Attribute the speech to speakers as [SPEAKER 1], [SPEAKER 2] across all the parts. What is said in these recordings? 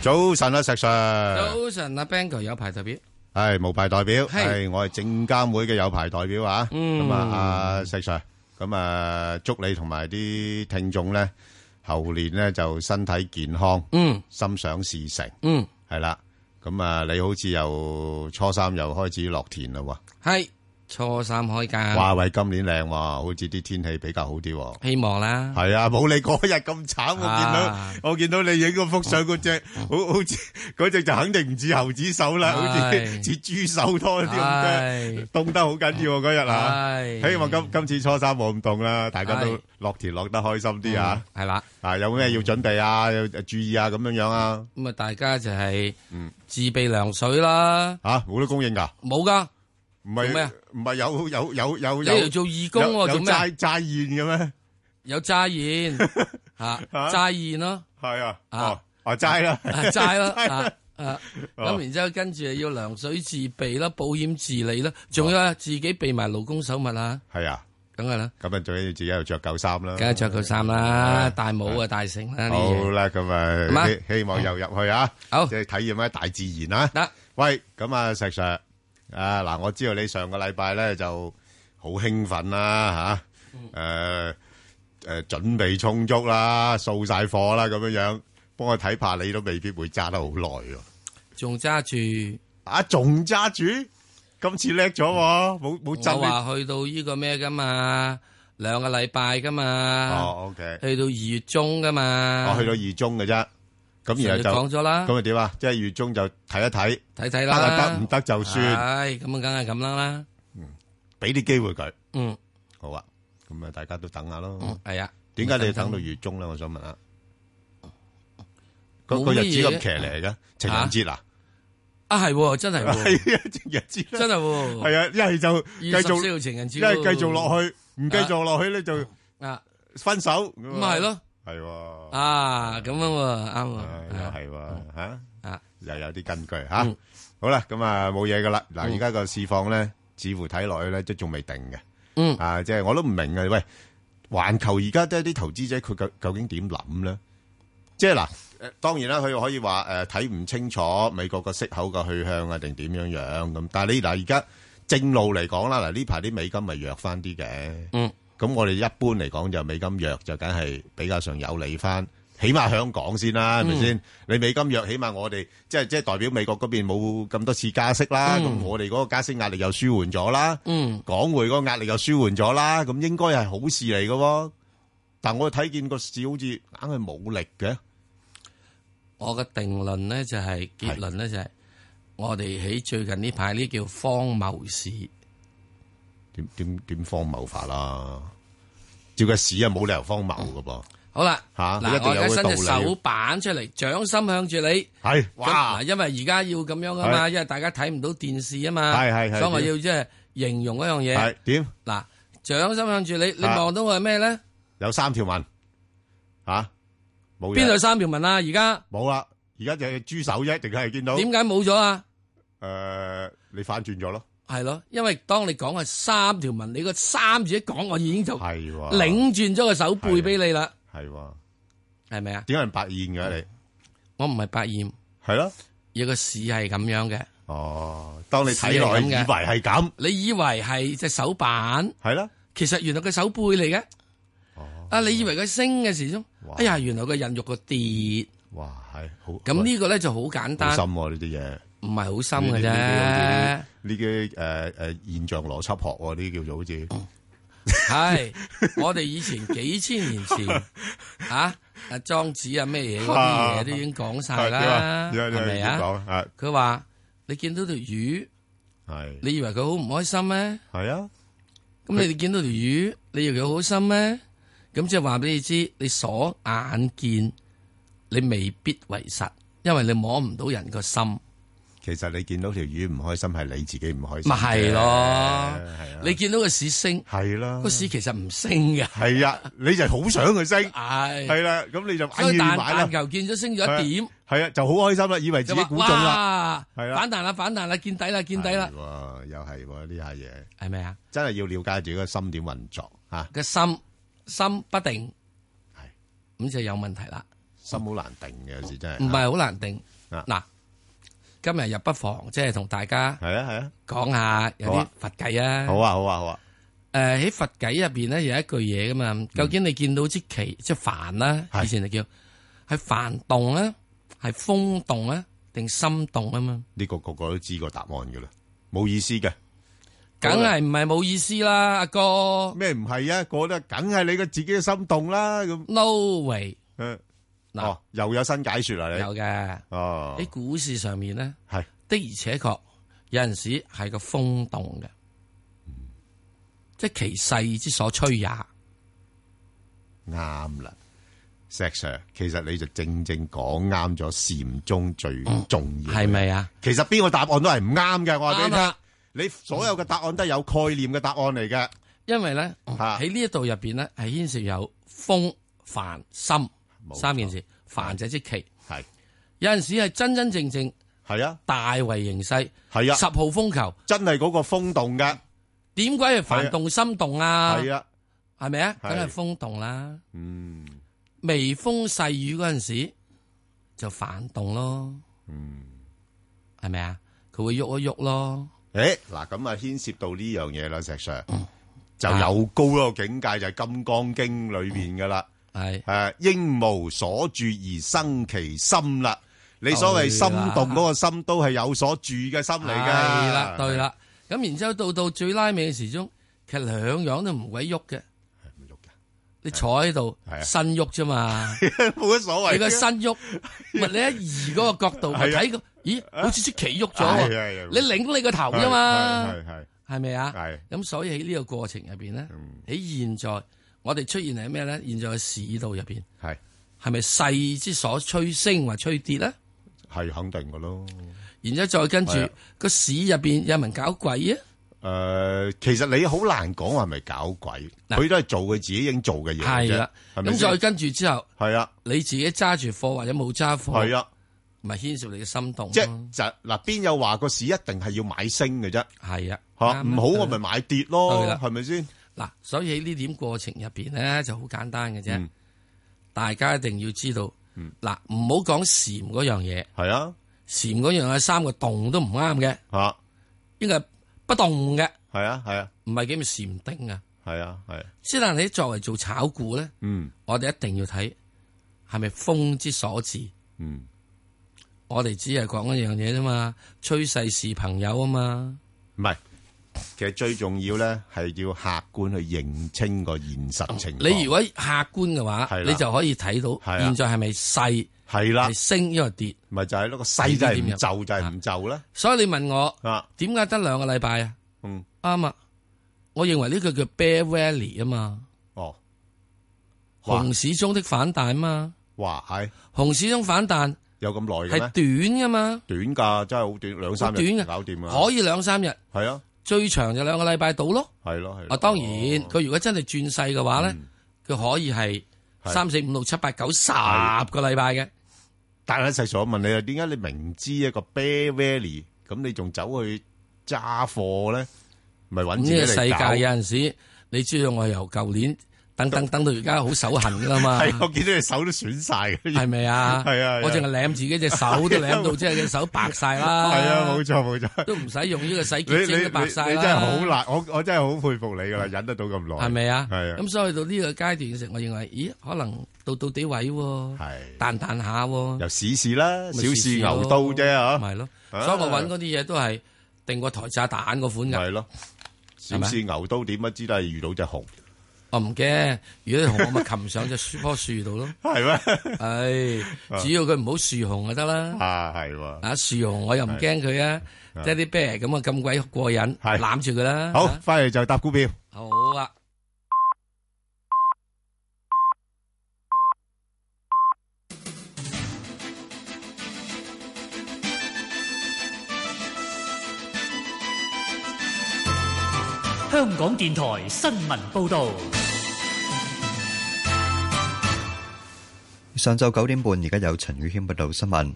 [SPEAKER 1] 早晨啊，石Sir。
[SPEAKER 2] 早晨啊，Bang 哥有排代表，
[SPEAKER 1] 係，無牌代表，
[SPEAKER 2] 係。
[SPEAKER 1] 係，我係證監會嘅有牌代表啊。
[SPEAKER 2] 嗯。
[SPEAKER 1] 咁啊，啊，石Sir，咁啊，祝你同埋啲聽眾呢，後年呢就身體健康，
[SPEAKER 2] 嗯嗯，
[SPEAKER 1] 心想事成，係啦。咁啊，你好似由初三又開始落田嘞喎。
[SPEAKER 2] 系初三開假，
[SPEAKER 1] 哇，喂，今年靚喎，好似啲天氣比較好啲喎。
[SPEAKER 2] 希望啦，
[SPEAKER 1] 係啊，冇你嗰日咁慘，我見到-
[SPEAKER 2] 啊。
[SPEAKER 1] 我見到你影嗰幅相，嗰隻，好-好似-嗰隻就肯定唔似猴子手啦，
[SPEAKER 2] 唉。
[SPEAKER 1] 好似似豬手多啲咁啫。
[SPEAKER 2] 唉
[SPEAKER 1] 凍得好緊要喎，嗰日啊。
[SPEAKER 2] 唉，
[SPEAKER 1] 希望今-今次初三冇咁凍啦，大家都
[SPEAKER 2] 唉。
[SPEAKER 1] 落田落得開心啲啊。
[SPEAKER 2] 系啦，
[SPEAKER 1] 呃啊，有咩要準備啊，要注意啊，咁樣樣啊。吓，冇得供應㗎？
[SPEAKER 2] 咁啊大家就係
[SPEAKER 1] 嗯
[SPEAKER 2] 自備涼水啦，冇噶，
[SPEAKER 1] 唔係-
[SPEAKER 2] 做咩啊？
[SPEAKER 1] 唔係有-有-有-有-
[SPEAKER 2] 你
[SPEAKER 1] 有-
[SPEAKER 2] 嚟做義工喎，
[SPEAKER 1] 有-
[SPEAKER 2] 做咩？
[SPEAKER 1] 有齋-齋宴嘅咩？係啊，
[SPEAKER 2] 有齋宴 吓，齋宴咯，啊。
[SPEAKER 1] 哦，哦，齋啦。
[SPEAKER 2] 啊齋啦，啊啊
[SPEAKER 1] 哦
[SPEAKER 2] 咁然之後跟住要涼水自備啦，保險自理啦，仲有啊自己備埋勞工手物啊，梗係啦，
[SPEAKER 1] 係啊，咁啊，最緊要自己又着夠衫啦。
[SPEAKER 2] 梗係着佢衫
[SPEAKER 1] Ờ.
[SPEAKER 2] 啦，戴帽啊，戴繩啦，呢啲嘢
[SPEAKER 1] 好啦，咁啊，
[SPEAKER 2] 好嗎？
[SPEAKER 1] 希-希望又入去啊，
[SPEAKER 2] 好。
[SPEAKER 1] 即係體驗下大自然啊。
[SPEAKER 2] 得。
[SPEAKER 1] 喂，咁啊，石Sir，啊，嗱，我知道你上個禮拜呢就好興奮啦，吓，誒，誒，準備充足啦，掃晒貨啦，咁樣樣。不過睇怕你都未必會揸得好耐喎。啊，仲揸住？今次叻咗喎，冇-
[SPEAKER 2] 仲揸住。
[SPEAKER 1] 冇-冇
[SPEAKER 2] 我
[SPEAKER 1] 震呢-
[SPEAKER 2] 話去到呢個咩噶嘛，兩個禮拜噶嘛，
[SPEAKER 1] Ờ, 哦，OK。
[SPEAKER 2] 去到二月中噶嘛，
[SPEAKER 1] 我去到二中嘅啫，咁然後
[SPEAKER 2] 上次
[SPEAKER 1] 就-
[SPEAKER 2] 講咗啦，
[SPEAKER 1] 咁啊點啊？即係二中就睇一睇，
[SPEAKER 2] 睇睇啦，
[SPEAKER 1] 得就得，唔得就算。
[SPEAKER 2] 唉，咁啊，梗係咁啦啦，
[SPEAKER 1] 俾啲機會佢，
[SPEAKER 2] 嗯，
[SPEAKER 1] 好啊。咁啊，大家都等下咯。
[SPEAKER 2] 嗯係啊，
[SPEAKER 1] 點解你要等到月中咧？我想問下，個
[SPEAKER 2] 冇
[SPEAKER 1] 個
[SPEAKER 2] 乜
[SPEAKER 1] 日子咁
[SPEAKER 2] 嘢
[SPEAKER 1] 騎呢嘅情人節啊，
[SPEAKER 2] 啊係喎，真係喎，
[SPEAKER 1] 係啊，情人節啦，
[SPEAKER 2] 真係喎，
[SPEAKER 1] 係啊，一係就
[SPEAKER 2] 二
[SPEAKER 1] 繼
[SPEAKER 2] 十四
[SPEAKER 1] 續，
[SPEAKER 2] 號情人節
[SPEAKER 1] 一
[SPEAKER 2] 喎，
[SPEAKER 1] 係繼續落去，唔繼續落去咧就
[SPEAKER 2] 啊，
[SPEAKER 1] 分手。咁
[SPEAKER 2] 咁咪係，咯，
[SPEAKER 1] 係喎，
[SPEAKER 2] 啊咁樣喎，啱
[SPEAKER 1] 啊又
[SPEAKER 2] 喎，
[SPEAKER 1] 係喎，嚇
[SPEAKER 2] 啊
[SPEAKER 1] 又有啲根據嚇
[SPEAKER 2] 嗯。
[SPEAKER 1] 好啦，咁啊冇嘢噶啦。嗱，
[SPEAKER 2] 嗯
[SPEAKER 1] 而家個市況咧，似乎睇落去咧都仲未定嘅。
[SPEAKER 2] 嗯
[SPEAKER 1] 啊，即係我都唔明啊！喂，環球而家都係啲投資者佢究究竟點諗咧？即係嗱，誒當然啦，佢可以話誒睇唔清楚美國個息口嘅去向啊，定點樣樣咁。但係你嗱而家正路嚟講啦，嗱呢排啲美金咪弱翻啲嘅。
[SPEAKER 2] 嗯。
[SPEAKER 1] 咁我哋一般嚟講就美金弱就梗係比較上有利翻，起碼香港先啦，係咪先？你美金弱，起碼我哋即係即係代表美國嗰邊冇咁多次加息啦，咁、
[SPEAKER 2] 嗯
[SPEAKER 1] 我哋嗰個加息壓力又舒緩咗啦。
[SPEAKER 2] 嗯，
[SPEAKER 1] 港匯嗰個壓力又舒緩咗啦，咁應該係好事嚟嘅喎。但我睇見個市好似硬係冇力嘅，
[SPEAKER 2] 我嘅定論咧就係結論咧就係，我哋喺最近呢排呢叫荒謬事。
[SPEAKER 1] 點點點荒謬法啦？照個市啊，冇理由荒謬嘅噃，
[SPEAKER 2] 好啦，
[SPEAKER 1] 嚇你一
[SPEAKER 2] 嗱，
[SPEAKER 1] 定
[SPEAKER 2] 我而
[SPEAKER 1] 有
[SPEAKER 2] 家
[SPEAKER 1] 個
[SPEAKER 2] 伸隻
[SPEAKER 1] 道理
[SPEAKER 2] 手板出嚟，掌心向住你。
[SPEAKER 1] 係
[SPEAKER 2] 哇！嗱，
[SPEAKER 1] 哇，
[SPEAKER 2] 因為而家要咁樣啊嘛，因為大家睇唔到電視啊嘛，
[SPEAKER 1] 係係係
[SPEAKER 2] 所以我要即係形容一樣嘢。
[SPEAKER 1] 係點
[SPEAKER 2] 嗱，掌心向住你，你
[SPEAKER 1] 啊
[SPEAKER 2] 望到我係咩咧？
[SPEAKER 1] 有三條紋嚇，冇
[SPEAKER 2] 邊度有
[SPEAKER 1] 嘢
[SPEAKER 2] 三條紋啊？而家
[SPEAKER 1] 冇啦，而家就係豬手啫，定係見到
[SPEAKER 2] 點解冇咗啊？
[SPEAKER 1] 誒你反轉咗咯，
[SPEAKER 2] 係咯，因為當你講係三條紋，你個三字一講，我已經就
[SPEAKER 1] 係喎，
[SPEAKER 2] 擰轉咗個手背俾你啦，
[SPEAKER 1] 係喎，
[SPEAKER 2] 係咪啊？
[SPEAKER 1] 點解唔白現嘅你
[SPEAKER 2] 我唔係百厭，
[SPEAKER 1] 係咯？
[SPEAKER 2] 有個市係咁樣嘅。
[SPEAKER 1] 哦，當你睇落去以
[SPEAKER 2] 市
[SPEAKER 1] 為
[SPEAKER 2] 係
[SPEAKER 1] 係
[SPEAKER 2] 咁嘅
[SPEAKER 1] 咁，
[SPEAKER 2] 你以為係隻手板，
[SPEAKER 1] 係啦，
[SPEAKER 2] 其實原來個手背嚟嘅。
[SPEAKER 1] 哦，
[SPEAKER 2] 啊！你以為佢升嘅時鐘
[SPEAKER 1] 哇，
[SPEAKER 2] 哎呀，原來個孕育個跌，
[SPEAKER 1] 哇，係好
[SPEAKER 2] 咁呢個咧就好簡單
[SPEAKER 1] 好，深啊喎呢啲嘢。
[SPEAKER 2] 唔係好深嘅啫
[SPEAKER 1] 呢。啲誒誒現象邏輯學喎，呢啲叫做好似
[SPEAKER 2] 係我哋以前幾千 年前啊，啊莊子啊咩嘢嗰啲嘢都已經講晒啦，
[SPEAKER 1] 點
[SPEAKER 2] 係
[SPEAKER 1] 啊
[SPEAKER 2] 咪
[SPEAKER 1] 點啊
[SPEAKER 2] 啊？
[SPEAKER 1] 講啊
[SPEAKER 2] 佢話你見到條魚，
[SPEAKER 1] 係
[SPEAKER 2] 你以為佢好唔開心咩？
[SPEAKER 1] 係啊
[SPEAKER 2] 咁你哋見到條魚，你以為佢好心咩？咁即係話俾你知，你所眼見你未必為實，因為你摸唔到人個心，
[SPEAKER 1] 其實你見到條魚唔開心，係你自己唔開心
[SPEAKER 2] 咪
[SPEAKER 1] 嘅。
[SPEAKER 2] 係
[SPEAKER 1] 係
[SPEAKER 2] 咯
[SPEAKER 1] 啊。。
[SPEAKER 2] 你見到個市升，
[SPEAKER 1] 係啦。
[SPEAKER 2] 個市其實唔升嘅，
[SPEAKER 1] 係啊，你就好想佢升。
[SPEAKER 2] 係。
[SPEAKER 1] 係啦，咁你就
[SPEAKER 2] 所以彈
[SPEAKER 1] 哎呀，買啦。
[SPEAKER 2] 彈球見咗升咗一點，
[SPEAKER 1] 係
[SPEAKER 2] 就
[SPEAKER 1] 啊，係啊，就好開心啦，以為自己
[SPEAKER 2] 話
[SPEAKER 1] 估中啦。
[SPEAKER 2] 哇，
[SPEAKER 1] 係啦
[SPEAKER 2] 反彈啦反彈啦，見底啦見底啦，
[SPEAKER 1] 係喎，又係喎，呢下嘢。真係要了解住個心點運作，啊。
[SPEAKER 2] 係咪啊？個心心不定，咁就有問題啦。
[SPEAKER 1] 心好難定嘅，有時真係。
[SPEAKER 2] 唔係好難定。
[SPEAKER 1] 啊
[SPEAKER 2] 嗱，今日入不妨即係同大家
[SPEAKER 1] 係啊，係啊。好啊，
[SPEAKER 2] 講下有
[SPEAKER 1] 好
[SPEAKER 2] 啲
[SPEAKER 1] 啊
[SPEAKER 2] 佛偈啊。誒喺佛偈入邊咧有一句嘢噶嘛，究竟你見到支旗即係幡啦，
[SPEAKER 1] 係
[SPEAKER 2] 以前就叫係幡動啊，係風動啊，定心動啊
[SPEAKER 1] 好啊，
[SPEAKER 2] 嘛？
[SPEAKER 1] 好啊，呢個個個都知個答案㗎啦，冇意思嘅。咩唔係啊？個個都-
[SPEAKER 2] 梗係唔係冇意思啦，阿哥。No way，
[SPEAKER 1] 梗係你個自己嘅心動啦，咁。誒，
[SPEAKER 2] 嗱。
[SPEAKER 1] 哦，又有新解說啦，你。
[SPEAKER 2] 有嘅
[SPEAKER 1] 哦，
[SPEAKER 2] 喺股市上面咧，
[SPEAKER 1] 係
[SPEAKER 2] 的而且確有陣時係個風動嘅，即係其勢之所趨也。
[SPEAKER 1] 啱啦石 Sir，其實你就正正講啱咗禪宗最重要嘅嘢
[SPEAKER 2] 嗯係？咪啊？
[SPEAKER 1] 其實邊個答案都係唔啱嘅，我話俾你
[SPEAKER 2] 啱
[SPEAKER 1] 聽
[SPEAKER 2] 啦。
[SPEAKER 1] 你所有嘅答案都係有概念嘅答案嚟嘅，
[SPEAKER 2] 因為咧
[SPEAKER 1] 啊
[SPEAKER 2] 喺呢一度入邊咧係牽涉有風、凡、心
[SPEAKER 1] 冇錯
[SPEAKER 2] 三件事。凡就即其，
[SPEAKER 1] 係
[SPEAKER 2] 有陣時係真真正正
[SPEAKER 1] 係啊，
[SPEAKER 2] 大為形勢，
[SPEAKER 1] 係啊
[SPEAKER 2] 十號風球，
[SPEAKER 1] 真係嗰個風動嘅，
[SPEAKER 2] 點鬼係凡動心動啊？
[SPEAKER 1] 係啊，
[SPEAKER 2] 係咪啊？梗
[SPEAKER 1] 係
[SPEAKER 2] 係風動啦，
[SPEAKER 1] 嗯
[SPEAKER 2] 微風細雨嗰陣時就凡動咯，
[SPEAKER 1] 嗯，
[SPEAKER 2] 係咪啊？佢會喐一喐咯。
[SPEAKER 1] 誒嗱，咁啊牽涉到呢樣嘢啦，石 Sir 就有高一個境界就係《金剛經》裏邊噶啦。
[SPEAKER 2] 係
[SPEAKER 1] 诶，应无所住而生其心啦。你所謂心動嗰個心，都係有所住嘅心嚟嘅。
[SPEAKER 2] 係啦，對，啦。咁然之後到到最拉尾嘅時鐘，其實兩樣都唔鬼喐嘅。
[SPEAKER 1] 唔喐嘅，
[SPEAKER 2] 你坐喺度
[SPEAKER 1] 係啊，
[SPEAKER 2] 身喐啫嘛。
[SPEAKER 1] 冇乜所謂。
[SPEAKER 2] 你個 身喐，咪你一移嗰個角度，咪
[SPEAKER 1] 係啊
[SPEAKER 2] 睇個，咦，好似出奇喐咗
[SPEAKER 1] 係
[SPEAKER 2] 喎。
[SPEAKER 1] 係係
[SPEAKER 2] 你擰你個頭啫
[SPEAKER 1] 係
[SPEAKER 2] 嘛，
[SPEAKER 1] 係係
[SPEAKER 2] 係咪啊？
[SPEAKER 1] 係嗯
[SPEAKER 2] 咁所以喺呢個過程入邊咧，喺現在我哋出現係咩咧？現在嘅市道入邊
[SPEAKER 1] 係
[SPEAKER 2] 係咪勢之所趨升或趨跌咧？
[SPEAKER 1] 係肯定嘅咯。
[SPEAKER 2] 然之後再跟住
[SPEAKER 1] 係啊
[SPEAKER 2] 個市入邊有人搞鬼啊？
[SPEAKER 1] 誒，其實你好難講話係咪搞鬼，
[SPEAKER 2] 嗱
[SPEAKER 1] 佢都係做佢自己應做嘅嘢啫。
[SPEAKER 2] 係啦，
[SPEAKER 1] 係咪
[SPEAKER 2] 咁
[SPEAKER 1] 先
[SPEAKER 2] 再跟住之後，
[SPEAKER 1] 係啊，
[SPEAKER 2] 你自己揸住貨或者冇揸
[SPEAKER 1] 係
[SPEAKER 2] 貨，
[SPEAKER 1] 啊，
[SPEAKER 2] 咪牽涉你嘅心動
[SPEAKER 1] 即
[SPEAKER 2] 咯。
[SPEAKER 1] 係就嗱，邊有話個市一定係要買升嘅啫？
[SPEAKER 2] 係啊，啱
[SPEAKER 1] 嚇
[SPEAKER 2] 啊
[SPEAKER 1] 唔好我咪買跌咯
[SPEAKER 2] 對，啦
[SPEAKER 1] 係咪先？
[SPEAKER 2] 嗱，所以喺呢點過程入邊咧就好簡單嘅啫，
[SPEAKER 1] 嗯
[SPEAKER 2] 大家一定要知道。嗱、唔好講禪嗰樣嘢，
[SPEAKER 1] 係啊，
[SPEAKER 2] 禪嗰樣嘢三個動都唔啱嘅，
[SPEAKER 1] 嚇
[SPEAKER 2] 應該係不動嘅，
[SPEAKER 1] 係啊，係啊，
[SPEAKER 2] 唔係幾咪禪定啊。
[SPEAKER 1] 係啊，係啊。
[SPEAKER 2] 之但你作為做炒股咧，
[SPEAKER 1] 嗯
[SPEAKER 2] 我哋一定要睇係咪風之所至。
[SPEAKER 1] 嗯，
[SPEAKER 2] 我哋只係講一樣嘢啫嘛，趨勢是朋友啊嘛。
[SPEAKER 1] 唔係，其實最重要咧係要客觀去認清個現實情況。
[SPEAKER 2] 你如果客觀嘅話，
[SPEAKER 1] 哦係啦
[SPEAKER 2] 你就可以睇到
[SPEAKER 1] 係啦啊
[SPEAKER 2] 現在係咪勢
[SPEAKER 1] 係啦
[SPEAKER 2] 係，升因為跌。
[SPEAKER 1] 咪就係咯個勢就係唔
[SPEAKER 2] 你點
[SPEAKER 1] 就就係唔就咧
[SPEAKER 2] 所以你問我。
[SPEAKER 1] 啊，
[SPEAKER 2] 點解得兩個禮拜啊？
[SPEAKER 1] 嗯，
[SPEAKER 2] 啱啊！我認為呢個叫 Bear Valley 啊嘛，
[SPEAKER 1] 哦，哇
[SPEAKER 2] 熊市中的反彈嘛，
[SPEAKER 1] 哇，係
[SPEAKER 2] 熊市中反彈
[SPEAKER 1] 有咁耐嘅
[SPEAKER 2] 係
[SPEAKER 1] 咩？
[SPEAKER 2] 短噶嘛，
[SPEAKER 1] 短㗎，真係好短，兩
[SPEAKER 2] 好
[SPEAKER 1] 三
[SPEAKER 2] 短
[SPEAKER 1] 日
[SPEAKER 2] 嘅，
[SPEAKER 1] 搞掂啊！
[SPEAKER 2] 可以兩三日，
[SPEAKER 1] 係啊，
[SPEAKER 2] 最長就兩個禮拜到咯。
[SPEAKER 1] 係咯，係咯。哦嗯
[SPEAKER 2] 啊，當然佢如果真係轉勢嘅話咧，佢可以係
[SPEAKER 1] 係
[SPEAKER 2] 三四五六七八九十
[SPEAKER 1] 係
[SPEAKER 2] 個禮拜嘅。
[SPEAKER 1] 但係實所問你啊，點解你明知一個 bear valley，咁你仲走去揸貨咧？咪
[SPEAKER 2] 咁
[SPEAKER 1] 揾自己
[SPEAKER 2] 呢個世
[SPEAKER 1] 嚟搞
[SPEAKER 2] 界有陣時，你知道我由舊年等等等到而家好手痕噶啦 嘛。
[SPEAKER 1] 係我見到你手都損晒嘅。
[SPEAKER 2] 系咪啊？
[SPEAKER 1] 係啊係啊
[SPEAKER 2] 我淨係舐自己隻手都舐到，即係隻手白晒 啦。
[SPEAKER 1] 係啊，冇錯冇錯。
[SPEAKER 2] 都唔使用呢個洗
[SPEAKER 1] 你
[SPEAKER 2] 潔
[SPEAKER 1] 你
[SPEAKER 2] 精
[SPEAKER 1] 你
[SPEAKER 2] 都
[SPEAKER 1] 你
[SPEAKER 2] 白晒啦。
[SPEAKER 1] 真係好，難，我我真係好佩服你噶啦，忍得到咁耐。
[SPEAKER 2] 係咪啊？
[SPEAKER 1] 係啊
[SPEAKER 2] 咁所以到呢個階段嘅時候，我認為，咦，可能到到底位喎，
[SPEAKER 1] 係
[SPEAKER 2] 彈彈下喎，
[SPEAKER 1] 由市市啦，
[SPEAKER 2] 咪
[SPEAKER 1] 小試
[SPEAKER 2] 試試
[SPEAKER 1] 牛
[SPEAKER 2] 咯
[SPEAKER 1] 刀啫吓，
[SPEAKER 2] 咪咯。所
[SPEAKER 1] 啊
[SPEAKER 2] 以我揾嗰啲嘢都係定過台炸彈嗰款㗎。
[SPEAKER 1] 係咯，小
[SPEAKER 2] 係咪
[SPEAKER 1] 試牛刀點不知都係遇到只熊，
[SPEAKER 2] 我唔驚，如果你紅我咪擒 上只樹棵樹度咯。
[SPEAKER 1] 係咩？
[SPEAKER 2] 唉，只要佢唔好樹紅就得啦。
[SPEAKER 1] 啊，係喎。
[SPEAKER 2] 啊，樹紅我又唔驚佢啊，即係啲啤咁啊咁鬼過癮，
[SPEAKER 1] 係
[SPEAKER 2] 攬住佢啦。啊
[SPEAKER 1] 好，翻嚟就搭股票。
[SPEAKER 2] 好啊。
[SPEAKER 3] 香港電台新聞報導。
[SPEAKER 4] 上晝九點半，而家有陳宇軒報道新聞。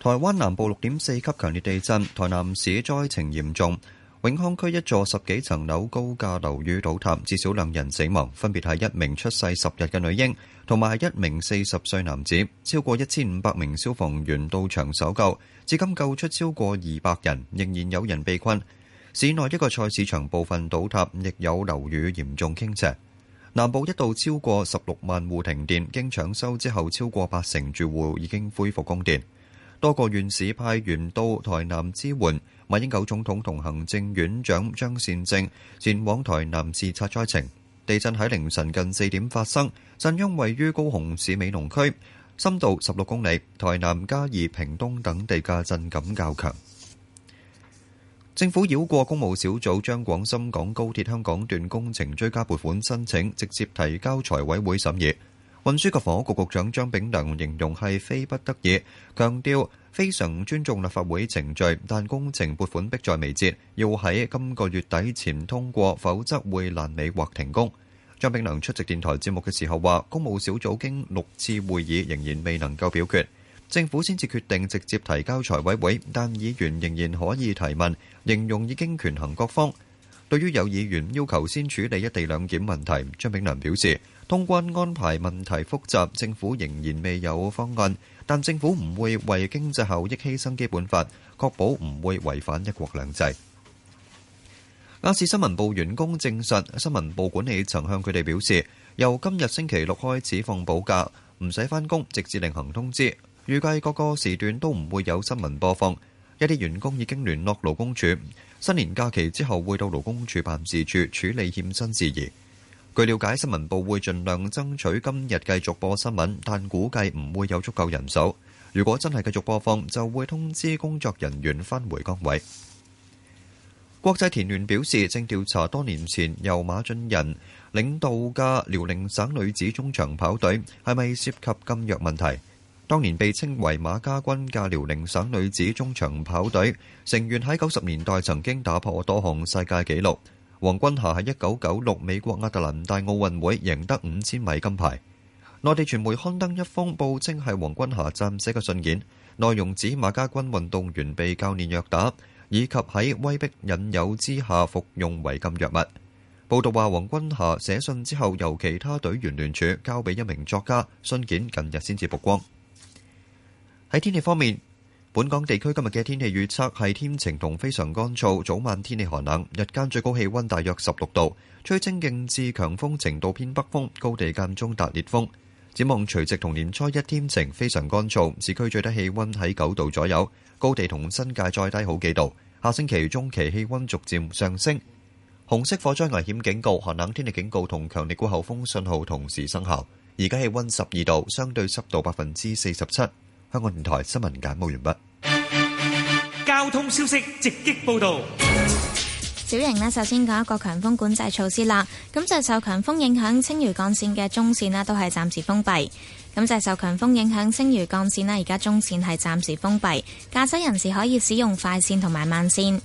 [SPEAKER 4] 台灣南部六點四級強烈地震，台南市災情嚴重，永康區一座十幾層樓高嘅樓宇倒塌，至少兩人死亡，分別係一名出世十日嘅女嬰，同埋一名四十歲男子。超過一千五百名消防員到場搜救，至今救出超過二百人，仍然有人被困。市內一個菜市場部分倒塌，亦有樓宇嚴重傾斜。南部一度超過十六萬戶停電，經搶修之後，超過八成住戶已經恢復供電。多個縣市派員到台南支援，馬英九總統同行政院長張善政前往台南視察災情。地震喺凌晨近四點發生，震央位於高雄市美濃區，深度十六公里。台南嘉義、屏東等地嘅震感較強。政府繞過公務小組，將廣深港高鐵香港段工程追加撥款申請直接提交財委會審議。運輸及房屋局局長張炳良形容係非不得已，強調非常尊重立法會程序，但工程撥款迫在眉睫，要喺今個月底前通過，否則會爛尾或停工。張炳良出席電台節目嘅時候話，公務小組經六次會議仍然未能夠表決。政府先至決定直接提交財委會，但議員仍然可以提問，形容已經權衡各方。對於有議員要求先處理一地兩檢問題，張炳良表示，通關安排問題複雜，政府仍然未有方案，但政府唔會為經濟效益犧牲基本法，確保唔會違反一國兩制。亞視新聞部員工證實，新聞部管理層向佢哋表示，由今日星期六開始放補假，唔使返工，直至另行通知。預計各個時段都唔會有新聞播放，一啲員工已經聯絡勞工處。新年假期之後會到勞工處辦事處處理欠薪事宜。據了解，新聞部會盡量爭取今日繼續播新聞，但估計唔會有足夠人手。如果真係繼續播放，就會通知工作人員返回崗位。國際田聯表示，正調查多年前由馬俊仁領導嘅遼寧省女子中長跑隊係咪涉及禁藥問題。當年被稱為馬家軍嘅遼寧省女子中長跑隊成員喺九十年代曾經打破多項世界紀錄。黃君霞喺一九九六美國亞特蘭大奧運會贏得五千米金牌。內地傳媒刊登一封報稱係黃君霞撰寫嘅信件，內容指馬家軍運動員被教練虐打，以及喺威逼引誘之下服用違禁藥物。報道話，黃君霞寫信之後由其他隊員聯署交俾一名作家，信件近日先至曝光。喺天氣方面，本港地區今日嘅天氣預測係天晴同非常乾燥，早晚天氣寒冷，日間最高氣溫大約十六度，吹清勁至強風程度偏北風，高地間中達烈風。展望除夕同年初一天晴，非常乾燥，市區最低氣溫喺九度左右，高地同新界再低好幾度。下星期中期氣溫逐漸上升。紅色火災危險警告、寒冷天氣警告同強烈季候風信號同時生效。而家氣溫十二度，相對濕度百分之四十七。香港電台新聞簡報完畢。
[SPEAKER 5] 交通消息直擊報道。
[SPEAKER 6] 小瑩呢，首先講一個強風管制措施啦。咁就係受強風影響，青嶼幹線嘅中線呢都係暫時封閉。咁就係受強風影響，青嶼幹線呢而家中線係暫時封閉，駕駛人士可以使用快線同埋慢線。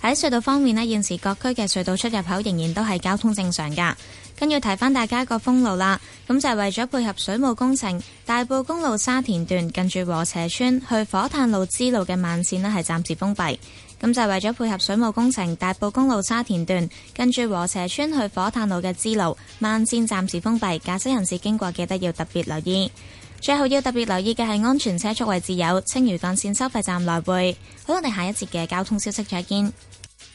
[SPEAKER 6] 喺隧道方面呢，現時各區嘅隧道出入口仍然都係交通正常噶。跟住提翻大家個封路啦，咁就係為咗配合水務工程，大埔公路沙田段近住禾輋村去火炭路支路嘅慢線呢係暫時封閉。咁就係為咗配合水務工程，大埔公路沙田段近住禾輋村去火炭路嘅支路慢線暫時封閉，駕駛人士經過記得要特別留意。最後要特別留意嘅係安全車速位置有青嶼幹線收費站來回。好，我哋下一節嘅交通消息再見。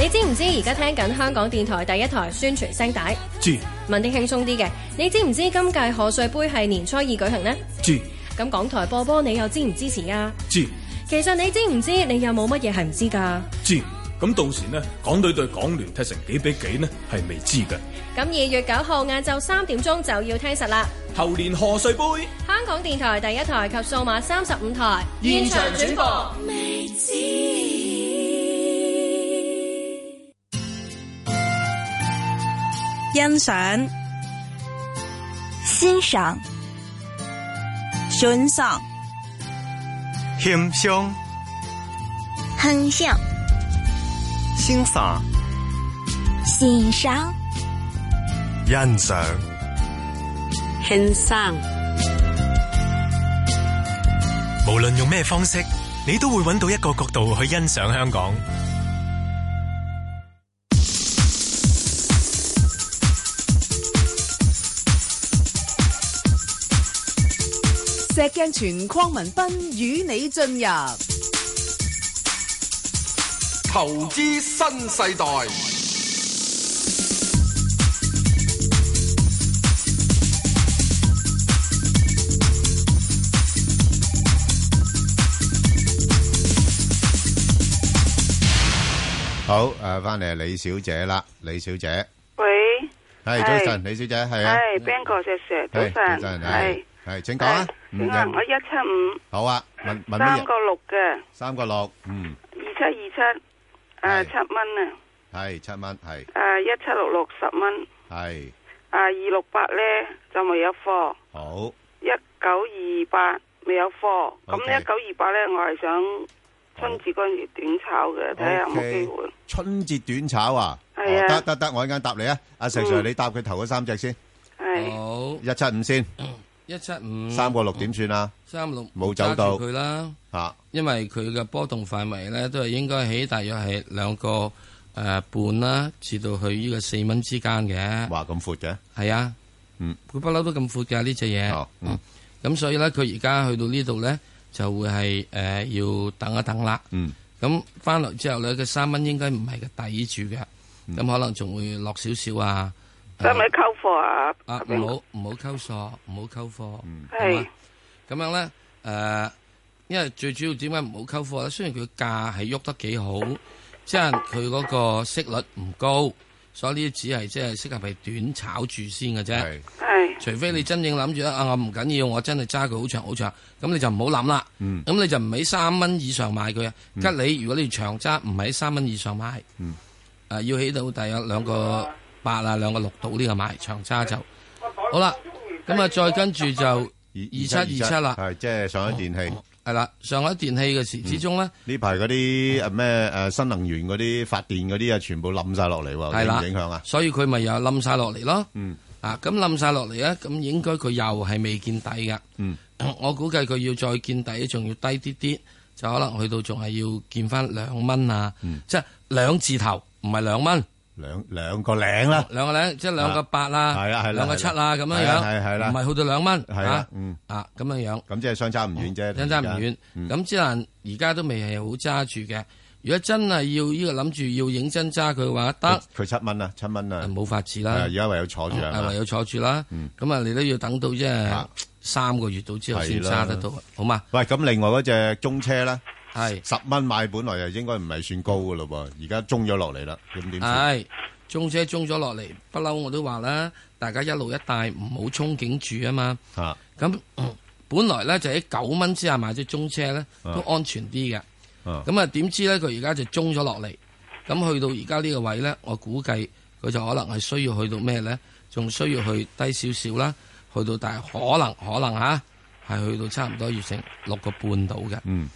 [SPEAKER 7] 你知唔知而家聽緊香港電台第一台宣傳聲帶？
[SPEAKER 8] 知。
[SPEAKER 7] 問啲輕鬆啲嘅，你知唔知今屆賀歲杯係年初二舉行呢？
[SPEAKER 8] 知。
[SPEAKER 7] 咁港台播波，你又支唔支持啊？
[SPEAKER 8] 知。
[SPEAKER 7] 其實你知唔知？你有冇乜嘢係唔知㗎？
[SPEAKER 8] 知。咁到時呢，港隊對港聯踢成幾比幾呢？係未知嘅。
[SPEAKER 9] 咁二月九號晏晝三點鐘就要聽實啦。
[SPEAKER 8] 猴年賀歲杯，
[SPEAKER 9] 香港電台第一台及數碼三十五台
[SPEAKER 10] 現場轉播。
[SPEAKER 11] 欣賞、
[SPEAKER 12] 欣賞、
[SPEAKER 11] 欣賞、
[SPEAKER 13] 欣賞、
[SPEAKER 12] 哼向、
[SPEAKER 13] 欣賞、
[SPEAKER 12] 欣賞、
[SPEAKER 13] 欣賞、
[SPEAKER 14] 欣賞。
[SPEAKER 15] 無論用咩方式，你都會揾到一個角度去欣賞香港。
[SPEAKER 16] 石鏡泉鄺民彬與你進入
[SPEAKER 17] 投資新世代。
[SPEAKER 1] 好，誒，翻嚟係李小姐啦，李小姐，
[SPEAKER 18] 喂，
[SPEAKER 1] 係早晨，李小姐，係啊，
[SPEAKER 18] 係 Ben 哥隻蛇，早
[SPEAKER 1] 係
[SPEAKER 18] 晨，
[SPEAKER 1] 早晨，
[SPEAKER 18] 係
[SPEAKER 1] 係，係，請講啊，唔
[SPEAKER 18] 啊，
[SPEAKER 1] 緊
[SPEAKER 18] 我一七
[SPEAKER 1] 好啊，問
[SPEAKER 18] 五
[SPEAKER 1] 問乜
[SPEAKER 18] 三
[SPEAKER 1] 嘢？
[SPEAKER 18] 個六嘅，
[SPEAKER 1] 三個六，嗯，
[SPEAKER 18] 二七二七，誒七蚊
[SPEAKER 1] 係七蚊，係
[SPEAKER 18] 啊，誒一七六六十蚊，
[SPEAKER 1] 係
[SPEAKER 18] 啊二六八咧就未有貨，
[SPEAKER 1] 好，
[SPEAKER 18] 一九二八未有貨，咁
[SPEAKER 1] OK Ờ.
[SPEAKER 18] 一九二八咧我係想春節嗰陣時短炒嘅，睇下有冇
[SPEAKER 1] OK，
[SPEAKER 18] 機會。
[SPEAKER 1] 春節短炒啊，
[SPEAKER 18] 係啊
[SPEAKER 1] 哦得得得，我一陣間答你啊，阿石 Sir 你答佢頭嗰三隻先，
[SPEAKER 18] 係
[SPEAKER 2] 好
[SPEAKER 1] 一七五先，
[SPEAKER 2] 一七五
[SPEAKER 1] 三個六點算啊？
[SPEAKER 2] 三六
[SPEAKER 1] 冇走到啊
[SPEAKER 2] 揸住佢啦，
[SPEAKER 1] 吓，
[SPEAKER 2] 因為佢嘅波動範圍咧都係應該喺大約係兩個誒、呃半啦，至到去呢個四蚊之間嘅。
[SPEAKER 1] 哇，咁闊嘅？
[SPEAKER 2] 係啊，
[SPEAKER 1] 嗯，
[SPEAKER 2] 佢不嬲都咁闊㗎呢只嘢。
[SPEAKER 1] 嗯，
[SPEAKER 2] 咁所以咧，佢而家去到呢度咧，就會係誒、呃要等一等啦。
[SPEAKER 1] 嗯，
[SPEAKER 2] 咁翻嚟之後咧，佢三蚊應該唔係個底住嘅，咁、
[SPEAKER 1] 嗯
[SPEAKER 2] 可能仲會落少少啊。
[SPEAKER 18] 使唔使溝貨啊？
[SPEAKER 2] 啊，唔好唔好溝數，唔好溝貨，
[SPEAKER 1] 嗯
[SPEAKER 18] 係
[SPEAKER 2] 係嘛咁樣咧，誒、因為最主要點解唔好溝貨咧？雖然佢價係喐得幾好，即係佢嗰個息率唔高，所以呢啲只係即係適合係短炒住先嘅啫。
[SPEAKER 18] 係，
[SPEAKER 2] 除非你真正諗住啊，我唔緊要，我真係揸佢好長好長，咁你就唔好諗啦。
[SPEAKER 1] 嗯
[SPEAKER 2] 咁你就唔喺三蚊以上買佢啊。
[SPEAKER 1] 嗯
[SPEAKER 2] 吉你如果你長揸唔喺三蚊以上買，
[SPEAKER 1] 嗯
[SPEAKER 2] 誒、要起到大約兩個八啊，兩個六度呢個買長揸就好啦。咁啊，再跟住就二七二七啦，
[SPEAKER 1] 係即係上海電器，
[SPEAKER 2] 係啦，上海電器嘅時
[SPEAKER 1] Ừ.
[SPEAKER 2] 之中咧，
[SPEAKER 1] 呢排嗰啲誒咩誒新能源嗰啲發電嗰啲啊，全部冧晒落嚟
[SPEAKER 2] 係
[SPEAKER 1] 喎，
[SPEAKER 2] 啦
[SPEAKER 1] 影唔影響啊？
[SPEAKER 2] 所以佢咪又冧晒落嚟咯。
[SPEAKER 1] 嗯
[SPEAKER 2] 啊，咁冧晒落嚟咧，咁應該佢又係未見底嘅。
[SPEAKER 1] 嗯，
[SPEAKER 2] 我估計佢要再見底，仲要低啲啲，就可能去到仲係要見翻兩蚊啊，即係兩字頭，唔係兩蚊。
[SPEAKER 1] 嗯
[SPEAKER 2] 哦
[SPEAKER 1] 兩兩個零啦，啊
[SPEAKER 2] 兩個零，即係兩個八啦，
[SPEAKER 1] 係啦係啦
[SPEAKER 2] 兩個七啦咁樣
[SPEAKER 1] 係
[SPEAKER 2] 樣，
[SPEAKER 1] 啦係係啦
[SPEAKER 2] 唔係去到兩蚊，
[SPEAKER 1] 係
[SPEAKER 2] 啊
[SPEAKER 1] 啦，嗯
[SPEAKER 2] 啊咁樣樣，
[SPEAKER 1] 咁即係相差唔遠啫，
[SPEAKER 2] 相差唔遠。
[SPEAKER 1] 嗯
[SPEAKER 2] 咁之但而家都未係好揸住嘅，如果真係要呢個諗住要認真揸佢嘅話，得
[SPEAKER 1] 佢七蚊啊，七蚊啊，
[SPEAKER 2] 冇法子
[SPEAKER 1] 係
[SPEAKER 2] 啦
[SPEAKER 1] 啊而，家唯有坐住係嘛嗯啊
[SPEAKER 2] 係唯有坐住啦。咁啊，你都要等到即係三個月到之後先
[SPEAKER 1] 係啦
[SPEAKER 2] 揸得到，好嘛？
[SPEAKER 1] 喂，咁另外嗰隻中車咧，
[SPEAKER 2] 係
[SPEAKER 1] 十蚊買，本來又應該唔係算高噶咯喎，而家中咗落嚟啦，咁點算？
[SPEAKER 2] 係中車中咗落嚟，不嬲我都話啦，大家一路一帶唔好憧憬住啊嘛。
[SPEAKER 1] 嚇，
[SPEAKER 2] 咁嗯本來咧就喺九蚊之下買咗中車咧，都安全啲嘅。
[SPEAKER 1] 啊
[SPEAKER 2] 咁啊點知咧佢而家就中咗落嚟，咁去到而家呢個位咧，我估計佢就可能係需要去到咩咧？仲需要去低少少啦，去到但係可能可能吓，係去到差唔多要成六個半到嘅。
[SPEAKER 1] 嗯，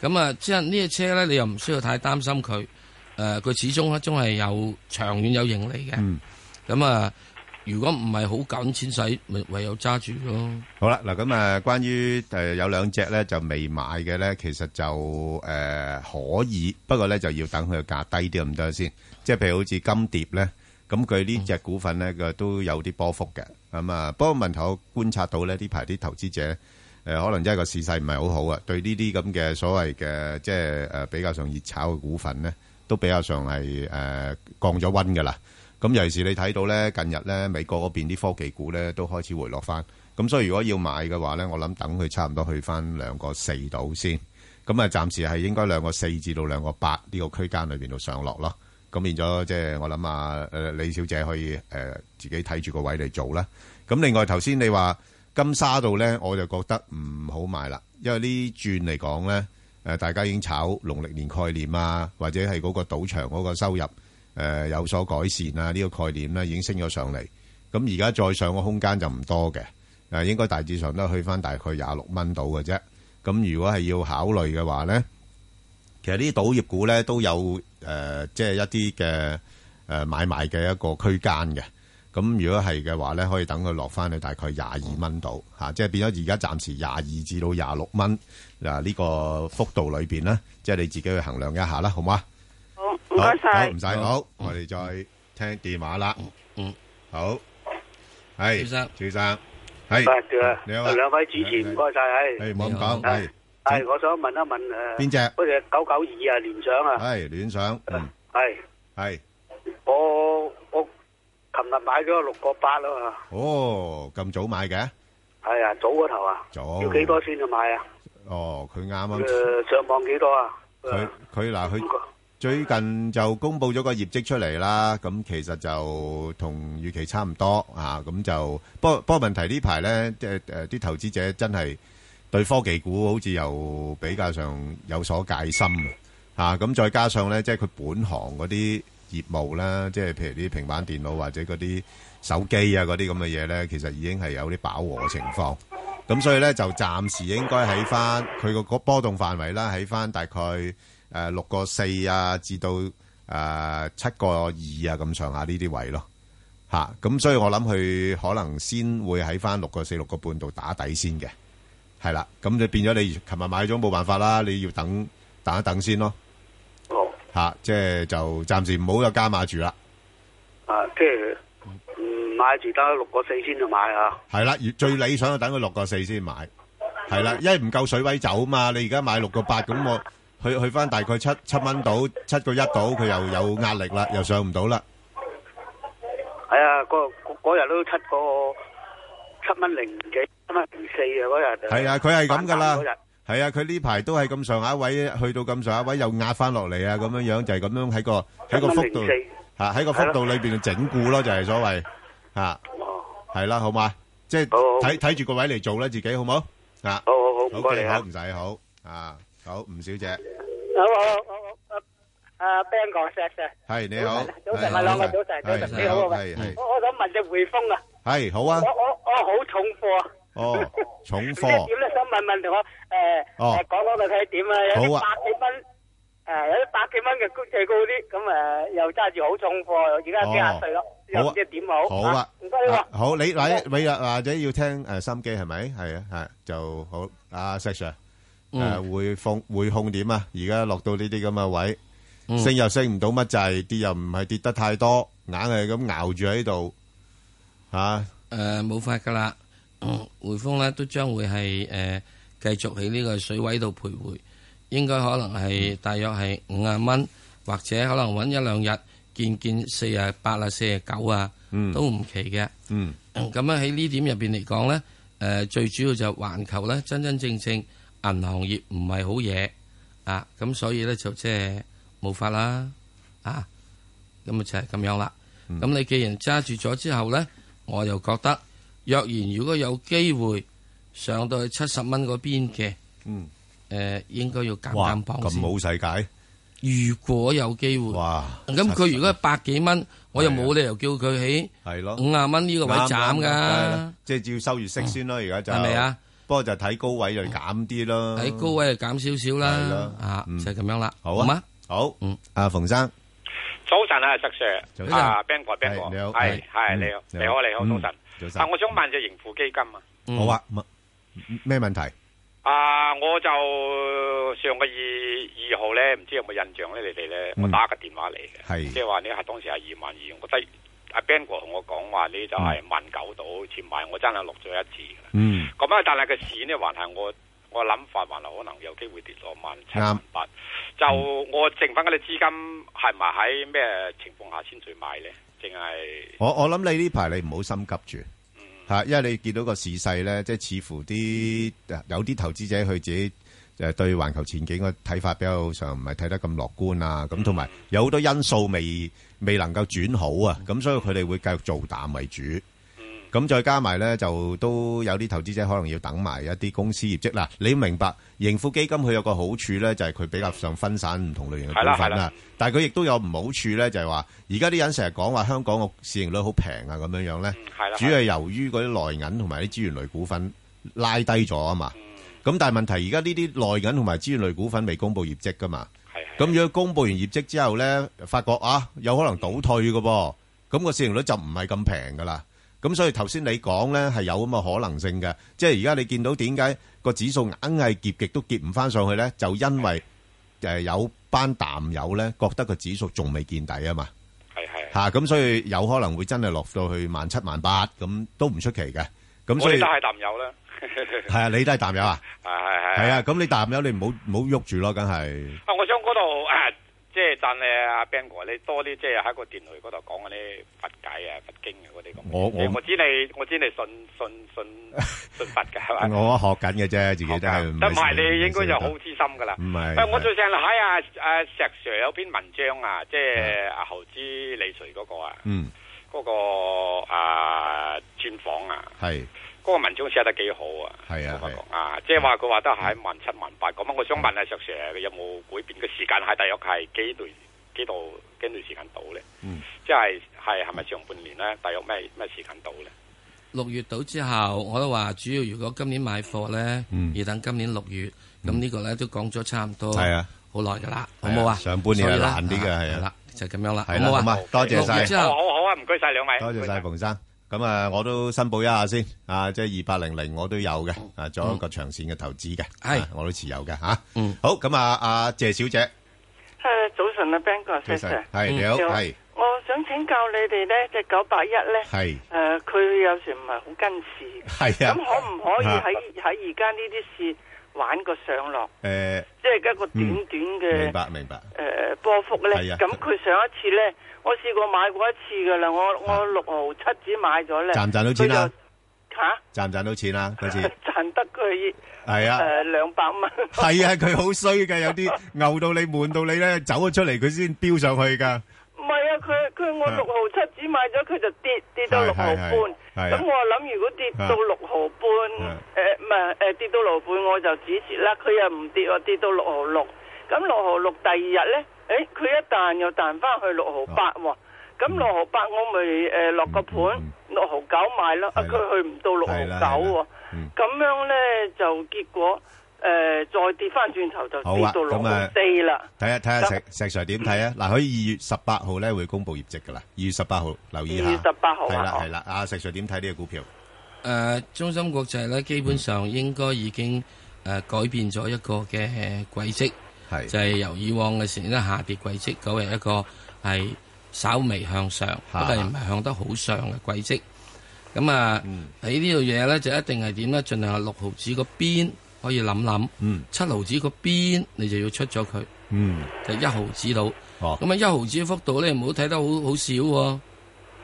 [SPEAKER 2] 咁啊，即係呢只車咧，你又唔需要太擔心佢。誒、佢始終都係有長遠有盈利嘅。
[SPEAKER 1] 嗯
[SPEAKER 2] 咁啊、如果唔係好緊錢使，咪唯有揸住咯。
[SPEAKER 1] 好啦，嗱咁啊，關於誒有兩隻咧就未買嘅咧，其實就誒、呃可以，不過咧就要等佢價低啲咁多先。即係譬如好似金蝶咧，咁佢呢只股份咧佢都有啲波幅嘅。咁啊，不過問題我觀察到咧呢排啲投資者誒、呃可能真係個市勢唔係好好啊，對呢啲咁嘅所謂嘅即係誒比較上熱炒嘅股份咧，都比較上係誒、呃降咗温㗎啦。咁尤其是你睇到咧，近日咧美國嗰邊啲科技股咧都開始回落翻，咁所以如果要買嘅話咧，我諗等佢差唔多去翻兩個四度先。咁咁啊，暫時係應該兩個四至到兩個八呢個區間裏邊度上落咯。咁變咗即係我諗啊，誒李小姐可以誒、呃自己睇住個位嚟做啦。咁另外頭先你話金沙度咧，我就覺得唔好買啦，因為呢轉嚟講咧，誒、大家已經炒農曆年概念啊，或者係嗰個賭場嗰個收入誒、呃有所改善啊，呢、個概念咧已經升咗上嚟。咁而家再上個空間就唔多嘅，誒應該大致上都去翻大概廿六蚊到嘅啫。咁如果係要考慮嘅話咧，其實呢啲賭業股咧都有誒、呃即係一啲嘅誒買賣嘅一個區間嘅。咁如果係嘅話咧，可以等佢落翻去大概廿二蚊度嚇，即係變咗而家暫時廿二至到廿六蚊嗱呢個幅度裏邊咧，即係你自己去衡量一下啦，好嗎？
[SPEAKER 18] 好，唔該
[SPEAKER 1] 好
[SPEAKER 18] 晒
[SPEAKER 1] 唔。使好，我哋再聽電話啦。嗯，好，係，朱生，朱生，係，你好啊，
[SPEAKER 10] 兩位主持唔該晒，係
[SPEAKER 1] 係冇咁講，係
[SPEAKER 10] 係，我想問一問誒，
[SPEAKER 1] 邊隻
[SPEAKER 10] 嗰只九九二啊，聯想啊，
[SPEAKER 1] 係亂想，嗯，
[SPEAKER 10] 係
[SPEAKER 1] 係，
[SPEAKER 10] 我我琴日買咗六個八啊嘛，
[SPEAKER 1] 哦，咁早買嘅，
[SPEAKER 10] 係啊，早嗰頭啊，
[SPEAKER 1] 早
[SPEAKER 10] 要幾多先去買啊？
[SPEAKER 1] 哦，佢啱啱。
[SPEAKER 10] 誒，上網幾多啊？
[SPEAKER 1] 佢佢嗱，佢最近就公布咗個業績出嚟啦，咁其實就同預期差唔多啊，咁就不過不過問題呢排咧，即係誒啲投資者真係對科技股好似又比較上有所戒心啊，咁再加上咧，即係佢本行嗰啲業務啦，即係譬如啲平板電腦或者嗰啲手機啊嗰啲咁嘅嘢咧，其實已經係有啲飽和嘅情況。咁所以咧就暫時應該喺翻佢個波動範圍啦，喺翻大概誒六個四啊，至到誒七個二啊咁上下呢啲位咯。吓、咁所以我諗佢可能先會喺翻六個四、六個半度打底先嘅，係啦。咁就變咗你琴日買咗冇辦法啦，你要等等一等先咯。
[SPEAKER 10] 哦，
[SPEAKER 1] 吓、即係就暫時唔好有加碼住啦。
[SPEAKER 10] 啊，即係唔買住得六個四先去買啊？
[SPEAKER 1] 係啦，越最理想就等佢六個四先買，係
[SPEAKER 10] 嗯
[SPEAKER 1] 啦，因為唔夠水位走嘛。你而家買六個八，咁我去去翻大概七七蚊到七個一到，佢又有壓力啦，又上唔到啦。
[SPEAKER 10] 係啊，嗰嗰日都七個七蚊零幾，七蚊零四啊嗰日。
[SPEAKER 1] 係啊，佢係咁噶啦
[SPEAKER 10] 反彈嗰日。
[SPEAKER 1] 係啊，佢呢排都係咁上下位，去到咁上下位又壓翻落嚟啊，咁樣樣就係咁樣喺個喺個幅度
[SPEAKER 10] 7.04
[SPEAKER 1] 嚇喺個幅度裏邊整固咯，就係所謂嚇。
[SPEAKER 10] 哦
[SPEAKER 1] 係啦，好嘛，即係睇睇住個位嚟做啦，自己好唔好啊？
[SPEAKER 10] 好好好唔該
[SPEAKER 1] OK，
[SPEAKER 10] 你啊
[SPEAKER 1] 好唔使好啊，好吳小姐。
[SPEAKER 19] 好好好好，阿 Ben 講 s
[SPEAKER 1] 系你
[SPEAKER 20] Dạ,
[SPEAKER 1] 好，
[SPEAKER 19] 早晨
[SPEAKER 1] 係
[SPEAKER 19] 啊，兩位
[SPEAKER 1] 早
[SPEAKER 19] 早
[SPEAKER 1] 晨
[SPEAKER 19] 晨，早晨你好啊，
[SPEAKER 1] 係
[SPEAKER 19] 喂
[SPEAKER 1] 係
[SPEAKER 19] 我我想問只匯豐
[SPEAKER 20] à.
[SPEAKER 19] 啊，
[SPEAKER 1] 係好
[SPEAKER 19] 我
[SPEAKER 1] 啊，
[SPEAKER 19] 我我好重貨，
[SPEAKER 1] 哦，重
[SPEAKER 19] 唔知
[SPEAKER 1] 科
[SPEAKER 19] 點咧？想問問我
[SPEAKER 20] Ờ,
[SPEAKER 19] 誒
[SPEAKER 1] 哦
[SPEAKER 19] 誒講講佢睇點啊？有啲
[SPEAKER 1] 好啊
[SPEAKER 19] 百幾蚊。
[SPEAKER 20] Ờ,
[SPEAKER 19] 誒有啲百幾蚊嘅高最高啲，咁誒又揸住好重貨，而家幾廿歲咯，又唔
[SPEAKER 1] 好啊
[SPEAKER 19] 知點好。
[SPEAKER 1] 好
[SPEAKER 20] À,
[SPEAKER 1] 啊
[SPEAKER 19] 唔該你喎
[SPEAKER 1] 啊，好你嗱，你或者要聽诶心機係咪？係啊，係就好。阿石 Sir，诶
[SPEAKER 6] 嗯
[SPEAKER 1] 匯控匯控點啊？而家落到呢啲咁嘅位
[SPEAKER 6] 嗯，
[SPEAKER 1] 升又升唔到乜滯，跌又唔係跌得太多，硬係咁熬住喺度吓。
[SPEAKER 2] 诶，呃冇法噶啦， 匯豐咧都將會係诶繼續喺呢個水位度徘徊，應該可能係大約係五啊蚊，或者可能揾一兩日見見四啊八啊四啊九啊，都唔奇嘅。
[SPEAKER 1] 嗯，
[SPEAKER 2] 咁咧喺呢點入邊嚟講咧，誒、最主要就係環球咧真真正正銀行業唔係好嘢啊，咁所以咧就即係冇法啦啊，咁啊就係咁樣啦。
[SPEAKER 1] 嗯
[SPEAKER 2] 咁、你既然揸住咗之後咧，我又覺得若然如果有機會上到去七十蚊嗰邊嘅，
[SPEAKER 1] 嗯，
[SPEAKER 2] 誒、應該要減
[SPEAKER 1] 哇，
[SPEAKER 2] 減磅
[SPEAKER 1] 咁
[SPEAKER 2] 先。
[SPEAKER 1] 冇世界。
[SPEAKER 2] 如果有機會，
[SPEAKER 1] 哇！
[SPEAKER 2] 咁佢如果係百幾蚊，我又冇理由叫佢喺
[SPEAKER 1] 係咯
[SPEAKER 2] 五廿蚊呢個位
[SPEAKER 1] 啱
[SPEAKER 2] 斬
[SPEAKER 1] 啱
[SPEAKER 2] 㗎。
[SPEAKER 1] 啱即係照收月息先咯。而家就
[SPEAKER 2] 係咪啊？
[SPEAKER 1] 不過就睇高位就減啲咯，
[SPEAKER 2] 喺高位就減少少
[SPEAKER 1] 係
[SPEAKER 2] 啦
[SPEAKER 1] 咯，
[SPEAKER 2] 啊，就係咁樣啦，
[SPEAKER 1] 嗯好
[SPEAKER 2] 好
[SPEAKER 1] 啊
[SPEAKER 2] 嗎，
[SPEAKER 1] 好，嗯，阿馮生，
[SPEAKER 21] 早晨啊，石 Sir，
[SPEAKER 1] 早晨
[SPEAKER 21] 啊，Ben 哥，Ben 哥，
[SPEAKER 1] 係你好
[SPEAKER 21] 係係
[SPEAKER 1] 嗯
[SPEAKER 21] 你好，你好，你好，
[SPEAKER 1] 嗯
[SPEAKER 21] 早晨。
[SPEAKER 1] 早晨
[SPEAKER 21] 啊，我想問只盈富基金啊，
[SPEAKER 2] 嗯
[SPEAKER 1] 好啊，乜咩問題？
[SPEAKER 21] 啊，我就上個二二號咧，唔知有冇印象咧？你哋咧，
[SPEAKER 1] 嗯
[SPEAKER 21] 我打個電話嚟嘅，
[SPEAKER 1] 係
[SPEAKER 21] 即係話呢，係當時係二萬二，我低阿 Ben 哥同我講話呢，就係萬九度前買，我真係落咗一次㗎啦。
[SPEAKER 1] 嗯，
[SPEAKER 21] 咁啊，但係個市呢，還係我我諗法，還係可能有機會跌落萬七
[SPEAKER 1] 啱
[SPEAKER 21] 萬八。就我剩翻嗰啲資金係咪喺咩情況下先最買咧？淨係
[SPEAKER 1] 我我諗你呢排你唔好心急住，
[SPEAKER 21] 嗯
[SPEAKER 1] 吓、因為你見到個市勢咧，即係似乎啲有啲投資者佢自己誒對環球前景嘅睇法比較上唔係睇得咁樂觀啊，
[SPEAKER 21] 嗯
[SPEAKER 1] 咁同埋有好多因素未未能夠轉好啊，咁所以佢哋會繼續做淡為主。
[SPEAKER 21] 嗯
[SPEAKER 1] 咁再加埋咧，就都有啲投資者可能要等埋一啲公司業績啦。你要明白盈富基金佢有個好處咧，就係佢比較上分散唔同類型嘅
[SPEAKER 21] 係啦
[SPEAKER 1] 股
[SPEAKER 21] 係
[SPEAKER 1] 份啊啦
[SPEAKER 21] 啦。
[SPEAKER 1] 但係佢亦都有唔好處咧，就係話而家啲人成日講話香港個市盈率好平啊，咁樣樣咧
[SPEAKER 21] 嗯係啦，
[SPEAKER 1] 主要係由於嗰啲內銀同埋啲資源類股份拉低咗啊嘛。咁但係問題而家呢啲內銀同埋資源類股份未公布業績噶嘛。咁如果公布完業績之後咧，發覺啊有可能倒退嘅噃，咁個市盈率就唔係咁平噶啦。咁所以頭先你講咧係有咁嘅可能性嘅，即係而家你見到點解個指數硬係夾極都夾唔翻上去咧？就因為誒有班淡友咧覺得個指數仲未見底啊嘛。
[SPEAKER 21] 係係。
[SPEAKER 1] 嚇咁所以有可能會真係落到去萬七萬八咁都唔出奇嘅。咁
[SPEAKER 21] 我
[SPEAKER 1] 所
[SPEAKER 21] 哋
[SPEAKER 1] 以
[SPEAKER 21] 都係淡友啦。
[SPEAKER 1] 係啊，你都係淡友啊？
[SPEAKER 21] 係係係
[SPEAKER 1] 係啊，咁你淡友你唔好唔好喐住咯，梗係。
[SPEAKER 21] 啊，我想嗰度啊，即係讚你啊阿 Ben 哥，你多啲即係喺個電台嗰度講嗰啲佛解啊、佛經啊嗰啲咁嘅嘢。
[SPEAKER 1] 我我
[SPEAKER 21] 我知你，我知你信信 信信佛嘅係嘛？
[SPEAKER 1] 我學緊嘅啫，自己都係唔
[SPEAKER 21] 但
[SPEAKER 1] 係
[SPEAKER 21] 唔係你應該就好資深噶啦。
[SPEAKER 1] 唔係
[SPEAKER 21] 喂我最近睇阿阿石 Sir 有篇文章啊，即係阿投資理財嗰個啊，
[SPEAKER 1] 嗯
[SPEAKER 21] 嗰個啊專訪啊，
[SPEAKER 1] 係
[SPEAKER 21] 嗰個文章寫得幾好啊。
[SPEAKER 1] 係啊係啊。
[SPEAKER 21] 啊，即係話佢話得喺萬七萬八咁啊！我想問下石 Sir 有冇改變嘅時間係大約係幾段幾度幾段時間到咧？
[SPEAKER 1] 嗯，
[SPEAKER 21] 即係係係咪上半年咧？大約咩咩時間到咧？
[SPEAKER 2] 六月到之後，我都話主要如果今年買貨咧，要等今年六月。咁呢個咧都講咗差唔多，
[SPEAKER 1] 嗯係啊，
[SPEAKER 2] 好耐噶啦，
[SPEAKER 1] 係
[SPEAKER 2] 好
[SPEAKER 1] 啊
[SPEAKER 2] 冇啊？
[SPEAKER 1] 上半年係
[SPEAKER 2] 所以啦
[SPEAKER 1] 難啲嘅
[SPEAKER 2] 啊
[SPEAKER 1] 係啊
[SPEAKER 2] 係啦，就咁樣啦，
[SPEAKER 1] 係啦
[SPEAKER 2] 好冇
[SPEAKER 1] 好
[SPEAKER 2] 啊
[SPEAKER 1] 啊？多謝晒
[SPEAKER 2] 六月之後
[SPEAKER 21] 好好好啊！唔該晒兩位，
[SPEAKER 1] 多謝晒馮生。咁啊，我都申報一下先啊，即係二八零零我都有嘅，啊，做一個長線嘅投資嘅，係我都持有嘅吓。嗯，好咁啊，阿謝小姐，
[SPEAKER 20] 誒，早晨啊，Ben 哥，
[SPEAKER 1] 早
[SPEAKER 20] 謝
[SPEAKER 1] 晨
[SPEAKER 20] 謝，
[SPEAKER 1] 係你好
[SPEAKER 20] 嗯
[SPEAKER 1] 係
[SPEAKER 20] 我想請教你哋咧，只九八一咧，
[SPEAKER 1] 係
[SPEAKER 20] 誒，呃佢有時唔係好跟市，
[SPEAKER 1] 係
[SPEAKER 20] 咁
[SPEAKER 1] 啊，
[SPEAKER 20] 可唔可以
[SPEAKER 1] 啊
[SPEAKER 20] 喺喺而家呢啲市玩個上落，
[SPEAKER 1] 誒，
[SPEAKER 20] 即係一個短
[SPEAKER 1] 呃嗯
[SPEAKER 20] 短
[SPEAKER 1] 明
[SPEAKER 20] 嘅
[SPEAKER 1] 白明白，
[SPEAKER 20] 誒波幅
[SPEAKER 1] 係
[SPEAKER 20] 咧？
[SPEAKER 1] 啊
[SPEAKER 20] 咁佢上一次咧，我試過買過一次噶啦，我我六毫七子買咗咧，
[SPEAKER 1] 啊賺唔賺到錢啊
[SPEAKER 20] 佢
[SPEAKER 1] 啦
[SPEAKER 20] 就？吓
[SPEAKER 1] 賺唔賺到錢啦？嗰次
[SPEAKER 20] 賺得佢
[SPEAKER 1] 係啊
[SPEAKER 20] 誒兩百蚊，
[SPEAKER 1] 係啊，佢好衰嘅，有啲牛到你悶到你咧，走咗出嚟佢先飆上去㗎。
[SPEAKER 20] 唔係啊，佢佢我
[SPEAKER 1] 啊
[SPEAKER 20] 六毫七只買咗，佢就跌跌到六毫
[SPEAKER 1] 係係
[SPEAKER 20] 半。
[SPEAKER 1] 係係啊
[SPEAKER 20] 咁我諗如果跌到六毫半，誒唔係誒跌到六毫半我就止蝕啦。佢又唔跌喎，跌到六毫六。咁六毫六第二日咧，誒佢一彈又彈翻去六毫八
[SPEAKER 1] 啊
[SPEAKER 20] 喎。
[SPEAKER 1] 嗯
[SPEAKER 20] 咁六毫八我咪誒落個盤六毫九買啦。啊佢去唔到六毫
[SPEAKER 3] 係啦係
[SPEAKER 20] 九喎。
[SPEAKER 1] 嗯
[SPEAKER 20] 咁樣咧就結果誒再跌翻轉頭就
[SPEAKER 1] 好
[SPEAKER 20] 跌
[SPEAKER 1] 啊
[SPEAKER 20] 到六
[SPEAKER 1] 咁
[SPEAKER 20] 毫
[SPEAKER 1] 啊
[SPEAKER 20] 四啦。
[SPEAKER 1] 睇下睇下
[SPEAKER 20] 咁
[SPEAKER 1] 石石 Sir 點睇啊？嗱，佢二月十八號咧會公布業績噶啦，二月十八號留意下。
[SPEAKER 20] 二月18號啊
[SPEAKER 1] 係啦
[SPEAKER 20] 哦
[SPEAKER 1] 係啦，阿石 Sir 點睇呢個股票？
[SPEAKER 2] 誒、呃中心國際咧，基本上應該已經誒、呃改變咗一個嘅軌跡，
[SPEAKER 1] 係
[SPEAKER 2] 就係由以往嘅時咧下跌軌跡，改為一個係稍微向上，不
[SPEAKER 6] 嚇
[SPEAKER 2] 過唔係向得好上嘅軌跡。咁啊，
[SPEAKER 1] 嗯
[SPEAKER 2] 喺呢度嘢咧就一定係點咧？盡量係六毫子個邊可以諗諗，
[SPEAKER 1] 嗯
[SPEAKER 2] 七毫子個邊你就要出咗佢，
[SPEAKER 1] 嗯
[SPEAKER 2] 就一毫子到。
[SPEAKER 1] 哦
[SPEAKER 2] 咁啊，一毫子嘅幅度咧唔好睇得好好少喎、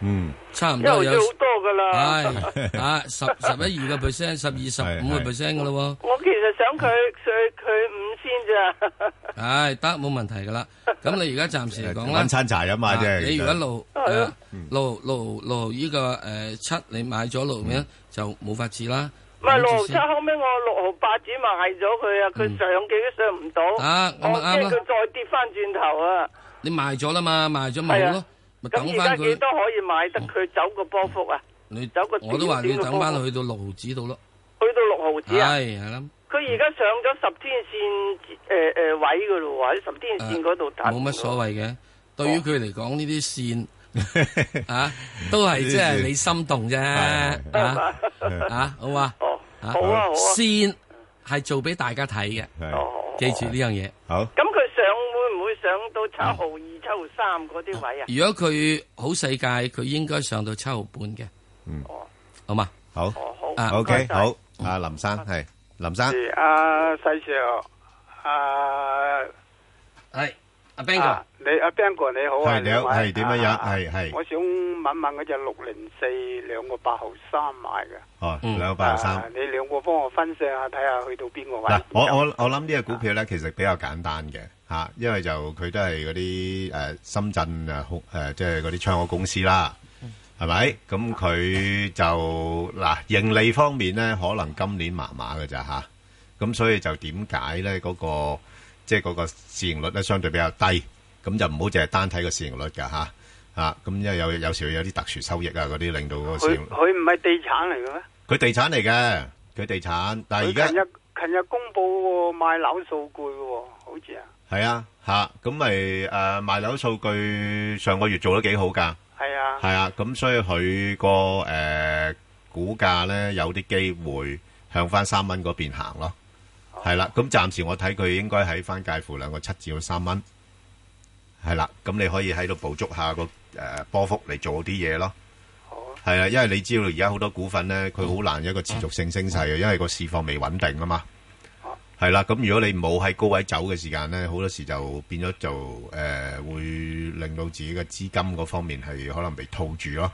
[SPEAKER 1] 嗯，
[SPEAKER 2] 差唔
[SPEAKER 20] 因
[SPEAKER 2] 多
[SPEAKER 20] 為
[SPEAKER 2] 有
[SPEAKER 20] 好。多噶啦。
[SPEAKER 2] 系啊，十十一二個 percent，十二十五個 percent 噶咯
[SPEAKER 20] 我其實想佢
[SPEAKER 2] 嗯
[SPEAKER 20] 佢佢五千咋，
[SPEAKER 2] 喎，唉，得冇問題噶啦。咁你而家暫時嚟講啦，
[SPEAKER 1] 搵餐茶飲下啫
[SPEAKER 2] 啊你
[SPEAKER 1] 其實
[SPEAKER 2] 如果啊六
[SPEAKER 20] 係嗯
[SPEAKER 2] 誒六六六呢個誒七，你買咗六咩就冇法子啦。
[SPEAKER 20] 嗯唔係六
[SPEAKER 2] 咁
[SPEAKER 20] 毫
[SPEAKER 2] 就
[SPEAKER 20] 七，
[SPEAKER 2] 先
[SPEAKER 20] 後尾我六毫八子賣咗佢啊，佢上幾都上唔到，
[SPEAKER 2] 嗯啊咁啊
[SPEAKER 20] 我
[SPEAKER 2] 啱
[SPEAKER 20] 驚
[SPEAKER 2] 啦
[SPEAKER 20] 佢再跌翻轉頭啊！
[SPEAKER 2] 你賣咗啦嘛，賣咗咪
[SPEAKER 20] 係
[SPEAKER 2] 好
[SPEAKER 20] 啊
[SPEAKER 2] 咯，咪，
[SPEAKER 20] 咁
[SPEAKER 2] 等
[SPEAKER 20] 而家
[SPEAKER 2] 翻
[SPEAKER 20] 幾
[SPEAKER 2] 佢。嗯
[SPEAKER 20] 多可以買得佢走個波幅啊？
[SPEAKER 2] 你
[SPEAKER 20] 走個
[SPEAKER 2] 我都話你
[SPEAKER 20] 短
[SPEAKER 2] 要
[SPEAKER 20] 短
[SPEAKER 2] 等
[SPEAKER 20] 嘅
[SPEAKER 2] 翻
[SPEAKER 20] 波幅
[SPEAKER 2] 去到六毫子度咯。
[SPEAKER 20] 去到六毫子啊！
[SPEAKER 2] 係係啦，
[SPEAKER 20] 佢而家上咗十天線誒誒位噶咯喎，喺十天線嗰度彈。
[SPEAKER 2] 冇乜所謂嘅。哦對於佢嚟講，呢啲 線啊，都係即係你心動啫。啊啊，好嘛？
[SPEAKER 20] 好啊好啊
[SPEAKER 2] 線係做俾大家睇嘅，記住呢樣嘢。
[SPEAKER 1] 哦好。
[SPEAKER 20] 咁佢上會唔會上到七毫二、七毫三嗰啲位啊？
[SPEAKER 2] 啊如果佢好世界，佢應該上到七毫半嘅。
[SPEAKER 1] 嗯，
[SPEAKER 2] 哦好嘛？
[SPEAKER 1] 好
[SPEAKER 2] 啊
[SPEAKER 1] OK，
[SPEAKER 2] 唔該晒
[SPEAKER 1] 好，阿林生係林生，
[SPEAKER 19] à,
[SPEAKER 22] 阿細 Sir，阿
[SPEAKER 2] 系阿 Ben 哥，
[SPEAKER 19] à,
[SPEAKER 22] 你
[SPEAKER 19] 你阿 Bang 哥你好啊，
[SPEAKER 1] 係你好
[SPEAKER 19] 兩位
[SPEAKER 1] 係點樣樣
[SPEAKER 19] 啊
[SPEAKER 1] 係係
[SPEAKER 19] 我想問問嗰只六零四兩個八毫三買嘅，
[SPEAKER 1] 哦，兩百三。
[SPEAKER 19] 啊你兩個幫我分析下，睇下去到邊個位？
[SPEAKER 1] 嗱，我我我谂呢只股票咧，其實比較簡單嘅吓、啊因為就佢都係嗰啲诶深圳诶控诶，即係嗰啲窗口公司啦，係咪？咁佢就嗱、盈利方面咧，可能今年麻麻嘅咋吓，咁、所以就點解咧嗰個即係嗰個市盈率咧相對比較低，咁就唔好淨係單睇個市盈率㗎吓啊，咁因為有有時有啲特殊收益啊嗰啲令到嗰個市盈
[SPEAKER 19] 佢
[SPEAKER 1] 率，
[SPEAKER 19] 佢唔係地產嚟嘅咩？
[SPEAKER 1] 佢地產嚟嘅，佢地產，但係而家
[SPEAKER 19] 佢。近日近日公布喎賣樓數據喎，好似啊，
[SPEAKER 1] 系啊，吓咁咪诶卖楼数据上個月做得幾好㗎，
[SPEAKER 19] 係啊，
[SPEAKER 1] 係啊，咁所以佢個诶股價咧有啲機會向翻三蚊嗰邊行咯，係啦，咁暫時我睇佢應該喺翻介乎兩個七至到三蚊，係啦，咁你可以喺度捕捉下個诶波幅嚟做啲嘢咯。係啊，因為你知道而家好多股份咧，佢好難有一個持續性升勢
[SPEAKER 19] 嗯
[SPEAKER 1] 嘅，因為個市況未穩定啊嘛。係啦，咁如果你冇喺高位走嘅時間咧，好多時就變咗就誒、呃、會令到自己嘅資金嗰方面係可能被套住咯。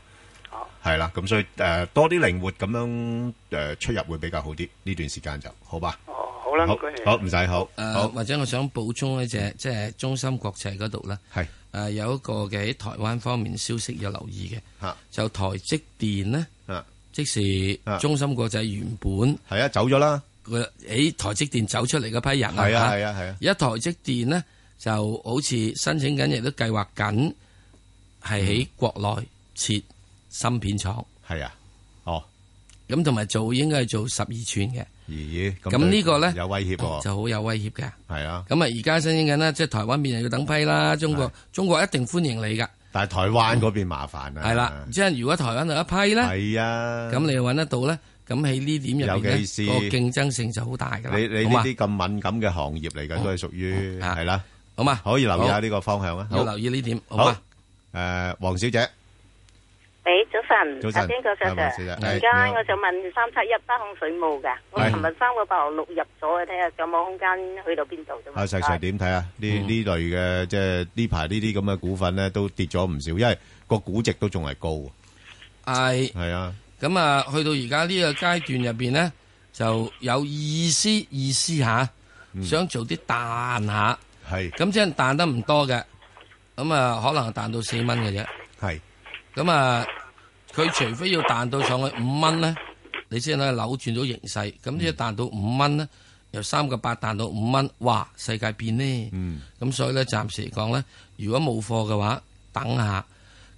[SPEAKER 19] 啊
[SPEAKER 1] 係啦，咁所以誒、呃多啲靈活咁樣誒、呃出入會比較好啲，呢段時間就好吧。
[SPEAKER 19] 哦，好啦，
[SPEAKER 1] 好
[SPEAKER 19] 唔該你，
[SPEAKER 1] 好唔使好，
[SPEAKER 2] 誒
[SPEAKER 1] 好嗯
[SPEAKER 2] 或者我想補充一隻，即係中心國際嗰度咧，
[SPEAKER 1] 係
[SPEAKER 2] 誒有一個嘅喺台灣方面消息有留意嘅
[SPEAKER 1] 嚇，
[SPEAKER 2] 就台積電咧，即是中心國際原本
[SPEAKER 1] 係啊走咗啦，
[SPEAKER 2] 佢喺台積電走出嚟嗰批人
[SPEAKER 1] 係啊
[SPEAKER 2] 嚇
[SPEAKER 1] 係啊係啊
[SPEAKER 2] 而家台積電咧就好似申請緊，亦都計劃緊係喺國內設芯片廠，
[SPEAKER 1] 係啊，哦，
[SPEAKER 2] 咁同埋做應該係做十二寸嘅。
[SPEAKER 1] 咦
[SPEAKER 2] 咁呢個咧
[SPEAKER 1] 有威脅喎，
[SPEAKER 2] 就好有威脅嘅。
[SPEAKER 1] 係啊，
[SPEAKER 2] 咁啊，而家申請緊啦，即係台灣邊又要等批啦，中國中國一定歡迎你噶。
[SPEAKER 1] 但係台灣嗰邊麻煩啦，
[SPEAKER 2] 係啦，即係如果台灣有一批咧，
[SPEAKER 1] 係啊，
[SPEAKER 2] 咁你又揾得到咧，咁喺呢點入邊
[SPEAKER 1] 尤其是
[SPEAKER 2] 咧，個競爭性就好大㗎啦。
[SPEAKER 1] 你你
[SPEAKER 2] 好
[SPEAKER 1] 呢
[SPEAKER 2] 嘛
[SPEAKER 1] 啲咁敏感嘅行業嚟嘅，都係屬於係啦，
[SPEAKER 2] 好嘛，
[SPEAKER 1] 可以留意下
[SPEAKER 2] 好
[SPEAKER 1] 呢個方向啊，
[SPEAKER 2] 要留意呢點，好
[SPEAKER 1] 好
[SPEAKER 2] 嘛？
[SPEAKER 1] 誒，黃小姐。
[SPEAKER 3] 喂，早晨，
[SPEAKER 1] 早晨
[SPEAKER 3] 阿邊個
[SPEAKER 1] 係黃小姐
[SPEAKER 3] Sir，
[SPEAKER 1] 係
[SPEAKER 3] 而
[SPEAKER 1] 你
[SPEAKER 3] 家
[SPEAKER 1] 好
[SPEAKER 3] 我就問三七一北控水務㗎，我
[SPEAKER 1] 係
[SPEAKER 3] 琴日三個八號六入咗，睇下有冇空間去到邊度啫嘛。
[SPEAKER 1] 阿石 Sir 點睇啊？呢呢類嘅即係呢排呢啲咁嘅股份咧，都跌咗唔少，因為個估值都仲係高。
[SPEAKER 2] 係
[SPEAKER 1] 係啊，
[SPEAKER 2] 咁啊，去到而家呢個階段入邊咧，就有意思意思下，想做啲彈下，
[SPEAKER 1] 嗯係
[SPEAKER 2] 咁即係彈得唔多嘅，咁啊可能彈到四蚊嘅啫，
[SPEAKER 1] 係
[SPEAKER 2] 咁啊，佢除非要彈到上去五蚊咧，你先可以扭轉到形勢，咁
[SPEAKER 1] 嗯
[SPEAKER 2] 即係彈到五蚊咧，由三個八彈到五蚊，哇！世界變呢，
[SPEAKER 1] 嗯
[SPEAKER 2] 咁、所以咧暫時嚟講咧，如果冇貨嘅話，等下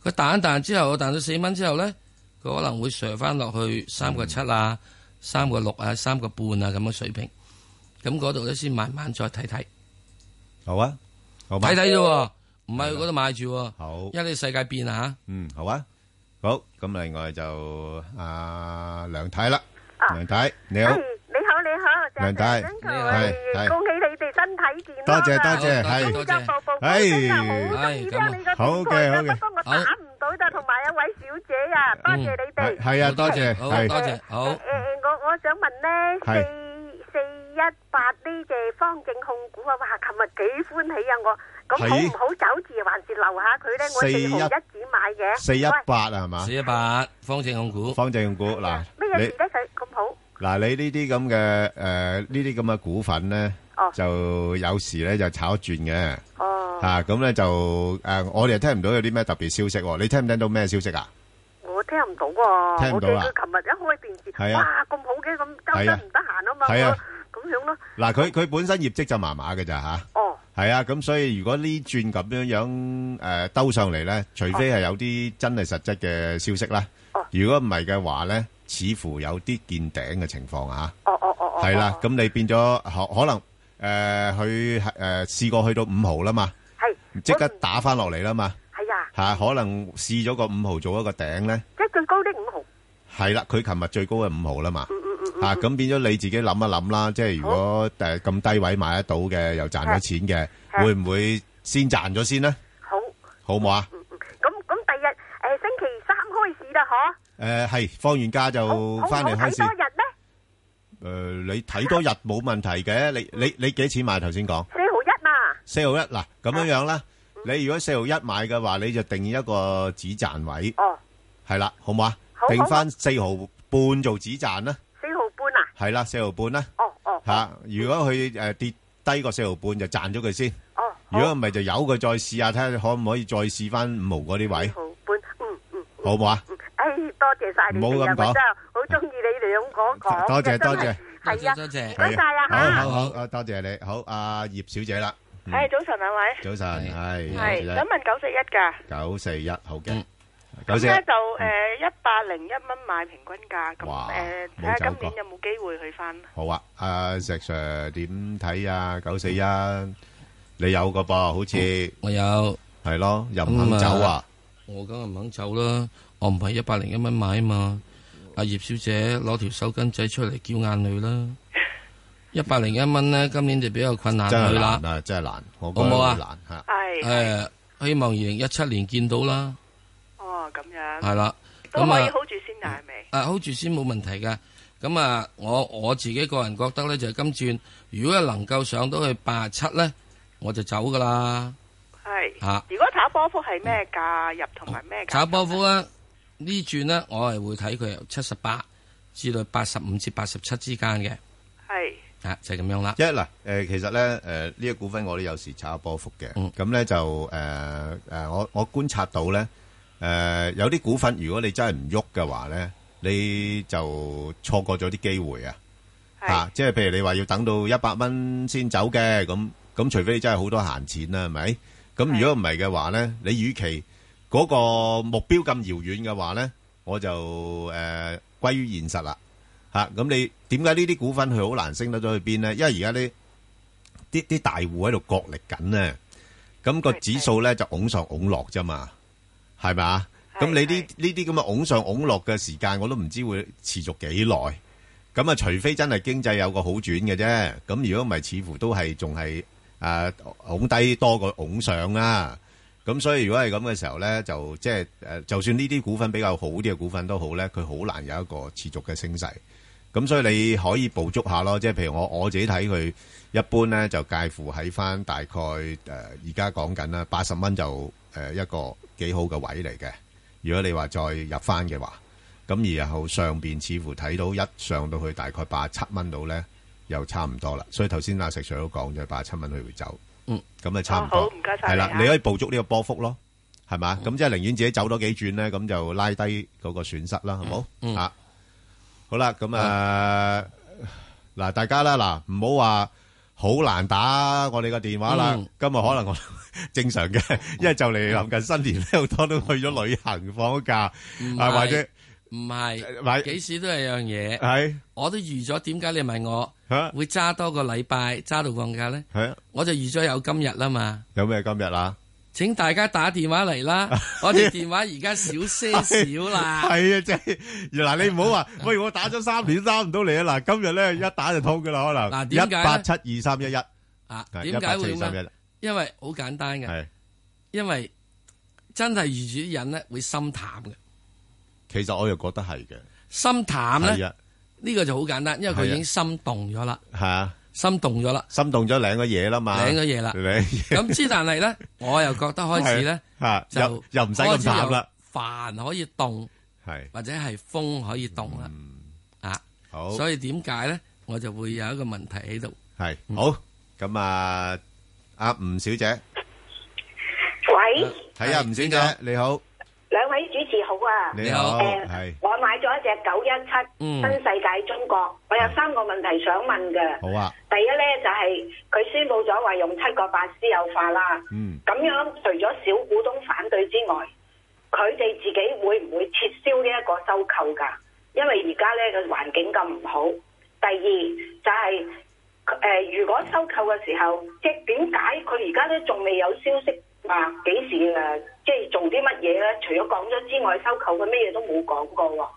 [SPEAKER 2] 佢彈一彈之後，彈到四蚊之後咧。佢可能會上翻落
[SPEAKER 1] 嗯
[SPEAKER 2] 去三個七啊、三個六啊、三個半啊咁嘅水平。咁嗰度咧先慢慢再睇睇，
[SPEAKER 1] 好啊，好嘛
[SPEAKER 2] 睇睇啫喎，唔係去嗰度買住喎。
[SPEAKER 1] 好，
[SPEAKER 2] 因為你世界變啊
[SPEAKER 1] 嗯，好啊，好。咁另外就阿梁太啦，
[SPEAKER 23] 啊
[SPEAKER 1] 梁太你好，
[SPEAKER 23] 哎你好，你好，鄭
[SPEAKER 1] 梁太
[SPEAKER 23] 生
[SPEAKER 1] 你好係係
[SPEAKER 23] 恭喜你哋身體健
[SPEAKER 1] 多
[SPEAKER 23] 康啊
[SPEAKER 1] 謝多
[SPEAKER 24] Ừ,
[SPEAKER 1] 謝，
[SPEAKER 23] 工
[SPEAKER 1] 係，
[SPEAKER 23] 作步步高
[SPEAKER 1] 係
[SPEAKER 23] 升啊！好中意聽你個電台啊，
[SPEAKER 1] 好嘅好嘅
[SPEAKER 23] 不過我打唔到咋，同埋一位小姐
[SPEAKER 24] à.
[SPEAKER 23] 啊，多謝你哋。
[SPEAKER 1] 係啊，多謝，
[SPEAKER 23] 好
[SPEAKER 1] 係
[SPEAKER 23] 多謝
[SPEAKER 2] 好
[SPEAKER 23] 誒誒，我我想問咧，
[SPEAKER 1] 係
[SPEAKER 23] 四四一八呢隻方正控股啊，哇！琴日幾歡喜
[SPEAKER 24] à,
[SPEAKER 23] 啊，我咁
[SPEAKER 1] 係
[SPEAKER 23] 好唔好走字還是留下佢咧？我
[SPEAKER 1] 四一
[SPEAKER 23] 四毫一子買嘅，
[SPEAKER 1] 四一八啊係嘛？
[SPEAKER 2] 四一八方正控股，
[SPEAKER 1] 方正控股嗱，
[SPEAKER 23] 喂咩嘢
[SPEAKER 1] 你
[SPEAKER 23] 而家佢咁好？
[SPEAKER 1] 嗱，你呢啲咁嘅誒呢啲咁嘅股份咧，
[SPEAKER 23] 哦
[SPEAKER 1] 就有時咧就炒一轉嘅。哦。嚇，咁咧就誒，我哋聽唔到有啲咩特別消息喎。你聽唔聽到咩消息啊？
[SPEAKER 23] 我聽唔到
[SPEAKER 24] ờ,
[SPEAKER 23] 喎，
[SPEAKER 1] 聽唔
[SPEAKER 23] 我
[SPEAKER 1] 到
[SPEAKER 11] 啊
[SPEAKER 23] 記佢琴日一開電視，
[SPEAKER 1] 係啊
[SPEAKER 23] 哇咁好嘅，咁周
[SPEAKER 1] 係啊
[SPEAKER 23] 身唔得閒啊嘛，
[SPEAKER 1] 係啊
[SPEAKER 23] 我咁樣咯。
[SPEAKER 1] 嗱，佢佢本身業績就麻麻嘅咋嚇。
[SPEAKER 23] 哦。
[SPEAKER 1] 係啊，咁所以如果呢轉咁樣樣誒兜上嚟咧，除非係有啲真係實質嘅消息啦。如果唔係嘅話咧，似乎有啲見頂嘅情況啊。
[SPEAKER 23] 哦哦哦哦。
[SPEAKER 1] 係啦，咁你變咗可可能誒佢誒試過去到五毫啦嘛。
[SPEAKER 23] 係
[SPEAKER 1] 即刻打翻落嚟啦嘛，
[SPEAKER 23] 係啊，
[SPEAKER 1] 吓、可能試咗個五毫做一個頂咧，
[SPEAKER 23] 即係最高的五毫。
[SPEAKER 1] 係啦，佢琴日最高係五毫啦嘛，
[SPEAKER 23] 嗯
[SPEAKER 1] 吓咁、變咗你自己諗一諗啦，即係如果诶咁、低位買得到嘅，又賺咗錢嘅，會唔會先賺咗先呢？
[SPEAKER 23] 好，嗯
[SPEAKER 1] 好唔好啊？
[SPEAKER 23] 咁咁第日誒星期三開始啦，嗬。
[SPEAKER 1] 诶、係放完假就
[SPEAKER 23] 嗯好唔好
[SPEAKER 1] 翻嚟開
[SPEAKER 23] 睇
[SPEAKER 1] 始。
[SPEAKER 23] 多日咧？
[SPEAKER 1] 诶、你睇多日
[SPEAKER 23] 嗯
[SPEAKER 1] 冇問題嘅，你你你几钱買頭先講？
[SPEAKER 23] 四毫一嘛。
[SPEAKER 1] 四號一嗱，咁樣樣啦，
[SPEAKER 23] 嗯
[SPEAKER 1] 你如果四毫一買嘅話，你就定一個止賺位，
[SPEAKER 23] 哦，
[SPEAKER 1] 係啦，好唔好啊？
[SPEAKER 23] 好
[SPEAKER 1] 定翻四毫半做止賺啦，
[SPEAKER 23] 四毫半啊？
[SPEAKER 1] 係啦，四毫半啦。
[SPEAKER 23] 哦哦，
[SPEAKER 1] 吓，如果佢诶跌低個四毫半就賺咗佢先。
[SPEAKER 23] 哦，
[SPEAKER 1] 如果唔係就由佢再試下，睇下可唔可以再試翻五毫嗰啲位，
[SPEAKER 23] 毫半，嗯嗯，
[SPEAKER 1] 好唔好啊？
[SPEAKER 23] 哎，多謝晒你
[SPEAKER 1] 唔好
[SPEAKER 23] 哋啊，
[SPEAKER 1] 咁講
[SPEAKER 23] 我真係好中意你哋咁講講，
[SPEAKER 1] 多謝多謝，
[SPEAKER 23] 係啊，唔該晒啊
[SPEAKER 1] 好
[SPEAKER 23] 嚇
[SPEAKER 1] 好好，啊多謝你，好，阿葉小姐啦，嗯
[SPEAKER 24] 诶，早晨兩位，
[SPEAKER 1] 早晨，係
[SPEAKER 24] 係想問九四一㗎，
[SPEAKER 1] 九四一，好嘅，九
[SPEAKER 24] 咁
[SPEAKER 1] 四
[SPEAKER 24] 咧
[SPEAKER 1] 一，
[SPEAKER 24] 就诶一百零一蚊買平均價，咁诶睇下
[SPEAKER 1] 冇走
[SPEAKER 24] 今
[SPEAKER 1] 過
[SPEAKER 24] 年有冇機會去翻？
[SPEAKER 1] 好啊，阿石 Sir 點睇啊？九四一，你有個噃，好似
[SPEAKER 2] 我有，
[SPEAKER 1] 係咯，又唔肯走啊？
[SPEAKER 2] 我梗係唔肯走啦，我唔係一百零一蚊買啊嘛。阿葉小姐攞條手巾仔出嚟叫眼淚啦，一百零一蚊呢，今年就比較困難
[SPEAKER 1] 真係
[SPEAKER 2] 佢啦
[SPEAKER 1] 難，啊，真係難，好
[SPEAKER 2] 好唔好啊？
[SPEAKER 1] 難吓，
[SPEAKER 2] 诶，希望二零一七年見到啦，
[SPEAKER 24] 哦，咁樣
[SPEAKER 2] 係啦，
[SPEAKER 24] 都
[SPEAKER 2] 咁
[SPEAKER 24] 可以
[SPEAKER 2] 啊。
[SPEAKER 24] hold 住先，但係未？
[SPEAKER 2] 啊，hold 住先冇問題嘅。咁啊，我我自己個人覺得咧，就係今轉如果能夠上到去八七咧，我就走噶啦。
[SPEAKER 24] 係。
[SPEAKER 2] 啊
[SPEAKER 24] 如果炒波幅係咩價入同埋咩價？
[SPEAKER 2] 炒波幅咧呢轉咧，我係會睇佢由七十八至到八十五至八十七之間嘅，
[SPEAKER 24] 係
[SPEAKER 2] 啊就係咁樣啦。
[SPEAKER 1] 一嗱，誒其實咧，誒呢一股份我都有時炒波幅嘅，咁咧就誒誒，我我觀察到咧，誒有啲股份如果你真係唔喐嘅話咧，你就錯過咗啲機會啊，嚇！即係譬如你話要等到一百蚊先走嘅，咁咁除非你真係好多閒錢啦，係咪？咁如果唔係嘅話咧，你與其嗰個目標咁遙遠嘅話咧，我就誒歸於現實啦。吓，咁你點解呢啲股份佢好難升得咗去邊咧？因為而家啲啲啲大户喺度角力緊咧，咁個指數咧就拱上拱落啫嘛，係咪啊？咁你呢呢啲咁嘅拱上拱落嘅時間，我都唔知會持續幾耐。咁啊，除非真係經濟有個好轉嘅啫。咁如果唔係，似乎都係仲係誒拱低多過拱上啊啦。咁所以如果係咁嘅時候咧，就即係誒，就算呢啲股份比較好啲嘅股份都好咧，佢好難有一個持續嘅升勢。咁所以你可以捕捉下咯，即係譬如我 我自己睇佢一般咧，就介乎喺翻大概呃誒而家講緊啦，八十蚊就誒、呃一個幾好嘅位嚟嘅。如果你話再入翻嘅話，咁然後上邊似乎睇到一上到去大概八七蚊度咧，又差唔多啦。所以頭先阿石 Sir 都講咗，八七蚊佢會走，
[SPEAKER 2] 嗯，
[SPEAKER 1] 咁啊差唔多。
[SPEAKER 24] 哦好唔該晒
[SPEAKER 1] 係啦
[SPEAKER 24] 你，啊
[SPEAKER 1] 你可以捕捉呢個波幅咯，係嘛？
[SPEAKER 2] 嗯
[SPEAKER 1] 咁即係寧願自己走多幾轉咧，咁就拉低嗰個損失啦，好冇？
[SPEAKER 2] 嗯
[SPEAKER 1] 啊好啦，咁啊，嗱，大家啦，嗱，唔好話好難打我哋個電話啦。
[SPEAKER 2] 嗯
[SPEAKER 1] 今日可能我 正常嘅，因為就嚟臨近新年咧，好多都去咗旅行放咗假，
[SPEAKER 2] 唔
[SPEAKER 1] 啊
[SPEAKER 2] 係
[SPEAKER 1] 或者
[SPEAKER 2] 唔係，
[SPEAKER 1] 買
[SPEAKER 2] 幾時都係樣嘢。
[SPEAKER 1] 係，
[SPEAKER 2] 我都預咗。點解你問我會揸多個禮拜，揸到放假咧？
[SPEAKER 1] 係啊，
[SPEAKER 2] 我就預咗有今日啦嘛。
[SPEAKER 1] 有咩今日啊？
[SPEAKER 2] 請大家打電話 嚟啦，我哋電話而家少些少啦。
[SPEAKER 1] 係啊，即係嗱，你唔好話，喂，我打咗三年打唔到你啊！嗱，今日咧一打就通噶啦，可能
[SPEAKER 2] 嗱點
[SPEAKER 1] 一
[SPEAKER 2] 解
[SPEAKER 1] 八
[SPEAKER 2] 呢
[SPEAKER 1] 七二三一一
[SPEAKER 2] 啊
[SPEAKER 1] 係
[SPEAKER 2] 點解會
[SPEAKER 1] 187
[SPEAKER 2] 咁
[SPEAKER 1] 31
[SPEAKER 2] 呢？因為好簡單嘅
[SPEAKER 1] 係，
[SPEAKER 2] 因為真係預住啲人咧會心淡嘅，
[SPEAKER 1] 其實我又覺得係嘅，
[SPEAKER 2] 心淡
[SPEAKER 1] 係
[SPEAKER 2] 咧
[SPEAKER 1] 啊
[SPEAKER 2] 呢個就好簡單，因為佢已經心動 咗啦。
[SPEAKER 1] 係啊，
[SPEAKER 2] 心動咗啦，
[SPEAKER 1] 心動咗領咗嘢啦嘛，
[SPEAKER 2] 領咗嘢啦
[SPEAKER 1] 領嘢
[SPEAKER 2] 咁之但係咧，我又覺得開始咧
[SPEAKER 1] 係 啊
[SPEAKER 2] 就
[SPEAKER 1] 又又唔使咁淡啦，
[SPEAKER 2] 飯可以凍，
[SPEAKER 1] 係嗯
[SPEAKER 2] 或者係風可以凍啦，啊，
[SPEAKER 1] 好
[SPEAKER 2] 所以點解咧我就會有一個問題喺度。
[SPEAKER 1] 係好咁啊，阿吳小姐。
[SPEAKER 25] 喂，
[SPEAKER 1] 系啊，吳小姐你好，
[SPEAKER 25] 兩位主持好啊！
[SPEAKER 1] 你好
[SPEAKER 25] 誒
[SPEAKER 1] 係
[SPEAKER 25] 我買咗一隻九一
[SPEAKER 1] 嗯
[SPEAKER 25] 七新世界中國，我有三個問題想問嘅。
[SPEAKER 1] 好啊，
[SPEAKER 25] 第一咧就係、佢宣布咗話用七個八私有化啦，
[SPEAKER 1] 嗯，
[SPEAKER 25] 咁樣除咗小股東反對之外，佢哋自己會唔會撤銷呢一個收購㗎？因為而家咧個環境咁唔好。第二就係、誒、如果收購嘅時候，即係點解佢而家都仲未有消息話幾時誒，即係做啲乜嘢咧？除咗講咗之外，收購佢咩嘢都冇講過喎。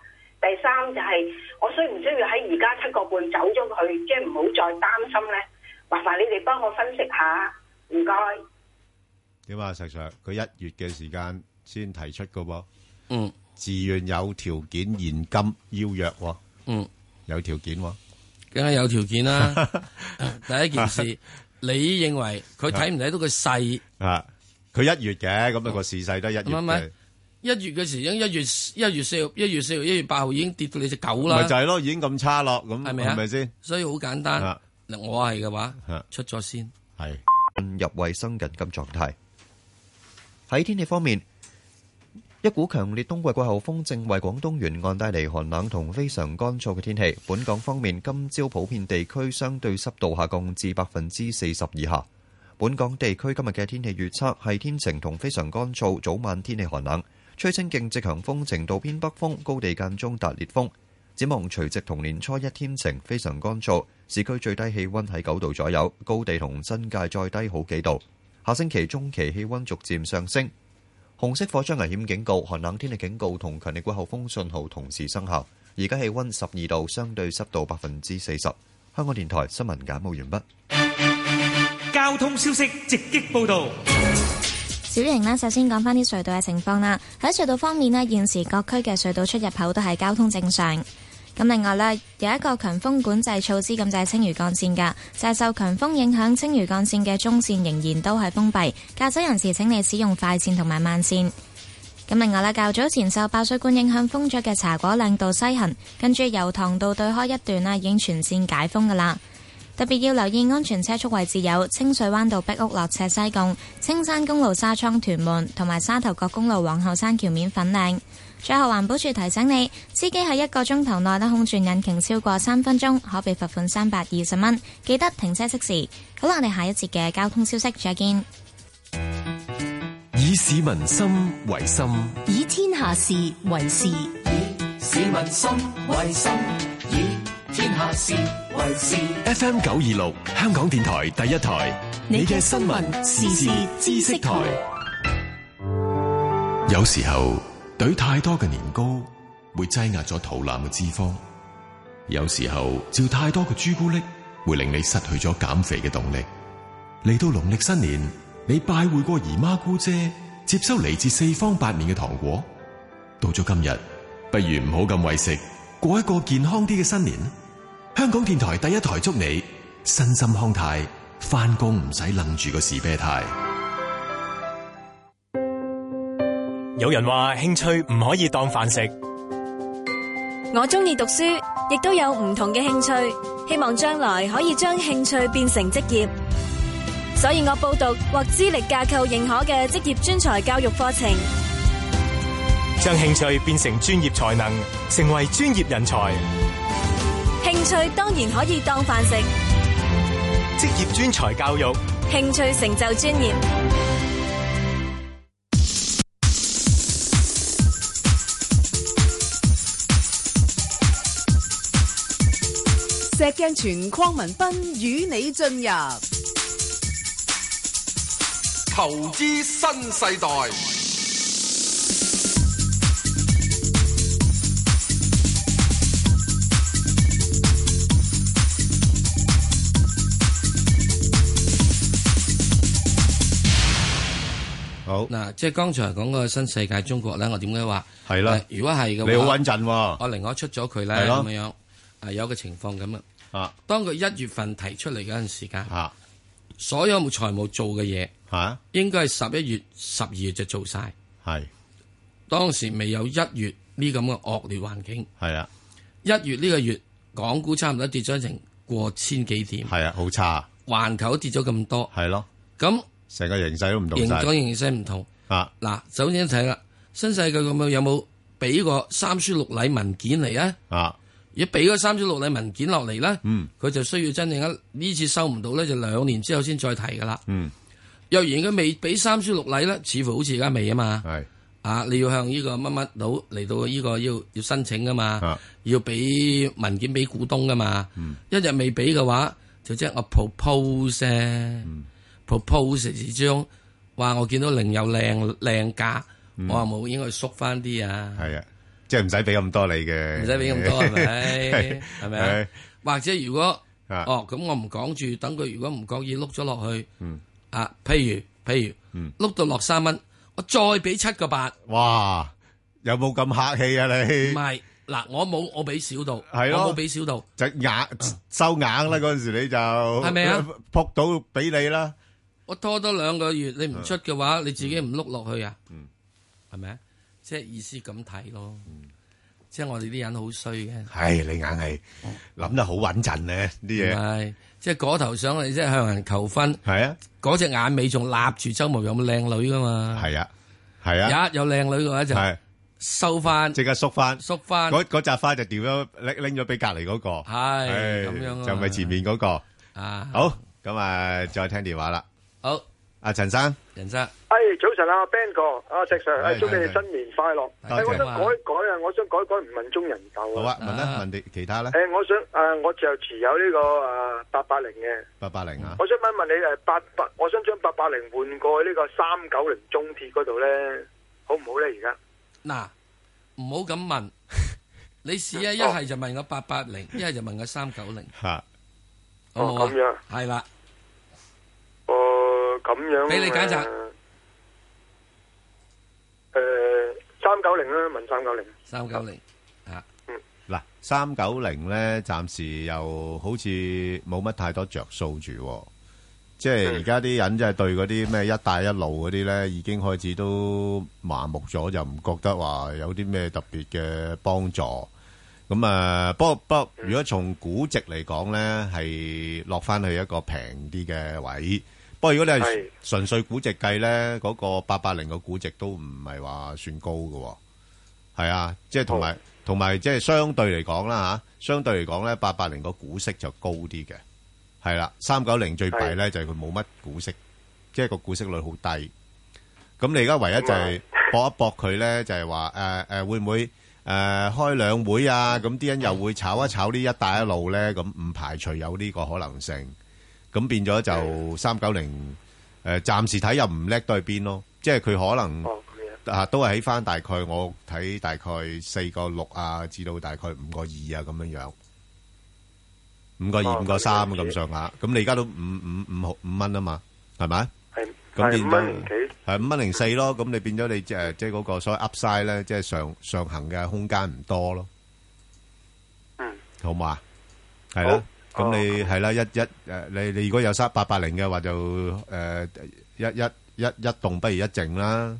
[SPEAKER 25] 第三就係、我需唔需要喺而家七個半走咗佢，即係唔好再擔心咧？麻煩你哋幫我分析下，唔該。
[SPEAKER 1] 點啊，石 Sir，佢一月嘅時間先提出噶噃，
[SPEAKER 2] 嗯，
[SPEAKER 1] 自愿有條件現金邀約喎，
[SPEAKER 2] 嗯，
[SPEAKER 1] 有條件喎，
[SPEAKER 2] 梗係有條 件啦。第一件事，你認為佢睇唔睇到佢細？
[SPEAKER 1] 啊，佢一月嘅，咁啊個市勢都一月
[SPEAKER 2] 唔係唔係
[SPEAKER 1] 嘅，
[SPEAKER 2] 一月嘅時已經一月一月四號、一月四號、一月八號已經跌到你只狗啦，
[SPEAKER 1] 咪就係咯，已經咁差咯，咁
[SPEAKER 2] 係咪啊？
[SPEAKER 1] 係咪先？
[SPEAKER 2] 所以好簡單
[SPEAKER 1] 啊，
[SPEAKER 2] 嗱我係嘅話，出咗先。
[SPEAKER 1] 係
[SPEAKER 4] 進入衛生緊急狀態。喺天氣方面，一股強烈冬季季候風正為廣東沿岸帶嚟寒冷同非常乾燥嘅天氣。本港方面，今朝普遍地區相對濕度下降至百分之四十以下。本港地區今日嘅天氣預測係天晴同非常乾燥，早晚天氣寒冷，吹清勁至強風程度偏北風，高地間中達烈風。展望除夕同年初一天晴，非常乾燥，市區最低氣温喺九度左右，高地同新界再低好幾度。下星期中期氣温逐漸上升。紅色火災危險警告、寒冷天氣警告同強烈季候風信號同時生效。而家氣温十二度，相對濕度百分之四十。香港電台新聞簡報完畢。
[SPEAKER 5] 交通消息直擊報道。
[SPEAKER 6] 小瑩呢，首先講返啲隧道嘅情況啦。喺隧道方面呢，現時各區嘅隧道出入口都係交通正常。咁另外呢，有一個強風管制措施，咁就係青嶼幹線㗎，就係受強風影響，青嶼幹線嘅中線仍然都係封閉，駕駛人士請你使用快線同埋慢線。咁另外咧，較早前受爆水管影響封咗嘅茶果嶺道西行，跟住油塘道對開一段啦，已經全線解封噶啦。特別要留意安全車速位置有清水灣道壁屋落斜西貢、青山公路沙倉屯門同埋沙頭角公路皇后山橋面粉嶺。最後環保署提醒你，司機喺一個鐘頭內咧空轉引擎超過三分鐘，可被罰款三百二十蚊。記得停車熄匙。好啦，我哋下一節嘅交通消息再見。
[SPEAKER 22] 以市民心為心，
[SPEAKER 26] 以天下事為事，
[SPEAKER 27] 市民心為心，以天下事為事。
[SPEAKER 22] FM 九二六，香港電台第一台，你嘅新聞時事知識台。
[SPEAKER 28] 有時候對太多嘅年糕會擠壓咗肚腩嘅脂肪，有時候照太多嘅朱古力會令你失去咗減肥嘅動力。嚟到農曆新年，你拜會過姨媽姑姐，接收嚟自四方八面嘅糖果。到咗今日，不如唔好咁為食，過一個健康啲嘅新年啦。香港電台第一台祝你身心康泰，翻工唔使楞住個士啤呔。
[SPEAKER 15] 有人話興趣唔可以當飯食，
[SPEAKER 29] 我中意讀書，亦都有唔同嘅興趣，希望將來可以將興趣變成職業。所以我報讀獲資歷架構認可嘅職業專才教育課程。
[SPEAKER 15] 將興趣變成專業才能，成為專業人才。
[SPEAKER 29] 興趣當然可以當飯食，
[SPEAKER 15] 職業專才教育，
[SPEAKER 29] 興趣成就專業。
[SPEAKER 16] 石鏡泉鄺民彬與你進入
[SPEAKER 17] 投資新世代，
[SPEAKER 2] 好嗱，即係剛才講個新世界中國咧，我點解話
[SPEAKER 1] 係啦
[SPEAKER 2] 誒如果係嘅話，
[SPEAKER 1] 你好穩陣喎
[SPEAKER 2] 我另外出咗佢咧
[SPEAKER 1] 係咯
[SPEAKER 2] 咁樣樣，啊有個情況咁
[SPEAKER 1] 啊。
[SPEAKER 2] 當佢一月份提出嚟嗰陣時間，所有冇財務做嘅嘢，
[SPEAKER 1] 嚇
[SPEAKER 2] 應該係十一月、十二月就做晒。
[SPEAKER 1] 係
[SPEAKER 2] 當時未有一月呢咁嘅惡劣環境。
[SPEAKER 1] 係啊，
[SPEAKER 2] 一月呢個月港股差唔多跌咗成過千幾點。
[SPEAKER 1] 係啊，好差。
[SPEAKER 2] 環球跌咗咁多。
[SPEAKER 1] 係咯。
[SPEAKER 2] 咁
[SPEAKER 1] 成個形勢都唔同
[SPEAKER 2] 形
[SPEAKER 1] 晒
[SPEAKER 2] 講形勢唔同。
[SPEAKER 1] 啊
[SPEAKER 2] 嗱，首先睇啦，新世界咁樣有冇俾個三書六禮文件嚟啊？
[SPEAKER 1] 啊！
[SPEAKER 2] 如果俾嗰三書六禮文件落嚟咧，
[SPEAKER 1] 嗯
[SPEAKER 2] 佢就需要真正一呢次收唔到咧，就兩年之後先再提噶啦。
[SPEAKER 1] 嗯，
[SPEAKER 2] 若然佢未俾三書六禮咧，似乎好似而家未啊嘛。
[SPEAKER 1] 係
[SPEAKER 2] 啊，你要向呢個乜乜佬嚟到呢個要要申請噶
[SPEAKER 1] 啊
[SPEAKER 2] 嘛，要俾文件俾股東噶嘛。
[SPEAKER 1] 嗯
[SPEAKER 2] 一日未俾嘅話，就即係我 propose 啫
[SPEAKER 1] 嗯
[SPEAKER 2] propose 之中，話我見到另有靚靚價，我話冇應該縮翻啲啊。
[SPEAKER 1] 嗯係啊，即係唔使俾咁多你嘅，
[SPEAKER 2] 唔使俾咁多係 咪？係咪啊？或者如果
[SPEAKER 1] 啊
[SPEAKER 2] 哦咁，我唔講住，等佢如果唔覺意碌咗落去
[SPEAKER 1] 嗯，
[SPEAKER 2] 啊，譬如譬
[SPEAKER 1] 嗯
[SPEAKER 2] 如碌到落三蚊，我再俾七個八，
[SPEAKER 1] 哇！有冇咁客氣啊你？
[SPEAKER 2] 唔係嗱，我冇我俾少到，
[SPEAKER 1] 係咯
[SPEAKER 2] 我冇俾少到，
[SPEAKER 1] 就硬收硬啦，嗰陣時你就
[SPEAKER 2] 係咪啊？
[SPEAKER 1] 撲到俾你啦，
[SPEAKER 2] 我拖多兩個月，你唔出嘅話，你自己唔碌落去啊？係咪啊？即係意思咁睇咯。即係我哋啲人好衰嘅。
[SPEAKER 1] 係你硬係諗得好穩陣咧，啲嘢
[SPEAKER 2] 係即係嗰頭上嚟，即係向人求婚。
[SPEAKER 1] 係啊，
[SPEAKER 2] 嗰隻眼尾仲立住周毛有冇靚女噶嘛？
[SPEAKER 1] 係啊，係啊，
[SPEAKER 2] 一有靚女嘅話就
[SPEAKER 1] 係
[SPEAKER 2] 收翻，
[SPEAKER 1] 即刻縮翻，
[SPEAKER 2] 縮翻
[SPEAKER 1] 嗰嗰扎花就掉咗拎拎咗俾隔離嗰個，
[SPEAKER 2] 係
[SPEAKER 1] 唉
[SPEAKER 2] 咁樣啊
[SPEAKER 1] 就唔係前面嗰個。
[SPEAKER 2] 啊，
[SPEAKER 1] 好，咁啊，再聽電話啦。
[SPEAKER 2] 好，
[SPEAKER 1] 阿陳生，
[SPEAKER 2] 陳生，
[SPEAKER 9] 系早晨啊，Ben 哥，阿石 Sir，
[SPEAKER 1] 係
[SPEAKER 9] 誒祝你
[SPEAKER 1] 哎係
[SPEAKER 9] 哋新年快樂。
[SPEAKER 1] 多謝
[SPEAKER 9] 誒我想改一改啊，我想改一改唔問中人壽
[SPEAKER 1] 好啊，問啦，問你其他咧，
[SPEAKER 9] 誒，我想誒，我就持有呢個誒八八零嘅。
[SPEAKER 1] 八八零啊，
[SPEAKER 9] 我想問一問你誒八八，我想將八八零換過去呢個三九零中鐵嗰度咧，好唔好咧？而家
[SPEAKER 2] 嗱，唔好咁 問，你試下一係就問我八八零，一係就問我三九 零，
[SPEAKER 1] 吓，
[SPEAKER 9] 哦
[SPEAKER 2] 好冇
[SPEAKER 9] 咁樣
[SPEAKER 2] 啊？係啦，
[SPEAKER 9] 哦咁樣。
[SPEAKER 2] 俾你揀擇
[SPEAKER 9] 誒三九零啦，問三九零。
[SPEAKER 2] 三九零。
[SPEAKER 1] 嗱，三九零咧，暫時又好似冇乜太多着數住喎，即係而家啲人真係對嗰啲咩一帶一路嗰啲咧，已經開始都麻木咗，就唔覺得話有啲咩特別嘅幫助。咁啊，不過不過，如果從估值嚟講咧，係落翻去一個平啲嘅位。不過如果你係
[SPEAKER 9] 係
[SPEAKER 1] 純粹估值計咧，嗰、個八八零嘅估值都唔係話算高嘅喎。係啊，即係同埋同埋即係相對嚟講啦吓，相對嚟講咧，八八零個股息就高啲嘅，係啦，三九零最弊咧就係佢冇乜股息，即係個股息率好低。咁啊你而家唯一就係搏一搏佢咧，就係話誒誒會唔會誒、開兩會啊？咁啲人又會炒一炒呢一帶一路咧，咁唔排除有呢個可能性。咁變咗就三九零誒，暫時睇又唔叻都去邊咯，即係佢可能啊都係喺翻大概我睇大概四個六啊，至到大概五個二啊咁樣樣，五個二五個三咁上下。咁你而家都五五五毫五蚊啊嘛，係咪？
[SPEAKER 9] 係
[SPEAKER 1] 咁變
[SPEAKER 9] 係五蚊零
[SPEAKER 1] 咗係五蚊零四咯，咁你變咗你即係即係嗰個所謂 Upside 咧，即係上上行嘅空間唔多咯。
[SPEAKER 9] 嗯，
[SPEAKER 1] 好嘛？係啦，咁你係啦，一一誒，你你如果有三八八零嘅話，就誒一一一一動不如一靜啦。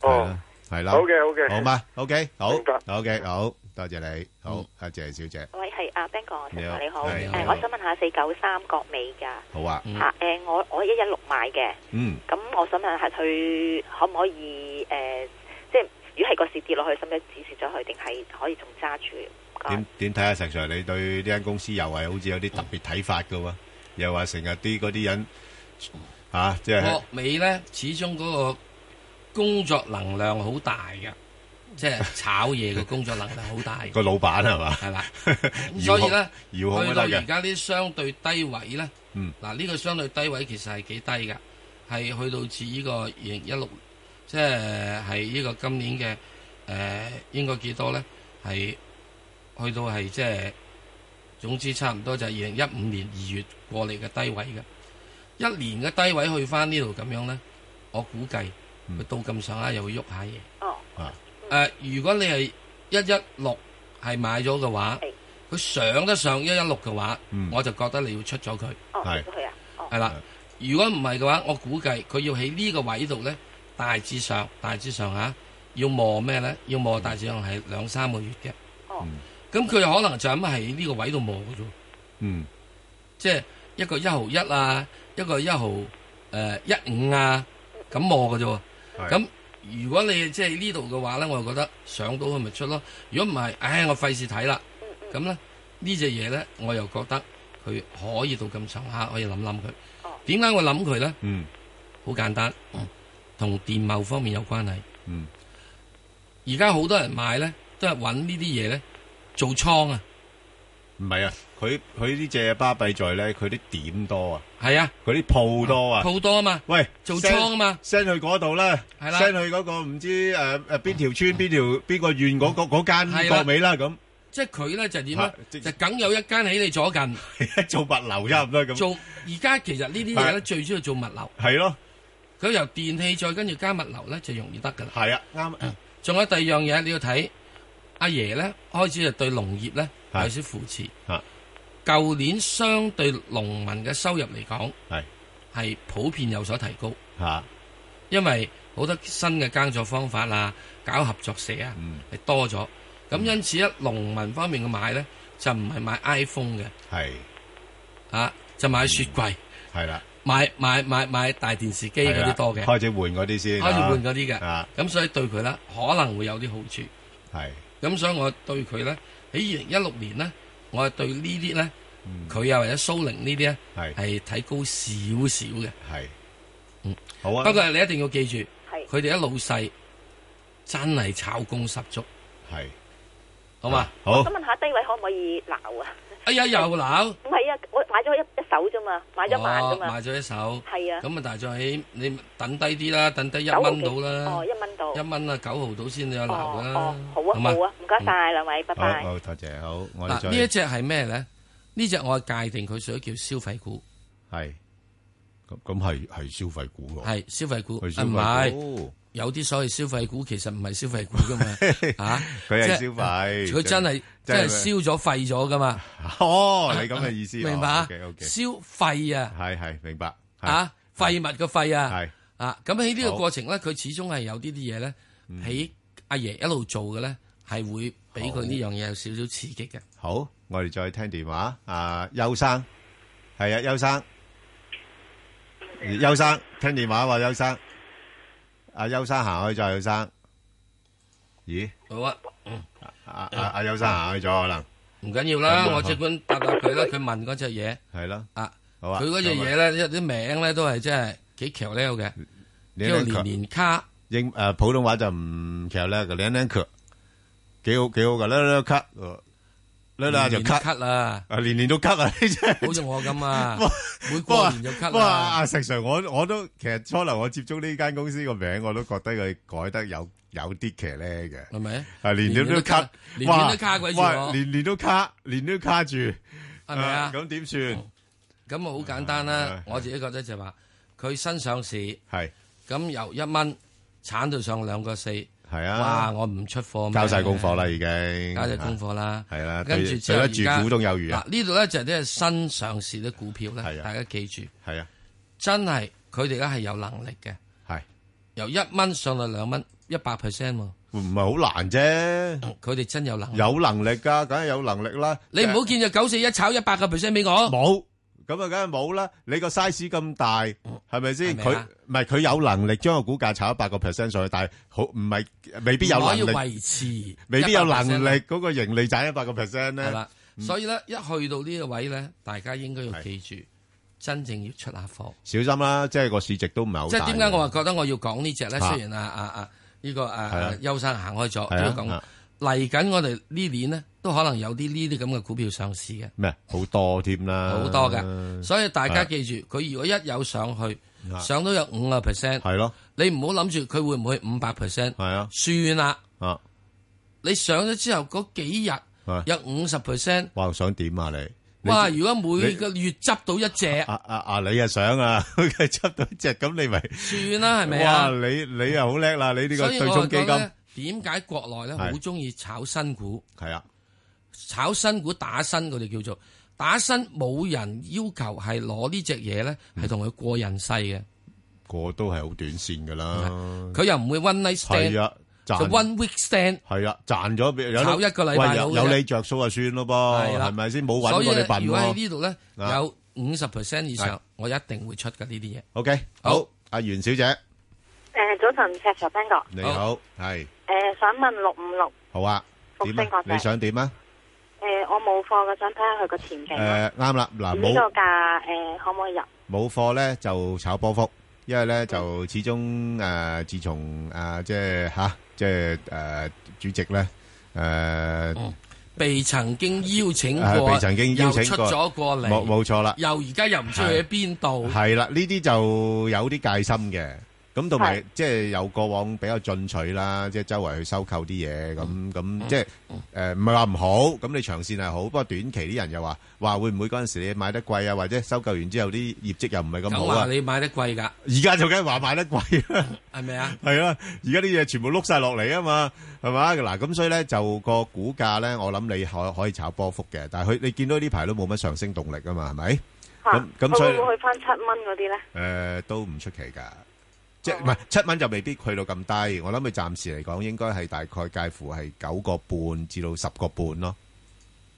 [SPEAKER 1] 哦，係啦，
[SPEAKER 9] 好嘅好嘅
[SPEAKER 1] 好嘛，OK，好，OK，好，多謝你，好，阿謝小姐，
[SPEAKER 8] 喂，係啊 Ben 哥，
[SPEAKER 1] 你好
[SPEAKER 8] 你好，
[SPEAKER 1] 係
[SPEAKER 8] 誒
[SPEAKER 1] 你，好
[SPEAKER 8] 我想問下四九三國美㗎，
[SPEAKER 1] 好啊，
[SPEAKER 8] 嚇誒，我我一一六買嘅，
[SPEAKER 1] 嗯，
[SPEAKER 8] 咁我想問下佢可唔可以誒，即係如果係個市跌落去，使唔使止蝕咗佢，定係可以仲揸住？
[SPEAKER 1] 點點睇啊，石 Sir，你對呢間公司又係好似有啲特別睇法嘅喎，又話成日啲嗰啲人嚇，即係
[SPEAKER 2] 國美咧，始終嗰個工作能量好大嘅，即係炒嘢嘅工作能量好大嘅。
[SPEAKER 1] 個老闆係嘛，
[SPEAKER 2] 係啦，咁
[SPEAKER 1] 咁
[SPEAKER 2] 所以咧，
[SPEAKER 1] 遙控
[SPEAKER 2] 去
[SPEAKER 1] 都
[SPEAKER 2] 到
[SPEAKER 1] 得
[SPEAKER 2] 而
[SPEAKER 1] 嘅，
[SPEAKER 2] 家啲相對低位咧，
[SPEAKER 1] 嗯
[SPEAKER 2] 嗱呢個相對低位其實係幾低㗎，係去到至呢個二零一六，即係係呢個今年嘅誒、呃、應該幾多咧？係去到係即係總之差唔多就係二零一五年二月過嚟嘅低位嘅，一年嘅低位去翻呢度咁樣咧，我估計佢到咁上下又會喐下嘢。
[SPEAKER 8] 哦，
[SPEAKER 1] 啊，
[SPEAKER 2] 誒、如果你係一一六係買咗嘅話，佢上得上一一六嘅話，
[SPEAKER 8] 嗯
[SPEAKER 2] 我就覺得你要出咗佢，
[SPEAKER 8] 哦，出咗佢
[SPEAKER 18] à.
[SPEAKER 8] 啊，哦，
[SPEAKER 2] 係啦。如果唔係嘅話，我估計佢要喺呢個位度咧，大致上大致上嚇、要磨咩咧？要磨大致上係兩三個月嘅。
[SPEAKER 8] 哦，
[SPEAKER 2] 咁佢可能就咁喺呢個位度磨嘅啫，
[SPEAKER 1] 嗯，
[SPEAKER 2] 即係一個一毫一啊，一個一毫誒一五啊，咁磨嘅啫喎。咁如果你即係呢度嘅話咧，我就覺得上到佢咪出咯。如果唔係，唉，我費事睇啦。咁咧呢只嘢咧，我又覺得佢可以到咁上下，可以諗諗佢。點解我諗佢咧？
[SPEAKER 1] 嗯，
[SPEAKER 2] 好簡單，同電貿方面有關係。
[SPEAKER 1] 嗯，
[SPEAKER 2] 而家好多人買咧，都係揾呢啲嘢咧做倉啊。
[SPEAKER 1] 唔係啊，佢佢呢只巴閉在咧，佢啲點多啊，
[SPEAKER 2] 係啊，
[SPEAKER 1] 佢啲鋪多啊，
[SPEAKER 2] 鋪多啊嘛，
[SPEAKER 1] 喂，
[SPEAKER 2] 做倉啊嘛
[SPEAKER 1] ，send 去嗰度啦
[SPEAKER 2] 係啦
[SPEAKER 1] ，send 去嗰個唔知誒誒邊條村邊條邊個縣嗰個嗰間國美啦咁，
[SPEAKER 2] 即係佢咧就點
[SPEAKER 1] 啊
[SPEAKER 2] 咧？就梗有一間喺你左近，
[SPEAKER 1] 做物流差唔多咁，
[SPEAKER 2] 做而家其實呢啲嘢咧最主要做物流。
[SPEAKER 1] 係咯，
[SPEAKER 2] 佢由電器再跟住加物流咧就容易得噶啦。
[SPEAKER 1] 係啊，啱。
[SPEAKER 2] 仲有第二樣嘢你要睇，阿爺咧開始就對農業咧
[SPEAKER 1] 係
[SPEAKER 2] 有少扶持。
[SPEAKER 1] 啊
[SPEAKER 2] 舊年相對農民嘅收入嚟講，
[SPEAKER 1] 係
[SPEAKER 2] 係普遍有所提高。
[SPEAKER 1] 吓，
[SPEAKER 2] 因為好多新嘅耕作方法啊，搞合作社啊，係多咗。咁因此一農民方面嘅買咧，就唔係買 iPhone 嘅，
[SPEAKER 1] 係
[SPEAKER 2] 啊，就買雪櫃，
[SPEAKER 1] 係啦，
[SPEAKER 2] 買買買買大電視機嗰啲多嘅，
[SPEAKER 1] 開始換嗰啲先，
[SPEAKER 2] 開始換嗰啲
[SPEAKER 1] 啊
[SPEAKER 2] 嘅。咁所以對佢咧可能會有啲好處。
[SPEAKER 1] 係
[SPEAKER 2] 咁所以我對佢咧喺二零一六年咧，我係對呢啲咧，佢又或者蘇寧呢啲咧
[SPEAKER 1] 係
[SPEAKER 2] 係睇高少少嘅。
[SPEAKER 1] 係，嗯，好啊。
[SPEAKER 2] 不過你一定要記住，
[SPEAKER 1] 係
[SPEAKER 2] 佢哋啲老細真係炒功十足，
[SPEAKER 1] 係
[SPEAKER 2] 好嘛？
[SPEAKER 8] 我想問下低位可唔可以鬧啊？
[SPEAKER 2] 哎呀，又鬧！
[SPEAKER 8] 唔係啊，我買咗一一手啫嘛，買咗萬啫
[SPEAKER 2] 哦，
[SPEAKER 8] 嘛
[SPEAKER 2] 買，咗一手，
[SPEAKER 8] 係啊
[SPEAKER 2] 咁啊，但係再起你等低啲啦，等低一
[SPEAKER 8] 九毫
[SPEAKER 2] 蚊
[SPEAKER 8] 幾
[SPEAKER 2] 到啦，
[SPEAKER 8] 哦，一蚊到
[SPEAKER 2] 一，蚊啊九毫到先有鬧㗎啦，
[SPEAKER 8] 好
[SPEAKER 2] 好
[SPEAKER 8] 啊
[SPEAKER 2] 嘛
[SPEAKER 8] 好啊，唔該晒兩位，拜拜。
[SPEAKER 1] 好，多謝，好，我哋
[SPEAKER 2] 嗱
[SPEAKER 1] 再
[SPEAKER 2] 呢一隻係咩咧？呢只我界定佢屬於叫消費股，
[SPEAKER 1] 係咁咁係係消費股喎，
[SPEAKER 2] 係消費股，
[SPEAKER 1] 係消
[SPEAKER 2] 啊唔
[SPEAKER 1] 費
[SPEAKER 2] 係
[SPEAKER 1] 股，
[SPEAKER 2] 有啲所謂消費股其實唔係消費股 噶嘛，嚇
[SPEAKER 1] 佢係
[SPEAKER 2] 即
[SPEAKER 1] 消費
[SPEAKER 2] 佢真係
[SPEAKER 1] 真係
[SPEAKER 2] 真係燒咗廢咗噶嘛。
[SPEAKER 1] 哦你咁嘅意思
[SPEAKER 2] 明白啊
[SPEAKER 1] 哦，OK，OK
[SPEAKER 2] 消費啊，
[SPEAKER 1] 係係明白
[SPEAKER 2] 啊，廢物嘅廢啊，
[SPEAKER 1] 係
[SPEAKER 2] 啊，咁喺呢個
[SPEAKER 1] 好
[SPEAKER 2] 過程咧，佢始終係有啲啲嘢咧，喺阿爺一路做嘅咧，係會俾佢呢樣嘢有少少刺激嘅。
[SPEAKER 1] 好，我哋再聽電話。阿邱生，係啊，邱生，邱生聽電話喎，邱生。阿邱生行開咗，邱生。咦？
[SPEAKER 2] 好啊，
[SPEAKER 1] 嗯阿阿阿邱生行開咗，可能
[SPEAKER 2] 唔緊要啦
[SPEAKER 1] 咁，啊
[SPEAKER 2] 我即管答答佢啦。佢問嗰只嘢，
[SPEAKER 1] 係咯。
[SPEAKER 2] 啊，
[SPEAKER 1] 好啊。
[SPEAKER 2] 佢嗰隻嘢咧，一啲名咧都係真係幾橋溜嘅，
[SPEAKER 1] 你
[SPEAKER 2] 叫年年卡。
[SPEAKER 1] 英誒普通話就唔其實咧，個靚靚咳幾好幾好噶，咧咧咳，咧咧就咳
[SPEAKER 2] 咳啦，
[SPEAKER 1] 啊年年都咳啊，呢隻
[SPEAKER 2] 好似我 咁啊，每
[SPEAKER 1] 不過
[SPEAKER 2] 過年就咳
[SPEAKER 1] 不過
[SPEAKER 2] 啦。
[SPEAKER 1] 阿石 Sir，我我都其實初頭我接觸呢間公司個名，我都覺得佢改得有有啲騎呢嘅，
[SPEAKER 2] 係咪？
[SPEAKER 1] 啊，年年都卡，
[SPEAKER 2] 年年都
[SPEAKER 1] 哇
[SPEAKER 2] 卡年年都卡鬼住
[SPEAKER 1] 哇
[SPEAKER 2] 我
[SPEAKER 1] 年年都卡，年年都卡住，係
[SPEAKER 2] 係咪啊
[SPEAKER 1] 咁點算？
[SPEAKER 2] 咁啊，好簡單啦。我自己覺得就係話佢新上市，
[SPEAKER 1] 係
[SPEAKER 2] 咁由一蚊鏟到上兩個四，
[SPEAKER 1] 係啊
[SPEAKER 2] 哇！我唔出貨咩，
[SPEAKER 1] 交晒功課啦，已經
[SPEAKER 2] 交晒功課啦，
[SPEAKER 1] 係啦，
[SPEAKER 2] 跟住
[SPEAKER 1] 對
[SPEAKER 2] 之
[SPEAKER 1] 對
[SPEAKER 2] 後
[SPEAKER 1] 得住
[SPEAKER 2] 而家
[SPEAKER 1] 股東有餘啊
[SPEAKER 2] 嗱，呢度咧就係啲新上市啲股票咧，大家記住，
[SPEAKER 1] 係啊，
[SPEAKER 2] 真係佢哋咧係有能力嘅，
[SPEAKER 1] 係
[SPEAKER 2] 由一蚊上到兩蚊，一百 percent 喎。
[SPEAKER 1] 唔係好難啫，
[SPEAKER 2] 佢哋真有能力，
[SPEAKER 1] 有能力噶，梗係有能力啦。
[SPEAKER 2] 你唔好見就九四一炒一百個 percent 俾我，
[SPEAKER 1] 冇，咁啊，梗係冇啦。你個 size 咁大，係咪先？
[SPEAKER 2] 係咪
[SPEAKER 1] 佢
[SPEAKER 2] 啊
[SPEAKER 1] 唔係佢有能力將個股價炒一百個 percent 上去，但係好唔係未必有能
[SPEAKER 2] 唔可以
[SPEAKER 1] 力
[SPEAKER 2] 維持，
[SPEAKER 1] 未必有能力嗯嗰個盈利賺一百個 percent 咧。
[SPEAKER 2] 係啦，所以咧一去到呢個位咧，大家應該
[SPEAKER 1] 嗯
[SPEAKER 2] 要記住，真正要出下貨。
[SPEAKER 1] 小心啦，即係個市值都唔係好
[SPEAKER 2] 即
[SPEAKER 1] 大
[SPEAKER 2] 係
[SPEAKER 1] 嘅。
[SPEAKER 2] 點解我話覺得我要講呢只咧？
[SPEAKER 1] 啊
[SPEAKER 2] 雖然啊啊啊呢個
[SPEAKER 1] 係啊
[SPEAKER 2] 啊優生行開咗，
[SPEAKER 1] 係啊
[SPEAKER 2] 都要講
[SPEAKER 1] 啊
[SPEAKER 2] 嚟緊我哋呢年呢，都可能有啲呢啲咁嘅股票上市嘅，
[SPEAKER 1] 咩好多添啦？
[SPEAKER 2] 好多嘅。所以大家記住，佢如果一有上去
[SPEAKER 1] 啊，
[SPEAKER 2] 上到有五個 percent，
[SPEAKER 1] 係咯，
[SPEAKER 2] 你唔好諗住佢會唔會五百 percent，
[SPEAKER 1] 係啊，
[SPEAKER 2] 算啦。
[SPEAKER 1] 啊，
[SPEAKER 2] 你上咗之後嗰幾日
[SPEAKER 1] 啊
[SPEAKER 2] 有五十 percent，
[SPEAKER 1] 哇！想點啊你？你
[SPEAKER 2] 哇！如果每
[SPEAKER 1] 你
[SPEAKER 2] 個月執到一隻，
[SPEAKER 1] 啊啊啊！你啊 想啊，佢執到只咁，你咪
[SPEAKER 2] 算啦係咪啊
[SPEAKER 1] 哇！你你又好叻啦，你呢個
[SPEAKER 2] 所以
[SPEAKER 1] 對
[SPEAKER 2] 我
[SPEAKER 1] 沖基
[SPEAKER 2] 覺得
[SPEAKER 1] 金
[SPEAKER 2] 呢。點解國內咧
[SPEAKER 1] 係
[SPEAKER 2] 好中意炒新股？
[SPEAKER 1] 係啊，
[SPEAKER 2] 炒新股打新，佢哋叫做打新，冇人要求係攞呢只嘢咧，係同佢過人世嘅。
[SPEAKER 1] 個都係好短線噶啦。
[SPEAKER 2] 佢又唔會 one night stand，
[SPEAKER 1] 係啊，
[SPEAKER 2] 就
[SPEAKER 1] 賺
[SPEAKER 2] one week stand。
[SPEAKER 1] 係啊，賺咗俾有
[SPEAKER 2] 炒一個禮拜
[SPEAKER 1] 喂有
[SPEAKER 2] 到啫
[SPEAKER 1] 有你着數就算咯噃，
[SPEAKER 2] 係啦
[SPEAKER 1] 係咪先？冇揾
[SPEAKER 2] 所以
[SPEAKER 1] 過你
[SPEAKER 2] 呢
[SPEAKER 1] 笨
[SPEAKER 2] 如果喺呢
[SPEAKER 1] 喎。
[SPEAKER 2] 度咧
[SPEAKER 1] 啊
[SPEAKER 2] 有五十 percent 以
[SPEAKER 1] 係
[SPEAKER 2] 上，我一定會出嘅呢啲嘢。
[SPEAKER 1] O K，好，阿袁小姐
[SPEAKER 3] 诶，早晨，石 Sir 彬哥，
[SPEAKER 1] 你好，係
[SPEAKER 3] 诶，想問六五六，
[SPEAKER 1] 好啊，點
[SPEAKER 3] 復星國
[SPEAKER 1] 啊？
[SPEAKER 3] 際
[SPEAKER 1] 你想點啊？
[SPEAKER 3] 诶，我冇貨嘅，想睇下佢個前景啦。
[SPEAKER 1] 誒啱啦，
[SPEAKER 2] 啊
[SPEAKER 1] 嗱
[SPEAKER 3] 呢個
[SPEAKER 1] 冇
[SPEAKER 3] 價诶，可唔可以入？
[SPEAKER 1] 冇貨咧就炒波幅，因為咧就始終誒自從誒即係吓，即係誒主席咧誒
[SPEAKER 2] 被曾經邀請
[SPEAKER 1] 誒
[SPEAKER 2] 過，
[SPEAKER 1] 被曾經邀請
[SPEAKER 2] 又出咗過嚟，
[SPEAKER 1] 冇冇錯啦。
[SPEAKER 2] 又而家又唔知去咗邊度。
[SPEAKER 1] 系啦，呢啲就有啲戒心嘅。咁同埋
[SPEAKER 2] 係
[SPEAKER 1] 即係有過往比較進取啦，即係周圍去收購啲嘢咁咁，即係誒唔係話唔好，咁你長線係好，不過短期啲人又話話會唔會嗰陣時你買得貴啊，或者收購完之後啲業績又唔係咁好
[SPEAKER 2] 咁
[SPEAKER 1] 啊
[SPEAKER 2] 話？你買得貴㗎，
[SPEAKER 1] 而家就梗係話買得貴啦，
[SPEAKER 2] 係咪啊？
[SPEAKER 1] 係啦，而家啲嘢全部碌晒落嚟啊嘛，係嘛嗱，咁所以咧就個股價咧，我諗你可可以炒波幅嘅，但係佢你見到呢排都冇乜上升動力啊嘛，係咪？咁咁所以
[SPEAKER 3] 佢會唔會去翻七蚊嗰啲咧？
[SPEAKER 1] 诶，都唔出奇噶，即系唔系七蚊就未必去到咁低。我諗佢暫時嚟講應該係大概介乎係九個半至到十個半咯。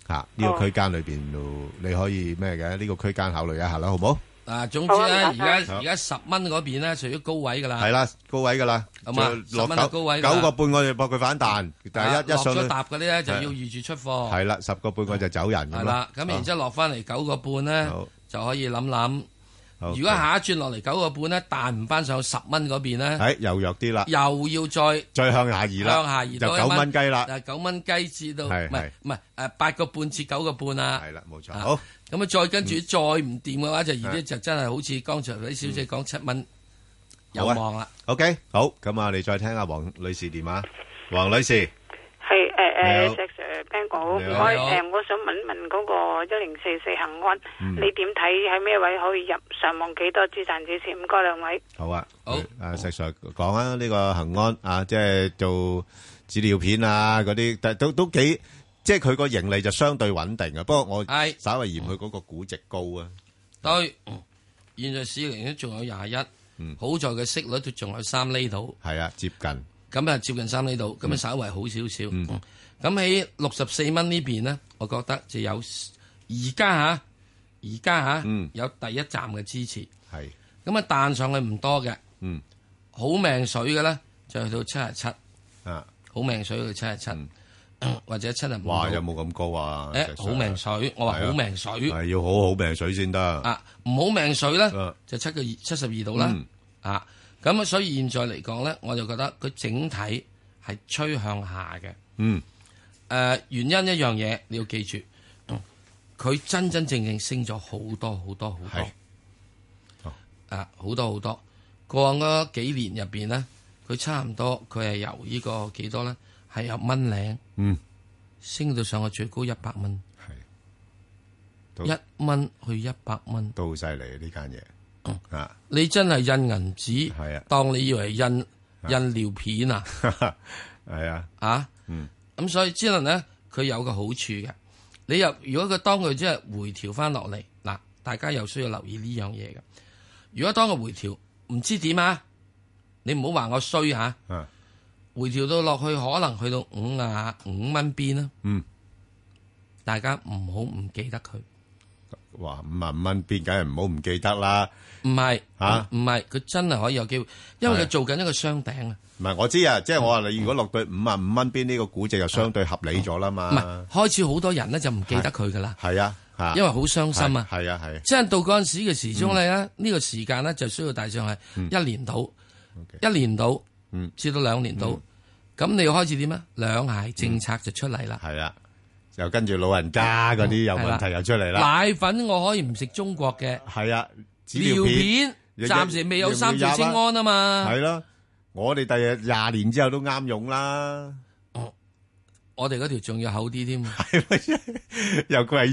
[SPEAKER 1] 吓、呢、個
[SPEAKER 2] 哦
[SPEAKER 1] 區間裏边度，你可以咩嘅？呢、個區間考慮一下啦，好冇？
[SPEAKER 2] 嗱，總之咧，
[SPEAKER 1] 好啊
[SPEAKER 2] 而
[SPEAKER 1] 唔該
[SPEAKER 2] 家而家十蚊嗰邊咧，除咗高位噶啦，
[SPEAKER 1] 係啦，高位噶啦，
[SPEAKER 2] 咁啊
[SPEAKER 1] 再落
[SPEAKER 2] 十蚊就
[SPEAKER 1] 九
[SPEAKER 2] 高位㗎啦
[SPEAKER 1] 九个半，我哋搏佢反彈，但係
[SPEAKER 2] 啊
[SPEAKER 1] 一一
[SPEAKER 2] 落
[SPEAKER 1] 上
[SPEAKER 2] 咗
[SPEAKER 1] 去
[SPEAKER 2] 搭嗰啲咧，就要預住出貨。
[SPEAKER 1] 係啦，十個半我就走人
[SPEAKER 2] 係
[SPEAKER 1] 㗎
[SPEAKER 2] 啦，咁然之後落翻嚟九個半咧，就可以諗諗。如果下一轉落嚟九個半咧，彈唔翻上十蚊嗰邊咧，
[SPEAKER 1] 诶又弱啲啦，
[SPEAKER 2] 又要再
[SPEAKER 1] 再向下移啦，
[SPEAKER 2] 向下移
[SPEAKER 1] 就
[SPEAKER 2] 多一
[SPEAKER 1] 九蚊雞啦。
[SPEAKER 2] 嗱九蚊雞至到唔
[SPEAKER 1] 係
[SPEAKER 2] 係
[SPEAKER 1] 係
[SPEAKER 2] 唔係誒八個半至九個半啊，
[SPEAKER 1] 係啦，冇錯，好。嗯
[SPEAKER 2] 咁啊，再跟住再唔掂嘅話，就而家
[SPEAKER 1] 係
[SPEAKER 2] 就真係好似剛才李小
[SPEAKER 1] 嗯
[SPEAKER 2] 姐講七蚊有望啦。
[SPEAKER 1] 好啊。OK，好，咁啊，我哋再聽下黃女士電話。黃女士，
[SPEAKER 20] 係誒
[SPEAKER 1] 你
[SPEAKER 20] 誒
[SPEAKER 1] 好
[SPEAKER 20] 石 Sir Ben 哥，唔該
[SPEAKER 1] 你好
[SPEAKER 20] 誒，我想問一問嗰個一零四四恒安，
[SPEAKER 1] 嗯
[SPEAKER 20] 你點睇喺咩位可以入？上望幾多資產指示？唔該兩位。
[SPEAKER 1] 好啊。啊，石Sir講啊，呢個恆安，啊，即係做紙尿片啊，嗰啲，但-都-都幾-即係佢個盈利就相對穩定啊，不過我稍微嫌佢嗰個估值高啊。
[SPEAKER 2] 對，嗯現在市盈率仲有廿一，好在嘅息率都仲有三厘度，
[SPEAKER 1] 嗯係啊，接近。嗯
[SPEAKER 2] 咁啊接近三厘度，咁啊稍為好少少。嗯咁喺六十四蚊呢邊呢，我覺得就有而家嚇，而家嚇有第一站嘅支持。
[SPEAKER 1] 嗯係。
[SPEAKER 2] 咁啊彈上去唔多嘅，
[SPEAKER 1] 嗯，
[SPEAKER 2] 好命水嘅咧就去到七十七，
[SPEAKER 1] 啊，嗯
[SPEAKER 2] 好命水去到七十七， 或者七十五。
[SPEAKER 1] 哇，有冇咁高啊，
[SPEAKER 2] 誒，
[SPEAKER 1] 石Sir？
[SPEAKER 2] 好命水，我話
[SPEAKER 1] 係啊。
[SPEAKER 2] 好命水。
[SPEAKER 1] 係，要好好命水先得。啊
[SPEAKER 2] 啊，唔好命水咧，就七個二七十二度啦
[SPEAKER 1] 嗯。
[SPEAKER 2] 啊，咁啊，所以現在嚟講咧，我就覺得佢整體係趨向下嘅。誒，原因一樣嘢你要記住，佢真真正正升咗好多好多好多。啊，好多好多。過往嗰幾年入邊咧，佢差唔多佢係由呢個幾多咧，係由蚊零
[SPEAKER 1] 嗯
[SPEAKER 2] 升到上去最高一百蚊。
[SPEAKER 1] 到-
[SPEAKER 2] 一蚊去一百蚊，嗯
[SPEAKER 1] 都好犀利呢間嘢。啊，
[SPEAKER 2] 你真係印銀紙，
[SPEAKER 1] 係啊，
[SPEAKER 2] 當你以為印印尿片啊，
[SPEAKER 1] 係啊，
[SPEAKER 2] 啊，
[SPEAKER 1] 嗯，
[SPEAKER 2] 咁所以之能咧，佢有個好處嘅，你又如果佢當佢即係回調翻落嚟，嗱，大家又需要留意呢樣嘢嘅。如果當佢回調，唔知點啊，你唔好話我衰吓、
[SPEAKER 1] 啊
[SPEAKER 2] 回調到落去可能去到五啊五蚊邊啦，
[SPEAKER 1] 嗯，
[SPEAKER 2] 大家唔好唔記得佢。
[SPEAKER 1] 哇，55蚊邊，梗係唔好唔記得啦。嚇？
[SPEAKER 2] 因為
[SPEAKER 1] 係
[SPEAKER 2] 佢做緊一個雙頂啊，
[SPEAKER 1] 唔係，我知啊，即係我話你如果落到55蚊邊，呢個估值就相對合理咗啦嘛。
[SPEAKER 2] 唔係開始好多人咧就唔記得佢噶啦，
[SPEAKER 1] 係啊，嚇。
[SPEAKER 2] 因為好傷心啊。
[SPEAKER 1] 係，係啊，係。
[SPEAKER 2] 即係到嗰陣時嘅時鐘
[SPEAKER 1] 嗯
[SPEAKER 2] 咧，呢個時間咧就需要大上係一年到，
[SPEAKER 1] 嗯
[SPEAKER 2] 一年到，至到兩年到，咁你要開始點啊？兩孩政策就出嚟啦，
[SPEAKER 1] 係嗯啦，又跟住老人家嗰啲有問題又出嚟啦
[SPEAKER 2] 奶粉我可以唔食中國嘅，
[SPEAKER 1] 係啊，紙尿
[SPEAKER 2] 尿片
[SPEAKER 1] 片，
[SPEAKER 2] 暫時未有
[SPEAKER 1] 尿
[SPEAKER 2] 三兆
[SPEAKER 1] 片
[SPEAKER 2] 千
[SPEAKER 1] 廿蚊。
[SPEAKER 2] 安啊嘛，
[SPEAKER 1] 係咯，我哋第日20年之後都啱用啦。 又貴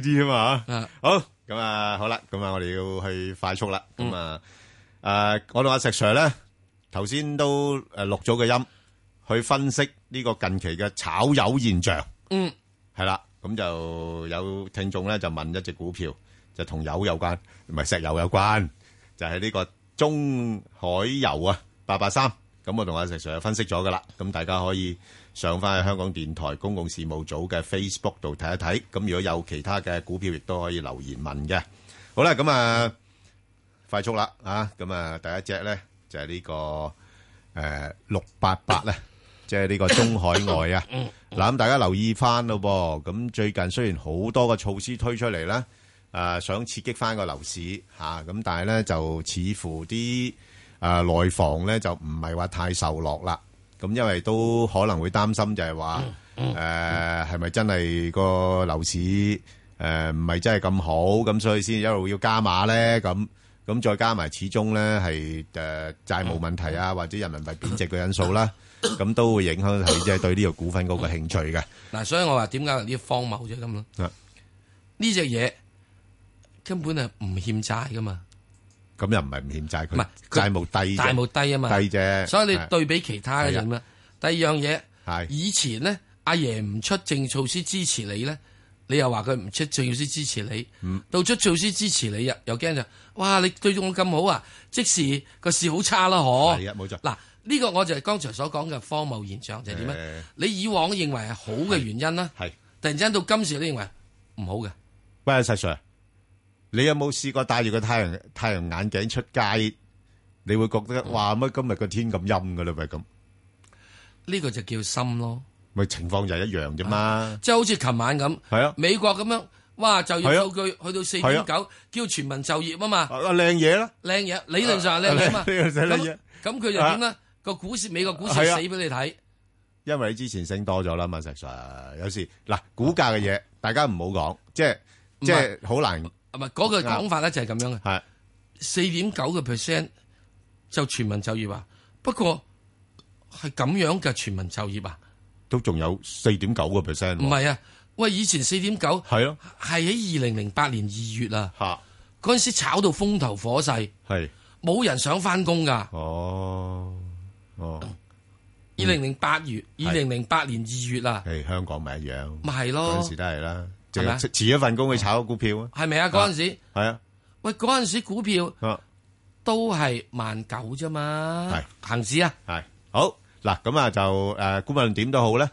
[SPEAKER 1] 啲啊嘛。好，咁啊，好啦，咁啊，我哋要去快速啦。咁啊，誒，我同阿石 Sir 呢，頭先都，誒，錄咗個音，去分析呢個近期嘅炒油現象。
[SPEAKER 2] 嗯。
[SPEAKER 1] 係啦，咁就有聽眾呢，就問一隻股票，就同油有關，唔係石油有關，就係呢個中海油啊，883。咁我同阿石Sir分析咗㗎啦，咁大家可以上返去香港電台公共事務組嘅Facebook度睇一睇，咁如果有其他嘅股票亦都可以留言問嘅。好啦，咁啊，快速啦，啊，咁啊，第一隻呢，就係呢個，誒，688呢，即係呢個中海外啊。嗱，咁大家留意翻咯噃，咁最近雖然好多個措施推出嚟啦，誒、啊想刺激翻個樓市嚇，咁、但係咧就似乎啲誒、呃、內房咧就唔係話太受落啦，咁因為都可能會擔心就係話誒係咪真係個樓市誒唔係真係咁好，咁所以先一路要加碼咧咁。咁再加埋，始終咧係誒債務問題啊，或者人民幣貶值嘅因 素啦，咁都會影響投資者對呢個股份嗰個興趣嘅。
[SPEAKER 2] 嗱，所以我話點解有啲荒謬啫咁咯
[SPEAKER 1] 啊。
[SPEAKER 2] 呢只嘢根本係唔欠債噶嘛，
[SPEAKER 1] 咁又唔係唔欠債，
[SPEAKER 2] 唔係
[SPEAKER 1] 佢債務低啫，
[SPEAKER 2] 債務低啊嘛，
[SPEAKER 1] 低啫。
[SPEAKER 2] 所以你
[SPEAKER 1] 係啊
[SPEAKER 2] 對比其他嘅人啊，第二樣嘢，
[SPEAKER 1] 係
[SPEAKER 2] 以前呢，阿爺唔出正措施支持你咧，你又話佢唔出措施支持你，
[SPEAKER 1] 嗯
[SPEAKER 2] 到出措施支持你又又驚就，哇！你對我咁好啊，即時個市好差啦，嗬。
[SPEAKER 1] 係啊冇錯
[SPEAKER 2] 嗱，呢個我就係剛才所講嘅荒謬現象，就係點咧？你以往認為係好嘅原因啦，
[SPEAKER 1] 係
[SPEAKER 2] 突然之間到今時你認為唔好嘅，
[SPEAKER 1] 喂，石 Sir，你有冇試過戴住個太陽太陽眼鏡出街？你會覺得哇乜今日個天咁陰噶啦，咪咁
[SPEAKER 2] 呢個就叫心咯。
[SPEAKER 1] 咪情況就係一樣啫嘛。
[SPEAKER 2] 即係好似琴晚咁，
[SPEAKER 1] 係啊，
[SPEAKER 2] 美國咁樣，哇！就業
[SPEAKER 1] 係啊
[SPEAKER 2] 數據去到四
[SPEAKER 1] 係
[SPEAKER 2] 點
[SPEAKER 1] 啊
[SPEAKER 2] 九，叫全民就業啊嘛，
[SPEAKER 1] 靚嘢啦，
[SPEAKER 2] 靚嘢理論上係靚嘢啊嘛。
[SPEAKER 1] 啊理論上係靚嘢
[SPEAKER 2] 咁咁佢就點咧？個股市美國股市
[SPEAKER 1] 係啊
[SPEAKER 2] 死俾你睇。
[SPEAKER 1] 因為你之前升多咗啦嘛，石 Sir。有時嗱，股價嘅嘢大家唔好講，即係
[SPEAKER 2] 唔係
[SPEAKER 1] 即係好難。
[SPEAKER 2] 唔係嗰個講法咧就係咁樣嘅，
[SPEAKER 1] 係
[SPEAKER 2] 四點九嘅 percent 就全民就業啊。不過係咁樣嘅全民就業啊，
[SPEAKER 1] 都仲有四點九個 percent。
[SPEAKER 2] 唔係啊。喂，以前四點九
[SPEAKER 1] 係啊咯，
[SPEAKER 2] 係喺二零零八年二月啊，
[SPEAKER 1] 嗰
[SPEAKER 2] 阵時炒到風頭火勢，
[SPEAKER 1] 係
[SPEAKER 2] 冇人想翻工㗎。
[SPEAKER 1] 哦哦，嗯
[SPEAKER 2] 二零零八月，二零零八年二月啊，
[SPEAKER 1] 誒香港咪一樣，
[SPEAKER 2] 咪係咯
[SPEAKER 1] 嗰陣時都係啦，就
[SPEAKER 2] 係咪啊
[SPEAKER 1] 係辭一份工去炒股票啊。
[SPEAKER 2] 係咪啊？嗰陣時，
[SPEAKER 1] 係啊，
[SPEAKER 2] 喂，嗰陣時股票
[SPEAKER 1] 啊
[SPEAKER 2] 都係萬九啫嘛，
[SPEAKER 1] 係
[SPEAKER 2] 行市啊，
[SPEAKER 1] 係好嗱，咁啊就誒，估問點都好咧。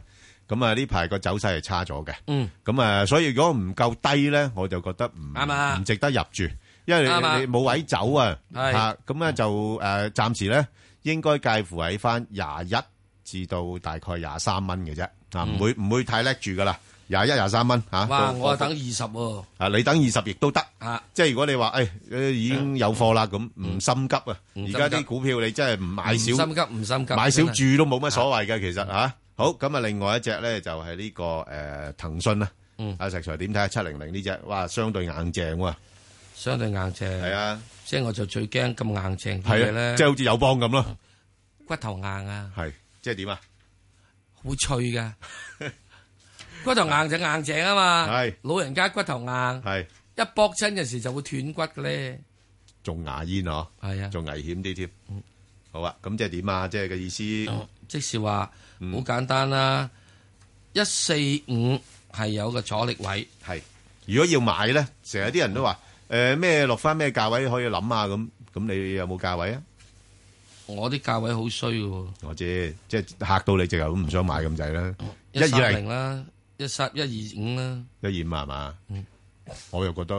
[SPEAKER 1] 咁啊，呢排個走勢係差咗嘅。
[SPEAKER 2] 嗯，
[SPEAKER 1] 咁啊，所以如果唔夠低咧，我就覺得唔
[SPEAKER 2] 啱啊
[SPEAKER 1] 唔值得入住，因為你
[SPEAKER 2] 啱啊
[SPEAKER 1] 你冇位走啊。
[SPEAKER 2] 係
[SPEAKER 1] 嚇咁咧就誒，暫時咧應該介乎喺翻廿一至到大概廿三蚊嘅啫。啊，唔會唔會太叻住噶啦，廿一廿三蚊嚇。
[SPEAKER 2] 哇！
[SPEAKER 1] 個
[SPEAKER 2] 我
[SPEAKER 1] 個
[SPEAKER 2] 等二十喎，
[SPEAKER 1] 啊，你等二十亦都得
[SPEAKER 2] 啊！
[SPEAKER 1] 即係如果你話誒誒已經有貨啦，咁唔心急啊！
[SPEAKER 2] 心急
[SPEAKER 1] 而家啲股票你真係唔買少，
[SPEAKER 2] 唔心急唔心急
[SPEAKER 1] 買少
[SPEAKER 2] 真係
[SPEAKER 1] 注都冇乜所謂嘅，其實嚇。好咁啊，另外一隻咧就係呢個誒騰訊啦。阿石 Sir 點睇啊？七零零呢只哇，相對硬淨喎，
[SPEAKER 2] 相對硬淨。
[SPEAKER 1] 係啊，
[SPEAKER 2] 即係我就最驚咁硬淨啲嘢
[SPEAKER 1] 係啊，
[SPEAKER 2] 咧，
[SPEAKER 1] 即係好似友邦咁咯，
[SPEAKER 2] 骨頭硬啊，
[SPEAKER 1] 係即係點啊？
[SPEAKER 2] 好 脆噶。骨頭硬就硬淨啊嘛，
[SPEAKER 1] 係
[SPEAKER 2] 老人家骨頭硬，
[SPEAKER 1] 係
[SPEAKER 2] 一搏親嘅時就會斷骨嘅咧。
[SPEAKER 1] 仲牙煙嗬，
[SPEAKER 2] 係啊，嗯
[SPEAKER 1] 仲危險啲添。好啊，咁即係點啊？即係嘅意思，
[SPEAKER 2] 哦
[SPEAKER 1] 嗯
[SPEAKER 2] 即是話好簡單啦，一四五係有個阻力位，
[SPEAKER 1] 係如果要買咧，成日啲人都話誒咩落翻咩價位可以諗下咁，咁你有冇價位啊？
[SPEAKER 2] 我啲價位好衰嘅喎，哦
[SPEAKER 1] 我知，即係嚇到你直頭都唔想買咁滯啦。一
[SPEAKER 2] 一
[SPEAKER 1] 二
[SPEAKER 2] 三
[SPEAKER 1] 零
[SPEAKER 2] 零啦，一三一二五啦，
[SPEAKER 1] 一二五係嘛？
[SPEAKER 2] 嗯
[SPEAKER 1] 我又覺得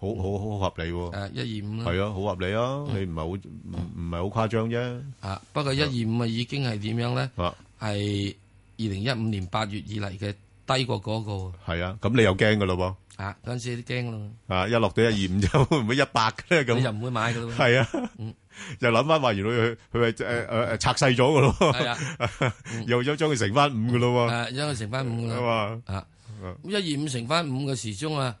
[SPEAKER 1] 好好好合理喎。
[SPEAKER 2] 誒一二五啦，
[SPEAKER 1] 係啊，好合理
[SPEAKER 2] 嗯
[SPEAKER 1] 啊！你唔係好唔唔係好誇張啫。
[SPEAKER 2] 啊，不過一二五啊已經係點樣咧？
[SPEAKER 1] 啊，
[SPEAKER 2] 係二零一五年八月以嚟嘅低過嗰個喎
[SPEAKER 1] 係啊，咁你又驚噶咯
[SPEAKER 2] 啊，嗰陣時啲驚啦，
[SPEAKER 1] 喎？啊，一落到一二五就 會唔會一百嘅咧？
[SPEAKER 2] 你就唔
[SPEAKER 1] 咁
[SPEAKER 2] 會買嘅咯。
[SPEAKER 1] 係啊，又諗翻話原來佢佢係誒誒誒呃拆細咗噶咯
[SPEAKER 2] 係啊
[SPEAKER 1] 喎， 又將將佢乘翻五噶咯喎。
[SPEAKER 2] 誒，因為乘翻五㗎啦，
[SPEAKER 1] 啊
[SPEAKER 2] 啊，咁一二五乘翻五嘅時鐘啊，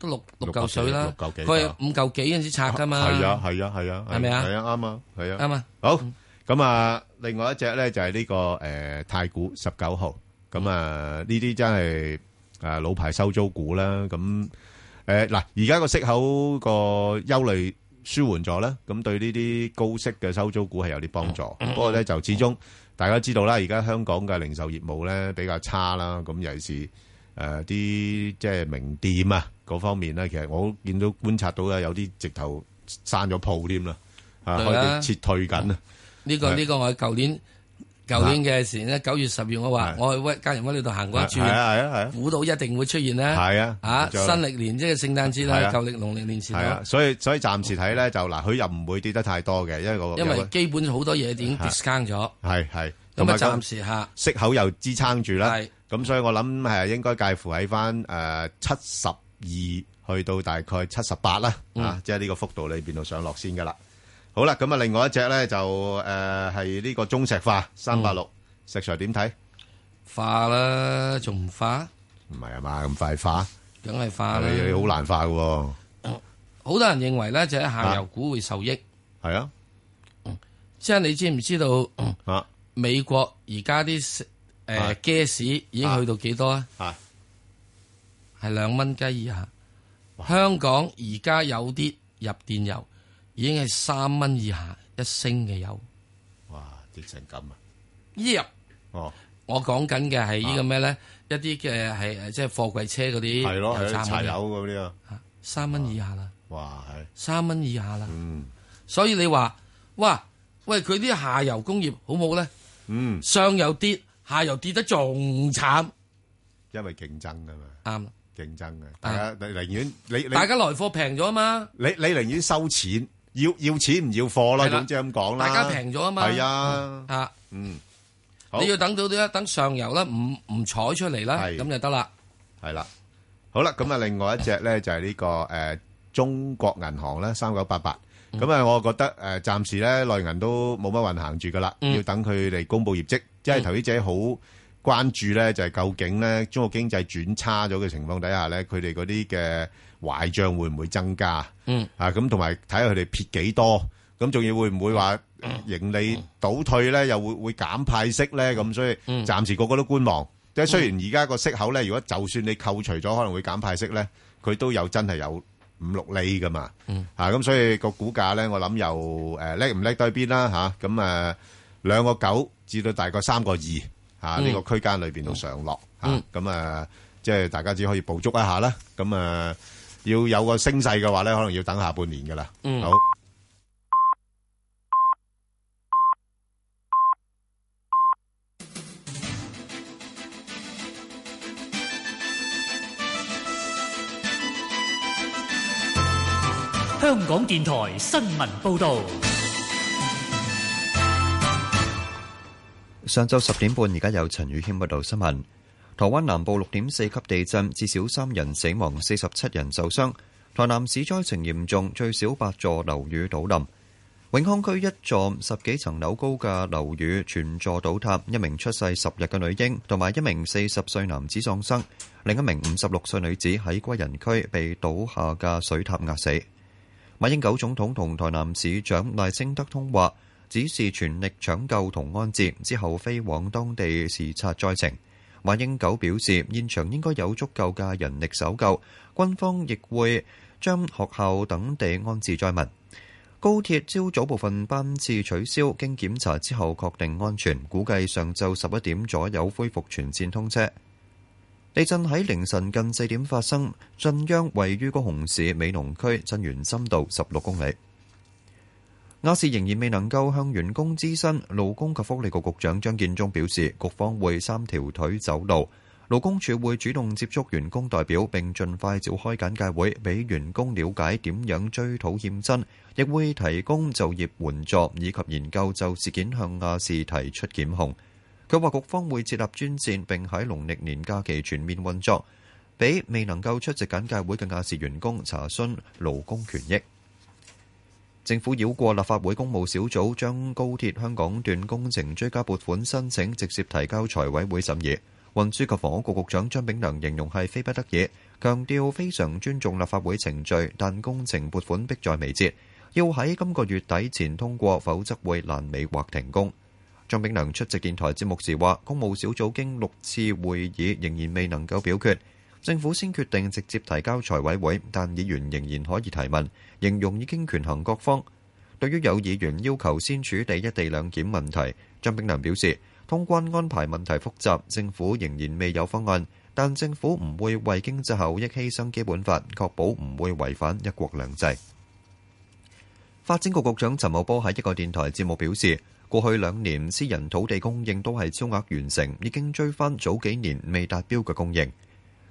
[SPEAKER 2] 都六六
[SPEAKER 1] 六
[SPEAKER 2] 嚿
[SPEAKER 1] 嚿
[SPEAKER 2] 水啦，
[SPEAKER 1] 六嚿幾
[SPEAKER 2] 佢係
[SPEAKER 1] 啊
[SPEAKER 2] 五嚿幾嗰陣時拆㗎嘛，
[SPEAKER 1] 係啊，係啊，係啊，
[SPEAKER 2] 係咪啊
[SPEAKER 1] 係啊，啱啊，係啊，
[SPEAKER 2] 啱啊。
[SPEAKER 1] 好，咁啊，另外一隻咧就係呢個誒太古十九號，咁啊呢啲真係誒老牌收租股啦，咁誒嗱，而家個息口個憂慮舒緩咗啦，咁對呢啲高息嘅收租股係有啲幫助，不過咧就始終大家知道啦，而家香港嘅零售業務咧比較差啦，咁尤其是。誒啲即係名店啊嗰方面咧，其實我見到觀察到咧，有啲直頭閂咗鋪添啦，啊
[SPEAKER 2] 對
[SPEAKER 1] 開
[SPEAKER 2] 啦
[SPEAKER 1] 始撤退緊啊！
[SPEAKER 2] 呢個
[SPEAKER 1] 係
[SPEAKER 2] 呢個我舊年舊年嘅時咧，九月十月我話我去威家人威呢度行過一
[SPEAKER 1] 係啊係
[SPEAKER 2] 轉，
[SPEAKER 1] 啊係啊，
[SPEAKER 2] 估到一定會出現咧。
[SPEAKER 1] 係啊冇
[SPEAKER 2] 新
[SPEAKER 1] 錯
[SPEAKER 2] 歷年即係聖誕節
[SPEAKER 1] 係
[SPEAKER 2] 啦，
[SPEAKER 1] 啊
[SPEAKER 2] 舊歷農曆年前
[SPEAKER 1] 係啊，
[SPEAKER 2] 啦，
[SPEAKER 1] 所以所以暫時睇咧就嗱，佢又唔會跌得太多嘅，因為個啊有
[SPEAKER 2] 因為
[SPEAKER 1] 個
[SPEAKER 2] 基本好多嘢已經
[SPEAKER 1] 係
[SPEAKER 2] discount 咗，
[SPEAKER 1] 係係同
[SPEAKER 2] 咁啊
[SPEAKER 1] 埋個
[SPEAKER 2] 暫時嚇
[SPEAKER 1] 息口又支撐住啦
[SPEAKER 2] 係，
[SPEAKER 1] 咁所以我諗係應該介乎喺翻誒七十二去到大概七十八啦，
[SPEAKER 2] 嗯
[SPEAKER 1] 啊，即係呢個幅度裏邊度上落先噶啦。好啦，咁啊，另外一隻咧就誒係呢個中石化三八六，石 Sir 點睇？
[SPEAKER 2] 嗯化啦，啊仲唔化？
[SPEAKER 1] 唔係啊嘛，咁快化，
[SPEAKER 2] 梗係化啦。
[SPEAKER 1] 你你好難化嘅喎，
[SPEAKER 2] 好多人認為咧，就係下游股會受益。
[SPEAKER 1] 啊
[SPEAKER 2] 嗯
[SPEAKER 1] 係啊，
[SPEAKER 2] 即係你知唔知道？嗯
[SPEAKER 1] 啊，
[SPEAKER 2] 美國而家啲誒 gas 已經去到幾多啊？
[SPEAKER 1] 啊，
[SPEAKER 2] 係兩蚊雞以下。香港而家有啲入電油已經係三蚊以下一升嘅油。
[SPEAKER 1] 哇，跌成咁啊！
[SPEAKER 2] 入
[SPEAKER 1] 哦，啊
[SPEAKER 2] 我講緊嘅係呢個咩咧？一啲嘅係即係貨櫃車嗰啲
[SPEAKER 1] 係咯，係咯
[SPEAKER 2] 站
[SPEAKER 1] 柴
[SPEAKER 2] 嗰啲
[SPEAKER 1] 油嗰啲啊，
[SPEAKER 2] 三蚊以下啦，
[SPEAKER 1] 哇，係
[SPEAKER 2] 三蚊以下啦。所以你話哇，喂佢啲下游工業好唔好咧？
[SPEAKER 1] 嗯，
[SPEAKER 2] 上游跌，下游跌得仲慘。
[SPEAKER 1] 因為競爭噶嘛，
[SPEAKER 2] 啱
[SPEAKER 1] 競爭嘅，大家你寧願你你
[SPEAKER 2] 大家來貨平咗啊嘛，
[SPEAKER 1] 你你寧願收錢，要要錢唔要貨啦，
[SPEAKER 2] 係啦
[SPEAKER 1] 總之咁講啦，
[SPEAKER 2] 大家平咗啊嘛。
[SPEAKER 1] 係啊，
[SPEAKER 2] 啊，
[SPEAKER 1] 嗯，好
[SPEAKER 2] 你要等到啲等上游啦，唔唔採出嚟啦，咁就得啦。
[SPEAKER 1] 係啦，好啦，咁啊，另外一隻咧就係呢個誒中國銀行咧三九八八。咁啊，我覺得誒暫時咧內銀都冇乜運行住噶啦，
[SPEAKER 10] 嗯
[SPEAKER 1] 要等佢嚟公布業績。即係投資者好關注咧，就係究竟咧中國經濟轉差咗嘅情況底下咧，佢哋嗰啲嘅壞帳會唔會增加？
[SPEAKER 2] 嗯
[SPEAKER 1] 啊，咁同埋睇下佢哋撇幾多，咁仲要會唔會話盈利倒退咧，又會會減派息咧？咁所以暫時個個都觀望。即係雖然而家個息口咧，如果就算你扣除咗可能會減派息咧，佢都有真係有五六厘噶嘛。
[SPEAKER 2] 嗯
[SPEAKER 1] 啊，咁所以個股價咧，我諗又誒叻唔叻對邊啦嚇，咁誒兩個九至到大概三個二嚇
[SPEAKER 2] 嗯
[SPEAKER 1] 呢個區間裏邊度上落嚇，
[SPEAKER 2] 嗯
[SPEAKER 1] 咁誒即係大家只可以捕捉一下啦，咁誒要有個升勢嘅話咧，可能要等下半年噶啦。
[SPEAKER 2] 嗯
[SPEAKER 1] 好，
[SPEAKER 5] 香港電台新聞報導，
[SPEAKER 4] 上晝十點半，而家有陳宇軒報道新聞。台灣南部六點四級地震，至少三人死亡，四十七人受傷。台南市災情嚴重，最少八座樓宇倒冧。永康區一座十幾層樓高嘅樓宇全座倒塌，一名出世十日嘅女嬰同埋一名四十歲男子喪生，另一名五十六歲女子喺歸仁區被倒下嘅水塔壓死。馬英九總統同台南市長賴清德通話，指示全力搶救同安置，之後飛往當地視察災情。馬英九表示，現場應該有足夠嘅人力搜救，軍方亦會將學校等地安置災民。高鐵朝早部分班次取消，經檢查之後確定安全，估計上晝十一點左右恢復全線通車。地震喺凌晨近四點發生，震央位於高雄市美濃區，震源深度十六公里。亞視仍然未能夠向員工資薪，勞工及福利局局長張建宗表示，局方會三條腿走路，勞工處會主動接觸員工代表，並盡快召開簡介會，俾員工了解點樣追討欠薪，亦會提供就業援助，以及研究就事件向亞視提出檢控。佢話局方會設立專線，並喺農曆年假期全面運作，俾未能夠出席簡介會嘅亞視員工查詢勞工權益。政府繞過立法會公務小組，將高鐵香港段工程追加撥款申請直接提交財委會審議。運輸及房屋局局長張炳良形容係非不得已，強調非常尊重立法會程序，但工程撥款迫在眉睫，要喺今個月底前通過，否則會爛尾或停工。張炳良出席電台節目時話，公務小組經六次會議仍然未能夠表決，政府先決定直接提交財委會，但議員仍然可以提問，形容已經權衡各方。對於有議員要求先處理一地兩檢問題，張炳良表示，通關安排問題複雜，政府仍然未有方案，但政府唔會為經濟效益犧牲基本法，確保唔會違反一國兩制。發展局局長陳茂波喺一個電台節目表示，過去兩年私人土地供應都係超額完成，已經追翻早幾年未達標嘅供應。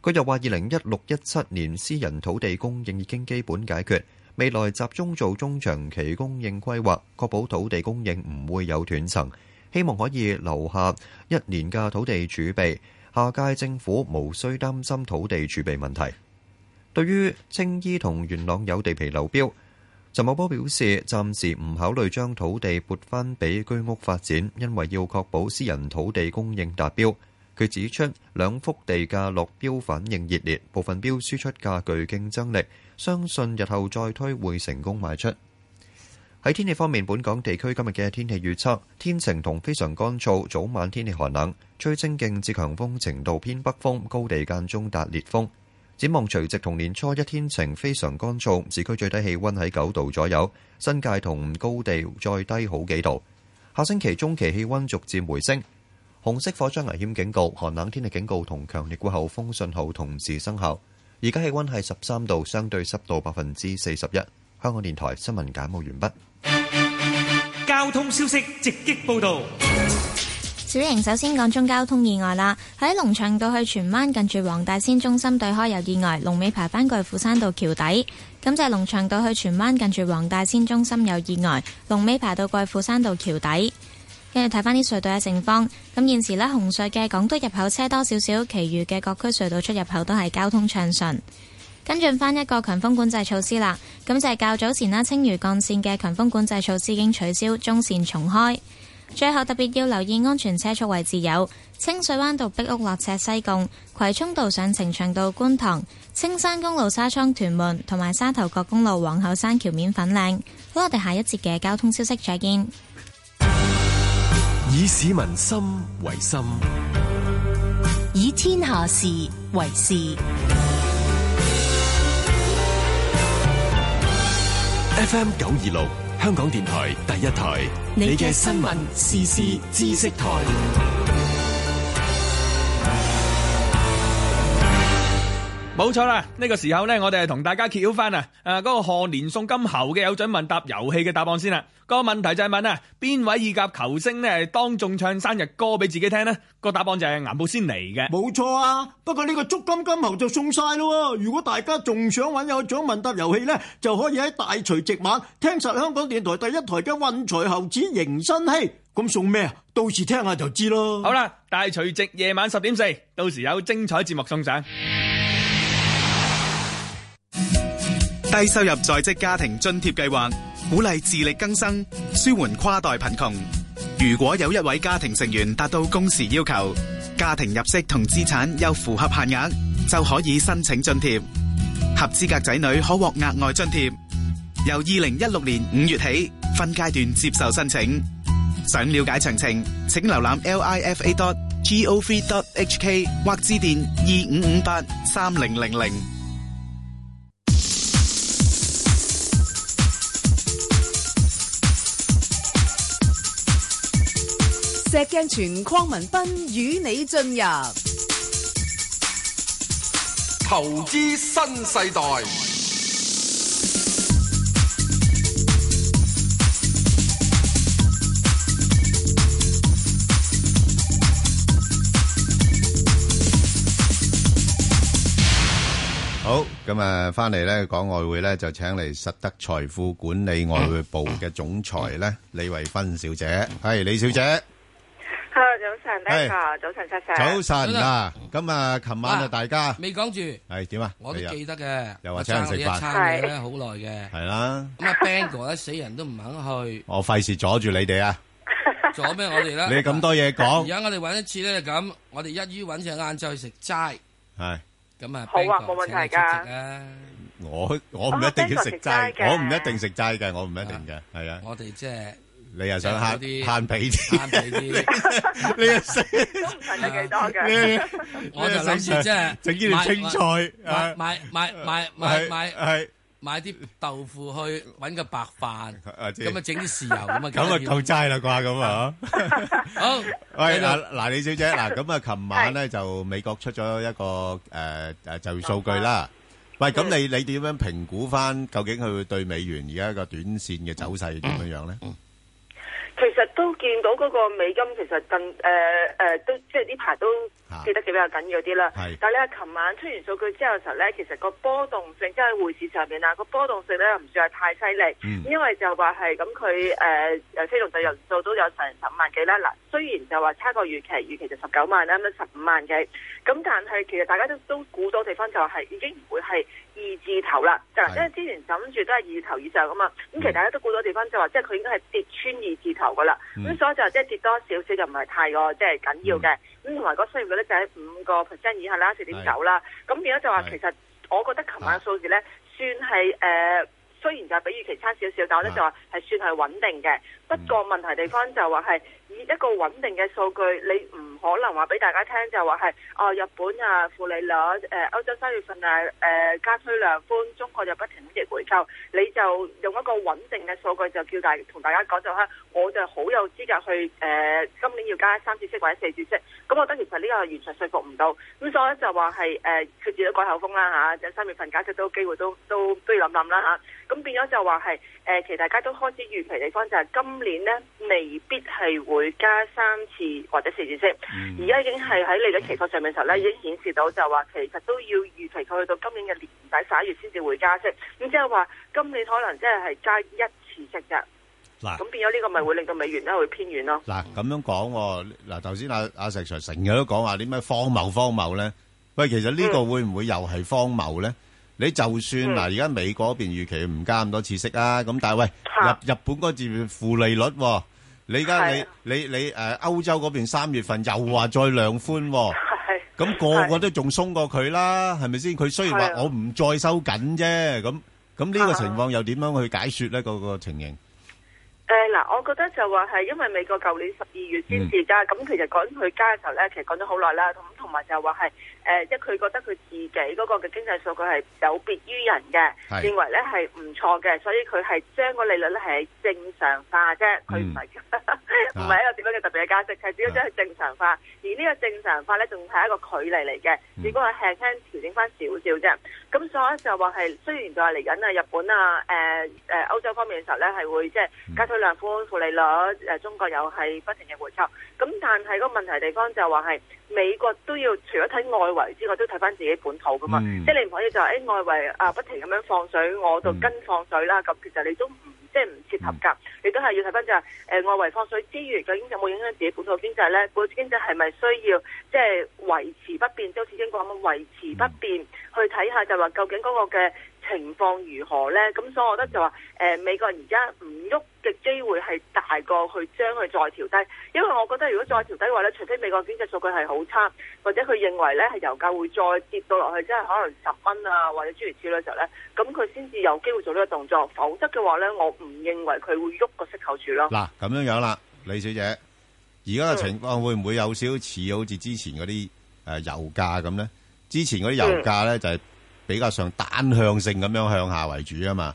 [SPEAKER 4] 佢又話：二零一六一七年私人土地供應已經基本解決，未來集中做中長期供應規劃，確保土地供應唔會有斷層，希望可以留下一年嘅土地儲備，下屆政府無需擔心土地儲備問題。對於青衣同元朗有地皮流標。陳茂波表示，暫時唔考慮將土地撥翻俾居屋發展，因為要確保私人土地供應達標。佢指出，兩幅地價落標反應熱烈，部分標輸出價具競爭力，相信日後再推會成功賣出。喺天氣方面，本港地區今日嘅天氣預測天晴同非常乾燥，早晚天氣寒冷，吹清勁至強風程度偏北風，高地間中達烈風。展望除夕同年初一天晴，非常乾燥，市區最低氣温喺九度左右，新界同高地再低好幾度。下星期中期氣温逐漸回升。酷紅色火災危險警告、寒冷天氣警告同強烈季候風信號同時生效。而家氣温係十三度，相對濕度百分之四十一。香港電台新聞簡報完畢。
[SPEAKER 5] 交通消息直擊報道。
[SPEAKER 6] 小瑩首先講中交通意外啦，喺龍翔道去荃灣近住黃大仙中心對開有意外，龍尾排返過去斧山道橋底。咁就係龍翔道去荃灣近住黃大仙中心有意外，龍尾排到過去斧山道橋底。跟住睇返啲隧道嘅情況，咁現時呢，紅隧嘅港島入口車多少少，其餘嘅各區隧道出入口都係交通暢順。跟進翻一個強風管制措施啦，咁就係較早前啦，青嶼幹線嘅強風管制措施已經取消，中線重開。最後特別要留意安全車速位置有清水灣道壁屋落斜西貢、葵涌道上呈祥道觀塘、青山公路沙倉屯門同埋沙頭角公路皇后山橋面粉嶺。好，我哋下一節嘅交通消息再見。
[SPEAKER 22] 以市民心為心，
[SPEAKER 26] 以天下事為事。
[SPEAKER 22] FM 九二六，香港電台第一台，你嘅新聞時事知識台。
[SPEAKER 10] 冇錯啦，呢個時候呢，我哋係同大家揭曉翻啊，誒嗰個賀年送金猴嘅有獎問答遊戲嘅答案先啦。個問題就係問啊，邊位意甲球星呢係當眾唱生日歌俾自己聽呢？個答案就係岩布先嚟嘅。
[SPEAKER 11] 冇錯啊，不過呢個足金金猴就送晒咯喎。如果大家仲想玩有獎問答遊戲呢，就可以喺大除夕晚聽實香港電台第一台嘅運財猴子迎新禧。咁送咩啊？到時聽下就知咯。
[SPEAKER 10] 好啦，大除夕夜晚十點四，到時有精彩節目送上。
[SPEAKER 12] 低收入在職家庭津貼計劃鼓勵自力更生，舒緩跨代貧窮。如果有一位家庭成員達到工時要求，家庭入息同資產又符合限額，就可以申請津貼。合資格仔女可獲額外津貼。由二零一六年五月起，分階段接受申請。想了解詳情，請瀏覽 lifa.gov.hk 或致電二五五八三零零零。
[SPEAKER 16] 石鏡泉鄺民彬與你進入
[SPEAKER 17] 投資新世代，
[SPEAKER 1] 好，咁啊，翻嚟咧講外匯咧，就請嚟實德財富管理外匯部嘅總裁咧李慧芬小姐，係李小姐。
[SPEAKER 24] Hello，早晨 b 早晨，石
[SPEAKER 1] 早
[SPEAKER 24] Sir。
[SPEAKER 1] 晨啊，咁啊，琴晚啊，大家
[SPEAKER 2] 未講住，
[SPEAKER 1] 係點啊？
[SPEAKER 2] 我都
[SPEAKER 1] 你又
[SPEAKER 2] 記得嘅，
[SPEAKER 1] 又話
[SPEAKER 2] 我
[SPEAKER 1] 請人食
[SPEAKER 2] 你一
[SPEAKER 1] 飯
[SPEAKER 2] 餐嘢咧，好耐嘅。
[SPEAKER 1] 係啦，
[SPEAKER 2] 咁啊，Bang 哥咧死人都唔肯去，
[SPEAKER 1] 我費事阻住你哋啊！
[SPEAKER 2] 阻咩我哋啦？
[SPEAKER 1] 你咁多嘢講
[SPEAKER 2] 而家我哋揾一次咧就咁，我哋一於揾隻晏晝去食齋，
[SPEAKER 1] 係
[SPEAKER 2] 咁啊，
[SPEAKER 24] 好啊
[SPEAKER 2] Bang
[SPEAKER 24] 冇問
[SPEAKER 2] 哥請你
[SPEAKER 24] 題
[SPEAKER 2] 出
[SPEAKER 24] 㗎
[SPEAKER 2] 席啊。
[SPEAKER 1] 我我唔一定要食齋，
[SPEAKER 2] 我
[SPEAKER 1] 我唔一定食齋嘅，我唔一定嘅，係啊。
[SPEAKER 2] 我哋即係
[SPEAKER 1] 你又想慳
[SPEAKER 2] 即係嗰啲
[SPEAKER 1] 慳俾啲，
[SPEAKER 2] 慳俾啲。
[SPEAKER 1] 你 又食
[SPEAKER 24] 都唔使你幾多
[SPEAKER 1] 你
[SPEAKER 24] 嘅。
[SPEAKER 2] 我就諗住即係
[SPEAKER 1] 整呢條青菜啊
[SPEAKER 2] 買買買買買
[SPEAKER 1] 係
[SPEAKER 2] 買
[SPEAKER 1] 係
[SPEAKER 2] 買啲豆腐去揾個白飯，
[SPEAKER 1] 知
[SPEAKER 2] 咁啊整啲豉油咁啊，
[SPEAKER 1] 咁啊夠齋啦啩咁啊！
[SPEAKER 2] 好，
[SPEAKER 1] 喂，啊
[SPEAKER 2] 繼續
[SPEAKER 1] 嗱嗱，李小姐，嗱咁啊，琴晚咧就美國出咗一個誒誒就業數據啦。喂，咁你你點樣評估翻究竟佢對美元而家個短線嘅走勢點樣樣咧？
[SPEAKER 24] 其實都見到嗰個美金其實近誒誒、呃都即係呢排都跌得比較緊要啲啦。
[SPEAKER 1] 啊係
[SPEAKER 24] 但係咧，琴晚出完數據之後嘅時候咧，其實個波動性即係匯市上面啊，個波動性咧唔算係太犀利，
[SPEAKER 13] 嗯
[SPEAKER 24] 因為就話係咁佢誒誒非農就人數都有成十五萬幾啦。嗱，雖然就話差過預期，預期就十九萬啦，咁十五萬幾，咁但係其實大家都都估到地方就係已經唔會係二字頭啦，就
[SPEAKER 13] 係
[SPEAKER 24] 因為之前諗住都係二字頭以上噶嘛，咁其實大家都估到地方就話，即係佢應該係跌穿二字頭噶啦，
[SPEAKER 13] 嗯
[SPEAKER 24] 咁、所以就即係跌多少少就唔係太過即係緊要嘅，
[SPEAKER 13] 嗯
[SPEAKER 24] 咁同埋個失業率咧就喺五個 percent 以下啦，四點九啦，咁變咗就話其實我覺得琴晚嘅數字
[SPEAKER 13] 啊
[SPEAKER 24] 咧算係誒。呃
[SPEAKER 13] 嗯
[SPEAKER 24] 雖然就係比預期差少少，但我咧就話係算係穩定嘅。不過問題地方就話係以一個穩定嘅數據，你
[SPEAKER 18] Ừ.
[SPEAKER 24] 唔可能話俾大家聽就話係哦日本啊負利率，誒、歐洲三月份啊誒、加推量寬，中國就不停咁逆回購，你就用一個穩定嘅數據就叫大同大家講就係我就好有資格去誒、呃今年要加三次息或者四次息，咁我覺得其實呢個完全説服唔到，咁所以就話係誒佢自己改口風啦嚇，就、三月份加息都機會都都都要諗諗啦嚇。咁變咗就話係誒，其實大家都開始預期地方就係今年呢未必係會加三次或者四次息，而家、已經係喺利率期貨上面嘅時候呢，已經顯示到就話其實都要預期佢去到今年嘅年底十一月先至會加息，咁即係話今年可能即係係加一次息啫。
[SPEAKER 1] 嗱
[SPEAKER 24] 咁變咗呢個咪會令到美元咧會偏軟咯。
[SPEAKER 1] 嗱咁樣講喎，嗱頭先阿阿石 Sir 成日都講話點解荒謬荒謬咧？喂，其實呢個會唔會又係荒謬咧？你就算嗱，而家美國嗰邊預期唔加咁多次息啊，咁但係喂，日日本嗰邊負利率喎，你而家你你你誒歐洲嗰邊三月份又話再量寬喎，咁個個都仲鬆過佢啦，係咪先？佢雖然
[SPEAKER 24] 係
[SPEAKER 1] 話
[SPEAKER 24] 啊
[SPEAKER 1] 我唔再收緊啫，咁咁呢個情況又點樣去解説咧？個個情形？
[SPEAKER 24] 誒嗱、我覺得就話係因為美國舊年十二月先至加，咁、其實講佢加嘅時候咧，其實講咗好耐啦，咁同埋就話係誒，即係佢覺得佢自己嗰個嘅經濟數據係有別於人嘅，
[SPEAKER 23] 係
[SPEAKER 24] 認為咧係唔錯嘅，所以佢係將個利率咧係正常化啫，佢唔係 唔係一個點樣嘅特別嘅加息，係只要將佢正常化，而呢個正常化咧仲係一個距離嚟嘅，只不過係輕輕調整翻少少啫。咁所以就話係雖然就話嚟緊啊日本啊誒誒歐洲方面嘅時候咧係會即係加推量寬負利率，誒、中國又係不停嘅回抽。咁但係個問題地方就話係美國都要除咗睇外圍之外，都睇翻自己本土噶嘛。
[SPEAKER 23] 嗯
[SPEAKER 24] 即係你唔可以就話誒、外圍啊不停咁樣放水，我就跟放水啦。咁其實你都唔即係唔切合㗎，你都係要睇翻就係、誒、外圍放水之餘，究竟有冇影響自己本土經濟咧？本土經濟係咪需要即係維持不變？即係好似英國咁樣維持不變，去睇下就話究竟嗰個嘅情況如何咧？咁所以我覺得就話誒、美國而家唔喐嘅機會係大過去將佢再調低，因為我覺得如果再調低嘅話咧，除非美國經濟數據係好差，或者佢認為咧係油價會再跌到落去，即係可能十蚊啊或者諸如此類嘅時候咧，咁佢先至有機會做呢個動作，否則嘅話咧，我唔認為佢會喐個息口住咯。
[SPEAKER 1] 嗱，咁樣樣啦，李小姐，
[SPEAKER 23] 嗯
[SPEAKER 1] 而家嘅情況會唔會有少少似好似之前嗰啲誒油價咁咧？之前嗰啲
[SPEAKER 23] 嗯
[SPEAKER 1] 油價咧就係比較上單向性咁樣向下為主啊嘛。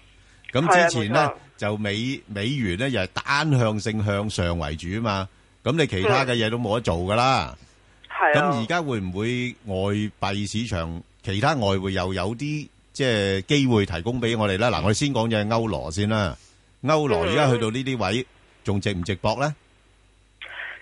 [SPEAKER 1] 咁
[SPEAKER 23] 係啊
[SPEAKER 1] 之前咧
[SPEAKER 23] 冇錯
[SPEAKER 1] 就美美元咧又係單向性向上為主啊嘛。咁你其
[SPEAKER 23] 嗯
[SPEAKER 1] 他嘅嘢都冇得做噶啦。
[SPEAKER 24] 係
[SPEAKER 1] 咁而家會唔會外幣市場其他外匯又有啲即係機會提供俾我哋咧？嗱，我哋先講只歐羅先啦。歐羅而家去到呢啲位，仲值唔值博咧？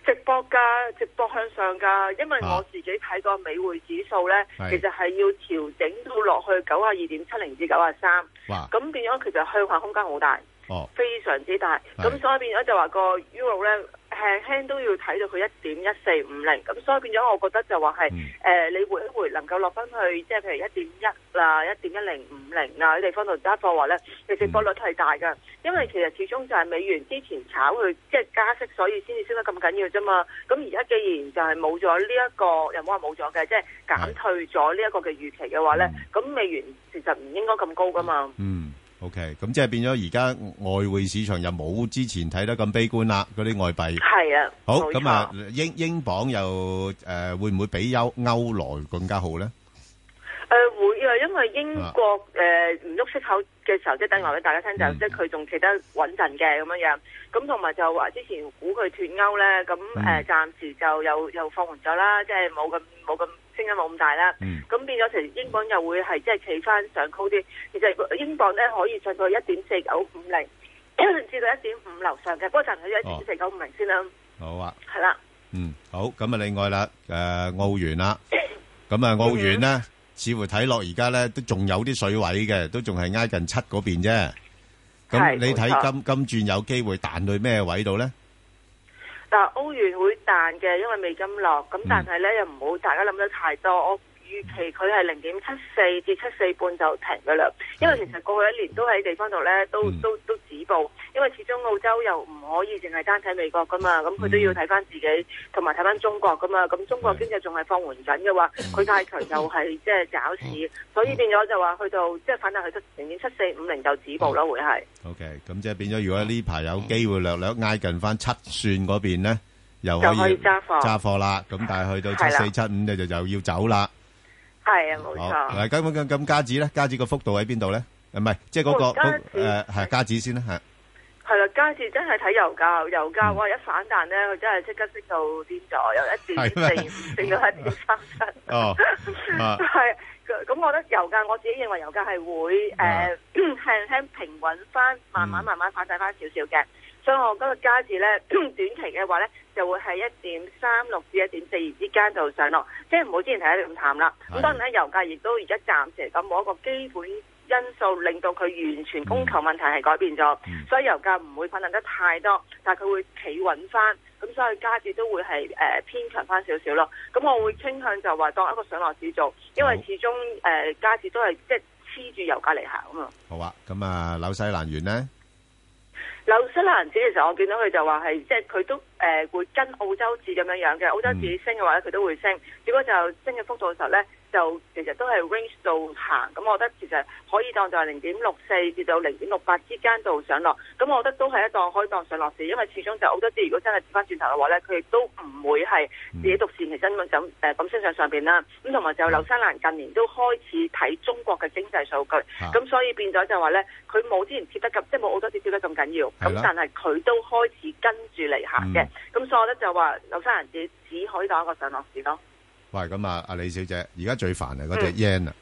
[SPEAKER 24] 直播㗎，直播向上㗎，因為我自己睇個美匯指數呢，
[SPEAKER 1] 啊係
[SPEAKER 24] 其實係要調整到落去九啊二點七零至九啊三，
[SPEAKER 1] 哇！
[SPEAKER 24] 咁變咗其實向下空間好大，
[SPEAKER 1] 哦，
[SPEAKER 24] 非常之大。
[SPEAKER 1] 係
[SPEAKER 24] 咁所以變咗就話個 Euro 呢，輕輕都要睇到佢一點一四五零，咁所以變咗我覺得就話係
[SPEAKER 1] 嗯
[SPEAKER 24] 誒，你回一回能夠落翻去即係譬如一點一啦、一點一零五零啊啲地方度揸貨話呢，其
[SPEAKER 1] 嗯
[SPEAKER 24] 實波率係大㗎，因為其實始終就係美元之前炒佢即係加息，所以先至升得咁緊要啫嘛。咁而家既然就係冇咗呢一個，又冇話冇咗嘅，即係減退咗呢一個嘅預期嘅話呢，咁美元其實唔應該咁高㗎嘛。
[SPEAKER 1] 嗯，OK，咁即係變咗而家外匯市場又冇之前睇得咁悲觀啦，嗰啲外幣。
[SPEAKER 24] 係啊，
[SPEAKER 1] 好，
[SPEAKER 24] 冇錯
[SPEAKER 1] 咁啊，英英鎊又誒會唔會比歐歐羅更加好咧？
[SPEAKER 24] 誒、會啊，因為英國誒唔喐息口嘅時候，即係等於話俾大家聽就，即係佢仲企得穩陣嘅咁樣樣。咁同埋就話之前估佢脱歐咧，咁誒、暫時就又又放緩咗啦，即係冇咁冇咁聲音冇咁大啦。咁、變咗其實英鎊又會係即係企翻上高啲。其實英鎊咧可以上到一點四九五零， 至到一點五樓上嘅。不過暫時一點四九五零先啦，
[SPEAKER 1] 好啊，
[SPEAKER 24] 係啦。
[SPEAKER 1] 嗯，好，咁啊，另外啦，誒澳元啦，咁啊澳元咧，似乎睇落而家咧都仲有啲水位嘅，都仲係挨近七嗰邊啫。咁
[SPEAKER 24] 係
[SPEAKER 1] 你
[SPEAKER 24] 冇
[SPEAKER 1] 睇金金轉有機會彈到咩位度咧？
[SPEAKER 24] 嗱，歐元會彈嘅，因為美金落，咁但係咧又唔好大家諗得太多。我預期佢係零點七四至七四半就停㗎啦，因為其實過去一年都喺地方度咧都、都都止步，因為始終澳洲又唔可以淨係單睇美國㗎嘛，咁佢都要睇翻自己同埋睇翻中國㗎嘛，咁中國經濟仲係放緩緊嘅話，佢太強又係即係搞市，所以變咗就話去到即係反彈去到零點七四五零就止步咯，會係。
[SPEAKER 1] OK，咁即係變咗，如果呢排有機會略略挨近翻七算嗰邊咧，又
[SPEAKER 3] 就
[SPEAKER 1] 可
[SPEAKER 3] 可
[SPEAKER 1] 以
[SPEAKER 3] 以揸貨
[SPEAKER 1] 揸貨啦。咁但係去到
[SPEAKER 3] 係
[SPEAKER 1] 七
[SPEAKER 3] 啦
[SPEAKER 1] 四七五就就就要走啦。
[SPEAKER 3] 係啊，冇
[SPEAKER 1] 好，
[SPEAKER 3] 錯。
[SPEAKER 1] 嗱，咁咁咁加指咧，加指個幅度喺邊度咧？唔係，即係嗰
[SPEAKER 24] 哦
[SPEAKER 1] 個
[SPEAKER 24] 加
[SPEAKER 1] 嗰
[SPEAKER 24] 指
[SPEAKER 1] 誒係加指先啦，係
[SPEAKER 24] 係啦，加至真係睇油價，油
[SPEAKER 1] 嗯
[SPEAKER 24] 價哇一反彈咧，佢真係即刻升到癲咗，由一
[SPEAKER 1] 係
[SPEAKER 24] 點
[SPEAKER 1] 咩
[SPEAKER 24] 四升到一點三七。
[SPEAKER 1] 哦啊
[SPEAKER 24] 係，咁咁我覺得油價我自己認為油價係會
[SPEAKER 1] 啊
[SPEAKER 24] 誒 輕輕平穩翻，慢慢慢慢反彈翻少少嘅。所以我覺得加字咧 短期嘅話咧，就會喺一點三六至一點四二之間度上落，即係唔好之前睇得咁淡啦。咁
[SPEAKER 3] 係
[SPEAKER 24] 當然咧，油價亦都而家暫時嚟講冇一個基本因素令到佢完全供求問題係改變咗，所以油價唔會反彈得太多，但係佢會企穩翻。咁所以加字都會係誒、呃偏強翻少少咯。咁我會傾向就話當一個上落市做，因為始終誒加字都係即係黐住油價嚟行啊嘛。
[SPEAKER 1] 好啊。咁啊，紐西蘭元咧，
[SPEAKER 24] 紐西蘭紙其實我見到佢就話係即係佢都誒、呃、會跟澳洲紙咁樣樣嘅，澳洲紙升嘅話咧佢都會升，只不過就升嘅幅度嘅時候咧就其實都係 range 度行，咁我覺得其實可以當就係零點六四至到零點六八之間度上落，咁我覺得都係一檔可以當上落市，因為始終就澳洲紙如果真係跌翻轉頭嘅話咧，佢亦都唔會啊係
[SPEAKER 3] 嗯
[SPEAKER 24] 自己獨善其身咁咁誒咁升上上邊啦，咁同埋就紐西蘭近年都開始睇中國嘅經濟數據，
[SPEAKER 3] 啊
[SPEAKER 24] 咁、所以變咗就話咧佢冇之前貼得咁，即係冇澳洲紙貼得咁緊要。
[SPEAKER 3] 係
[SPEAKER 24] 咁
[SPEAKER 3] 啦嗯
[SPEAKER 24] 但係佢都開始跟住嚟行嘅，咁、所以我咧就話紐西蘭紙只可以當一個上落市咯。
[SPEAKER 1] 喂，咁啊，阿李小姐，而家最煩係嗰只
[SPEAKER 24] 嗯
[SPEAKER 1] yen 啊，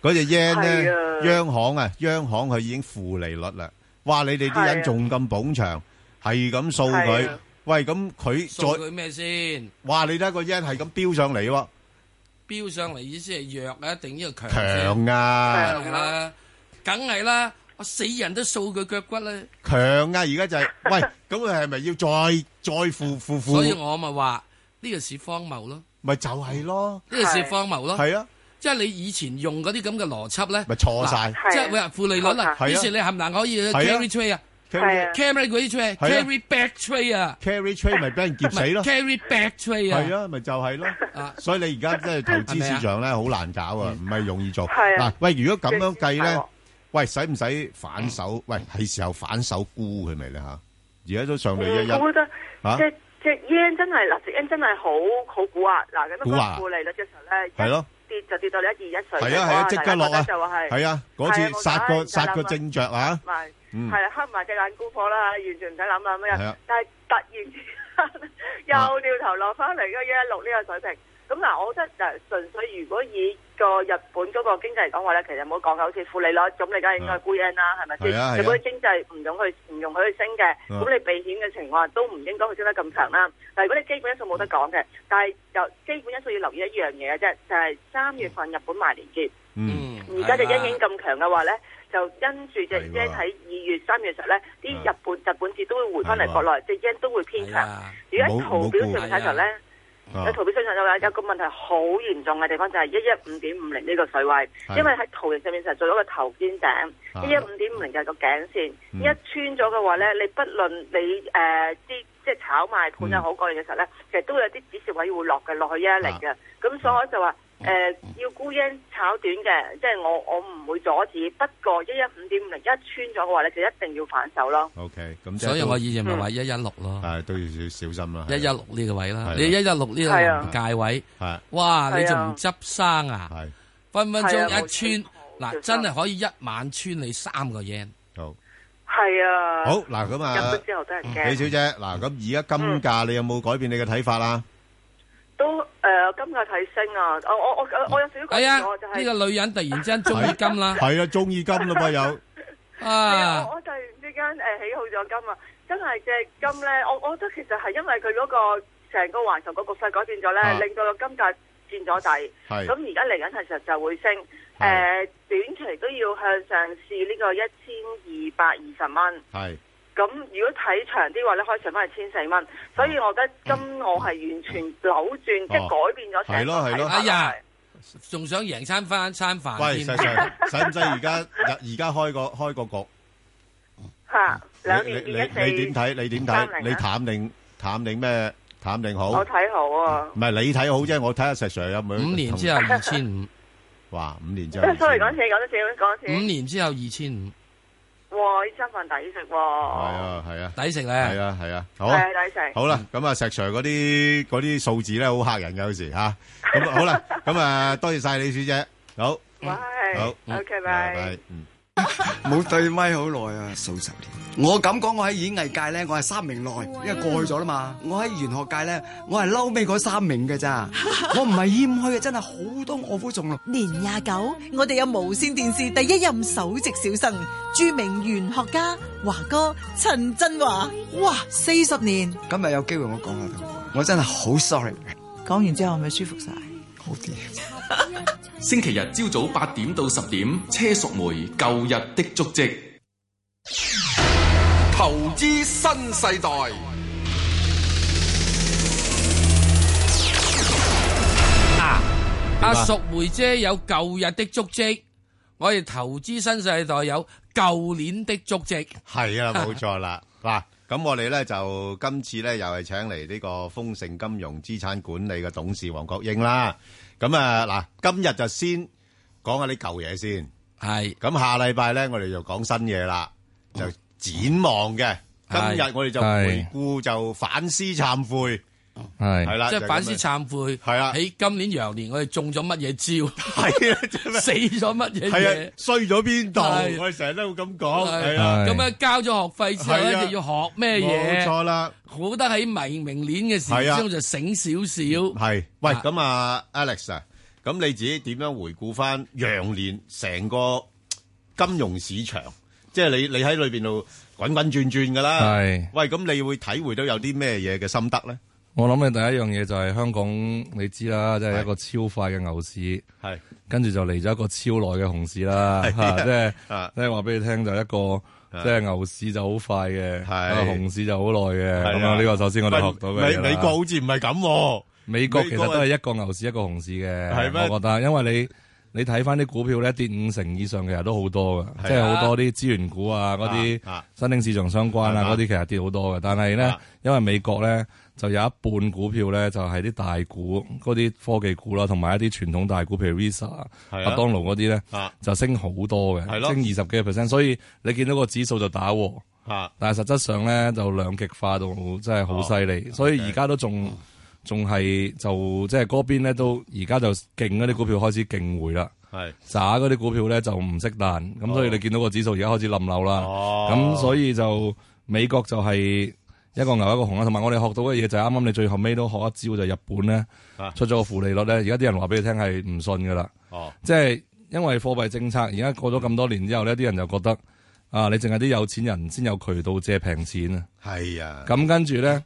[SPEAKER 1] 嗰只 yen
[SPEAKER 24] 係
[SPEAKER 1] 咧
[SPEAKER 24] 啊，
[SPEAKER 1] 央行啊，央行佢已經負利率啦。哇，你哋啲
[SPEAKER 2] 係啊
[SPEAKER 1] 人仲咁捧場，係咁掃
[SPEAKER 2] 係
[SPEAKER 1] 佢
[SPEAKER 2] 啊。
[SPEAKER 1] 喂，咁
[SPEAKER 2] 數
[SPEAKER 1] 佢
[SPEAKER 2] 佢咩先？
[SPEAKER 1] 再哇，你睇個 yen 係咁飆上嚟喎，
[SPEAKER 2] 飆上嚟意思係弱啊，定呢個強
[SPEAKER 1] 強
[SPEAKER 2] 先？
[SPEAKER 1] 啊！
[SPEAKER 2] 梗係啦，梗係啦，我死人都掃佢腳骨啦。
[SPEAKER 1] 強啊！而家就係、喂，咁佢係咪要再再付付付？
[SPEAKER 2] 所以我咪話呢個市荒謬咯，
[SPEAKER 1] 咪就係咯，
[SPEAKER 2] 呢個市荒謬咯。
[SPEAKER 1] 係啊，
[SPEAKER 2] 即係你以前用嗰啲咁嘅邏輯咧，
[SPEAKER 1] 咪錯晒
[SPEAKER 2] 嗱即係話負利率啦
[SPEAKER 1] 係。啊
[SPEAKER 2] 於是你冚唪唥可以
[SPEAKER 1] 係啊
[SPEAKER 2] carry trade 啊
[SPEAKER 1] 係啊
[SPEAKER 2] ，carry 嗰啲 trade，carry
[SPEAKER 1] carry
[SPEAKER 2] back trade 啊
[SPEAKER 1] ，carry trade 咪俾人劫死咯
[SPEAKER 2] 唔係，carry back trade 啊，
[SPEAKER 1] 係啊，咪就係咯。所以你而家真係投資市場咧，好難搞啊，唔係容易做。
[SPEAKER 2] 係
[SPEAKER 1] 嗱
[SPEAKER 2] 啊，
[SPEAKER 1] 喂，如果咁樣計咧，喂，使唔使反手？喂，係時候反手沽佢咪咧嚇？而家都上到一一
[SPEAKER 24] 我覺得
[SPEAKER 1] 嚇
[SPEAKER 24] 即即 yen 真係嗱，隻 yen 真係好好蠱惑嗱，咁樣
[SPEAKER 1] 蠱惑
[SPEAKER 24] 講負利率嘅時候咧，
[SPEAKER 1] 係咯，
[SPEAKER 24] 跌就跌到你一二一水，
[SPEAKER 1] 係啊係啊，即刻落啊，
[SPEAKER 24] 就話係
[SPEAKER 1] 係啊，嗰
[SPEAKER 24] 係
[SPEAKER 1] 次殺個
[SPEAKER 24] 冇計
[SPEAKER 1] 殺個
[SPEAKER 24] 就係
[SPEAKER 1] 正着啊！
[SPEAKER 24] 埋，
[SPEAKER 1] 嗯
[SPEAKER 24] 係啊，黑埋隻眼沽貨啦，完全唔使諗啦咁
[SPEAKER 1] 係
[SPEAKER 24] 樣
[SPEAKER 1] 啊。
[SPEAKER 24] 但係突然之間又掉頭落翻嚟嗰一一六呢個水平。咁嗱，我覺得嗱，純粹如果以個日本嗰個經濟嚟講話咧，其實冇講嘅，好似負利率，咁你梗係應該沽 yen 啦，係咪
[SPEAKER 1] 係啊係啊
[SPEAKER 24] 先？日本經濟唔容許唔容許佢升嘅，
[SPEAKER 1] 嗯
[SPEAKER 24] 咁你避險嘅情況下都唔應該佢升得咁強啦。但係如果你基本因素冇得講嘅，但係由基本因素要留意一樣嘢嘅啫，就係三月份日本埋年結。
[SPEAKER 1] 嗯
[SPEAKER 24] 而家就因應咁強嘅話咧，就因住只 yen 喺二月、三月時候咧，啲日本日本紙都會回翻嚟國內，只 yen 都會偏強。而家
[SPEAKER 3] 冇
[SPEAKER 24] 圖表
[SPEAKER 3] 冇
[SPEAKER 24] 上睇
[SPEAKER 3] 估
[SPEAKER 24] 就咧，
[SPEAKER 1] Ờ.
[SPEAKER 3] 啊
[SPEAKER 24] 有圖表上就
[SPEAKER 2] 嗯
[SPEAKER 24] 咧有個問題好嚴重嘅地方就係一一五點五零呢個水位，
[SPEAKER 3] 係
[SPEAKER 24] 因為喺圖形上面就做咗個頭肩頂，
[SPEAKER 3] 啊
[SPEAKER 24] 一一五點五零就係個頸線，
[SPEAKER 2] 嗯
[SPEAKER 24] 一穿咗嘅話咧，你不論你誒啲即係炒賣盤又好各樣嘅時候咧，
[SPEAKER 2] 嗯
[SPEAKER 24] 其實都有啲指示位會落嘅，落去一一零
[SPEAKER 2] 啊
[SPEAKER 24] 嘅，咁所以我就話。
[SPEAKER 2] 嗯
[SPEAKER 24] 誒、要沽 yen 炒短嘅，即係我我唔會阻止，不過一一五點五零一穿咗嘅話咧，就一定要反手咯。
[SPEAKER 2] 哦
[SPEAKER 1] OK，咁即係
[SPEAKER 2] 所以
[SPEAKER 1] 都
[SPEAKER 2] 我以前咪話一一六咯，
[SPEAKER 1] 係都要小心啦。
[SPEAKER 2] 一一六呢個位啦
[SPEAKER 1] 係，
[SPEAKER 2] 你一一六呢
[SPEAKER 1] 係啊
[SPEAKER 2] 個臨界位，
[SPEAKER 1] 係
[SPEAKER 2] 哇！
[SPEAKER 1] 啊
[SPEAKER 2] 你仲唔執生啊？分分
[SPEAKER 24] 係啊冇
[SPEAKER 2] 鐘一穿，嗱真係可以一晚穿你三個 yen。
[SPEAKER 1] 好，
[SPEAKER 24] 係啊。
[SPEAKER 1] 好嗱咁啊
[SPEAKER 24] 入咗之後都係驚。
[SPEAKER 1] 李小姐，嗱咁而家金價你有冇改變你嘅睇法啊？
[SPEAKER 24] 都誒、呃今日睇升啊！我我我我有少少
[SPEAKER 2] 係啊
[SPEAKER 24] 講我就係、，
[SPEAKER 2] 呢個女人突然之間中意金啦，
[SPEAKER 1] 係啊，中意金啦嘛有。
[SPEAKER 24] 係啊
[SPEAKER 2] 啊！
[SPEAKER 24] 我我突然之間誒、呃起好咗金啊！真係隻金咧，我我覺得其實係因為佢嗰、個成個環球個局勢改變咗咧，
[SPEAKER 3] 啊
[SPEAKER 24] 令到個金價見咗底。
[SPEAKER 3] 係
[SPEAKER 24] 咁而家嚟緊其實就會升。誒、短期都要向上試呢個一千二百二十蚊。
[SPEAKER 1] 系
[SPEAKER 24] 咁如果睇長啲話咧，可以上翻去千四蚊。所以我覺得
[SPEAKER 1] 嗯
[SPEAKER 24] 金我係完全扭轉，即係
[SPEAKER 1] 哦
[SPEAKER 24] 改變咗成個睇法。
[SPEAKER 2] 哎呀，仲想贏餐翻餐飯
[SPEAKER 1] 喂，
[SPEAKER 2] 添
[SPEAKER 1] 細 細，使唔使而家而家開個開個局？
[SPEAKER 24] 嚇，兩
[SPEAKER 1] 你
[SPEAKER 24] 年
[SPEAKER 1] 你
[SPEAKER 24] 見一四，啊
[SPEAKER 1] 你點睇？你點睇？你淡定淡定咩？淡定好？
[SPEAKER 24] 我睇好啊！
[SPEAKER 1] 唔係你睇好啫，我睇下石 Sir 有冇
[SPEAKER 2] 五年之後二千五。
[SPEAKER 1] 哇！五年
[SPEAKER 24] 即
[SPEAKER 1] 之後
[SPEAKER 24] 係 sorry 講次，講多次，講多次。
[SPEAKER 2] 五年之後二千五，
[SPEAKER 24] 哇！呢餐飯抵食喎，
[SPEAKER 1] 係啊，係啊。
[SPEAKER 2] 抵食咧。
[SPEAKER 1] 係啊，係啊。好。
[SPEAKER 24] 係，抵食。
[SPEAKER 1] 好啦，咁啊，石Sir嗰啲-嗰啲數字咧，好嚇人嘅有時，吓。咁，好啦，咁啊，多謝晒李小姐。好。好。
[SPEAKER 24] OK，
[SPEAKER 1] 拜
[SPEAKER 24] 拜。
[SPEAKER 1] 拜，嗯。
[SPEAKER 23] 冇對咪好耐啊，數十年。我咁講，我喺演藝界咧，我係三名內，因為過去咗啦嘛。我喺玄學界咧，我係嬲尾嗰三名嘅咋，我唔係謙虛啊，真係好多卧虎藏龍。
[SPEAKER 25] 年廿九，我哋有無線電視第一任首席小生，著名玄學家華哥陳振華，哇，四十年！
[SPEAKER 23] 今日有機會我講下，我真係好 sorry。
[SPEAKER 25] 講完之後係咪舒服晒？
[SPEAKER 23] 好啲。
[SPEAKER 13] 星期日朝早八點到十點，車淑梅舊日的足跡。
[SPEAKER 17] 投資新世代，
[SPEAKER 2] 嗱，阿
[SPEAKER 17] 點啊
[SPEAKER 2] 淑梅姐有舊日的足跡，我哋投資新世代有舊年的足跡。
[SPEAKER 1] 系啊，冇錯啦。嗱，咁我哋咧就今次咧又係請嚟呢個豐盛金融資產管理嘅董事黃國英啦。咁啊，嗱，今日就先講下啲舊嘢先。
[SPEAKER 2] 系。
[SPEAKER 1] 咁下禮拜咧，我哋就講新嘢啦，就展望嘅。今
[SPEAKER 2] 係
[SPEAKER 1] 日我哋就
[SPEAKER 2] 係
[SPEAKER 1] 回顧，就反思懺悔。
[SPEAKER 2] 系
[SPEAKER 1] 係啦
[SPEAKER 2] 即
[SPEAKER 1] 就
[SPEAKER 2] 系
[SPEAKER 1] 係
[SPEAKER 2] 反思
[SPEAKER 1] 咁樣
[SPEAKER 2] 懺悔。
[SPEAKER 1] 係啦
[SPEAKER 2] 喺今年羊年我哋中咗乜嘢招？
[SPEAKER 1] 系啊，
[SPEAKER 2] 死咗乜
[SPEAKER 1] 係
[SPEAKER 2] 嘢嘢
[SPEAKER 1] 啊？，衰咗邊度？
[SPEAKER 2] 係
[SPEAKER 1] 我哋成日都會咁講。係啊，
[SPEAKER 2] 咁啊，交咗學費之後
[SPEAKER 1] 係啊
[SPEAKER 2] 咧，就要學咩嘢？
[SPEAKER 1] 冇錯啦，
[SPEAKER 2] 好得喺明明年嘅時
[SPEAKER 1] 係啊
[SPEAKER 2] 之後就醒少少。
[SPEAKER 1] 系，喂，咁啊，Alex 啊，咁你自己點樣回顧翻羊年成個金融市場？即係你你喺裏边度滾滾轉轉噶啦。
[SPEAKER 14] 係
[SPEAKER 1] 喂，咁你會體會到有啲咩嘢嘅心得咧？
[SPEAKER 14] 我諗你第一樣嘢就係香港，你知啦，即係一個超快嘅牛市，
[SPEAKER 1] 係
[SPEAKER 14] 跟住就嚟咗一個超耐嘅熊市啦，
[SPEAKER 1] 係
[SPEAKER 14] 嚇即係
[SPEAKER 1] 啊
[SPEAKER 14] 即係話俾你聽就一個。
[SPEAKER 1] 啊
[SPEAKER 14] 即係牛市就好快嘅，啊
[SPEAKER 1] 係
[SPEAKER 14] 熊市就好耐嘅。
[SPEAKER 1] 係啊
[SPEAKER 14] 咁啊，呢個首先我哋
[SPEAKER 1] 喂
[SPEAKER 14] 學到嘅
[SPEAKER 1] 美
[SPEAKER 14] 嘢啦
[SPEAKER 1] 美國好似唔係咁喎
[SPEAKER 14] 美國其
[SPEAKER 1] 美
[SPEAKER 14] 實
[SPEAKER 1] 國
[SPEAKER 14] 都係一個牛市一個熊市嘅，
[SPEAKER 1] 係咩
[SPEAKER 14] 我覺得，因為你你睇翻啲股票咧跌五成以上，其實都好多係啊嘅，即係好多啲資源股啊，嗰啲啊啊新興市場相關係啊，嘛嗰啲其實跌好多嘅。但係咧啊，因為美國咧就有一半股票咧就係啲大股，嗰啲科技股啦，同埋一啲傳統大股，譬如 Visa、係麥啊當勞嗰啲咧啊，就升好多嘅，係咯升二十幾個 percent。所以你見到個指數就打和。
[SPEAKER 1] 啊，
[SPEAKER 14] 但係實質上咧就兩極化到真係好犀利，所以而家都仲仲係就即係嗰邊咧都而家就勁嗰啲股票開始勁回啦，
[SPEAKER 1] 係
[SPEAKER 14] 渣嗰啲股票咧就唔識彈，咁所以你見到個指數而家開始冧樓啦，
[SPEAKER 1] 哦
[SPEAKER 14] 咁所以就美國就係一個牛一個熊啦，同埋我哋學到嘅嘢就係啱啱你最後尾都學一招就係日本咧
[SPEAKER 1] 啊
[SPEAKER 14] 出咗個負利率咧，而家啲人話俾你聽係唔信噶啦。
[SPEAKER 1] 哦，
[SPEAKER 14] 即係因為貨幣政策而家過咗咁多年之後呢啲人就覺得啊，你淨係啲有錢人先有渠道借平錢啊。
[SPEAKER 1] 係啊，
[SPEAKER 14] 咁跟住咧，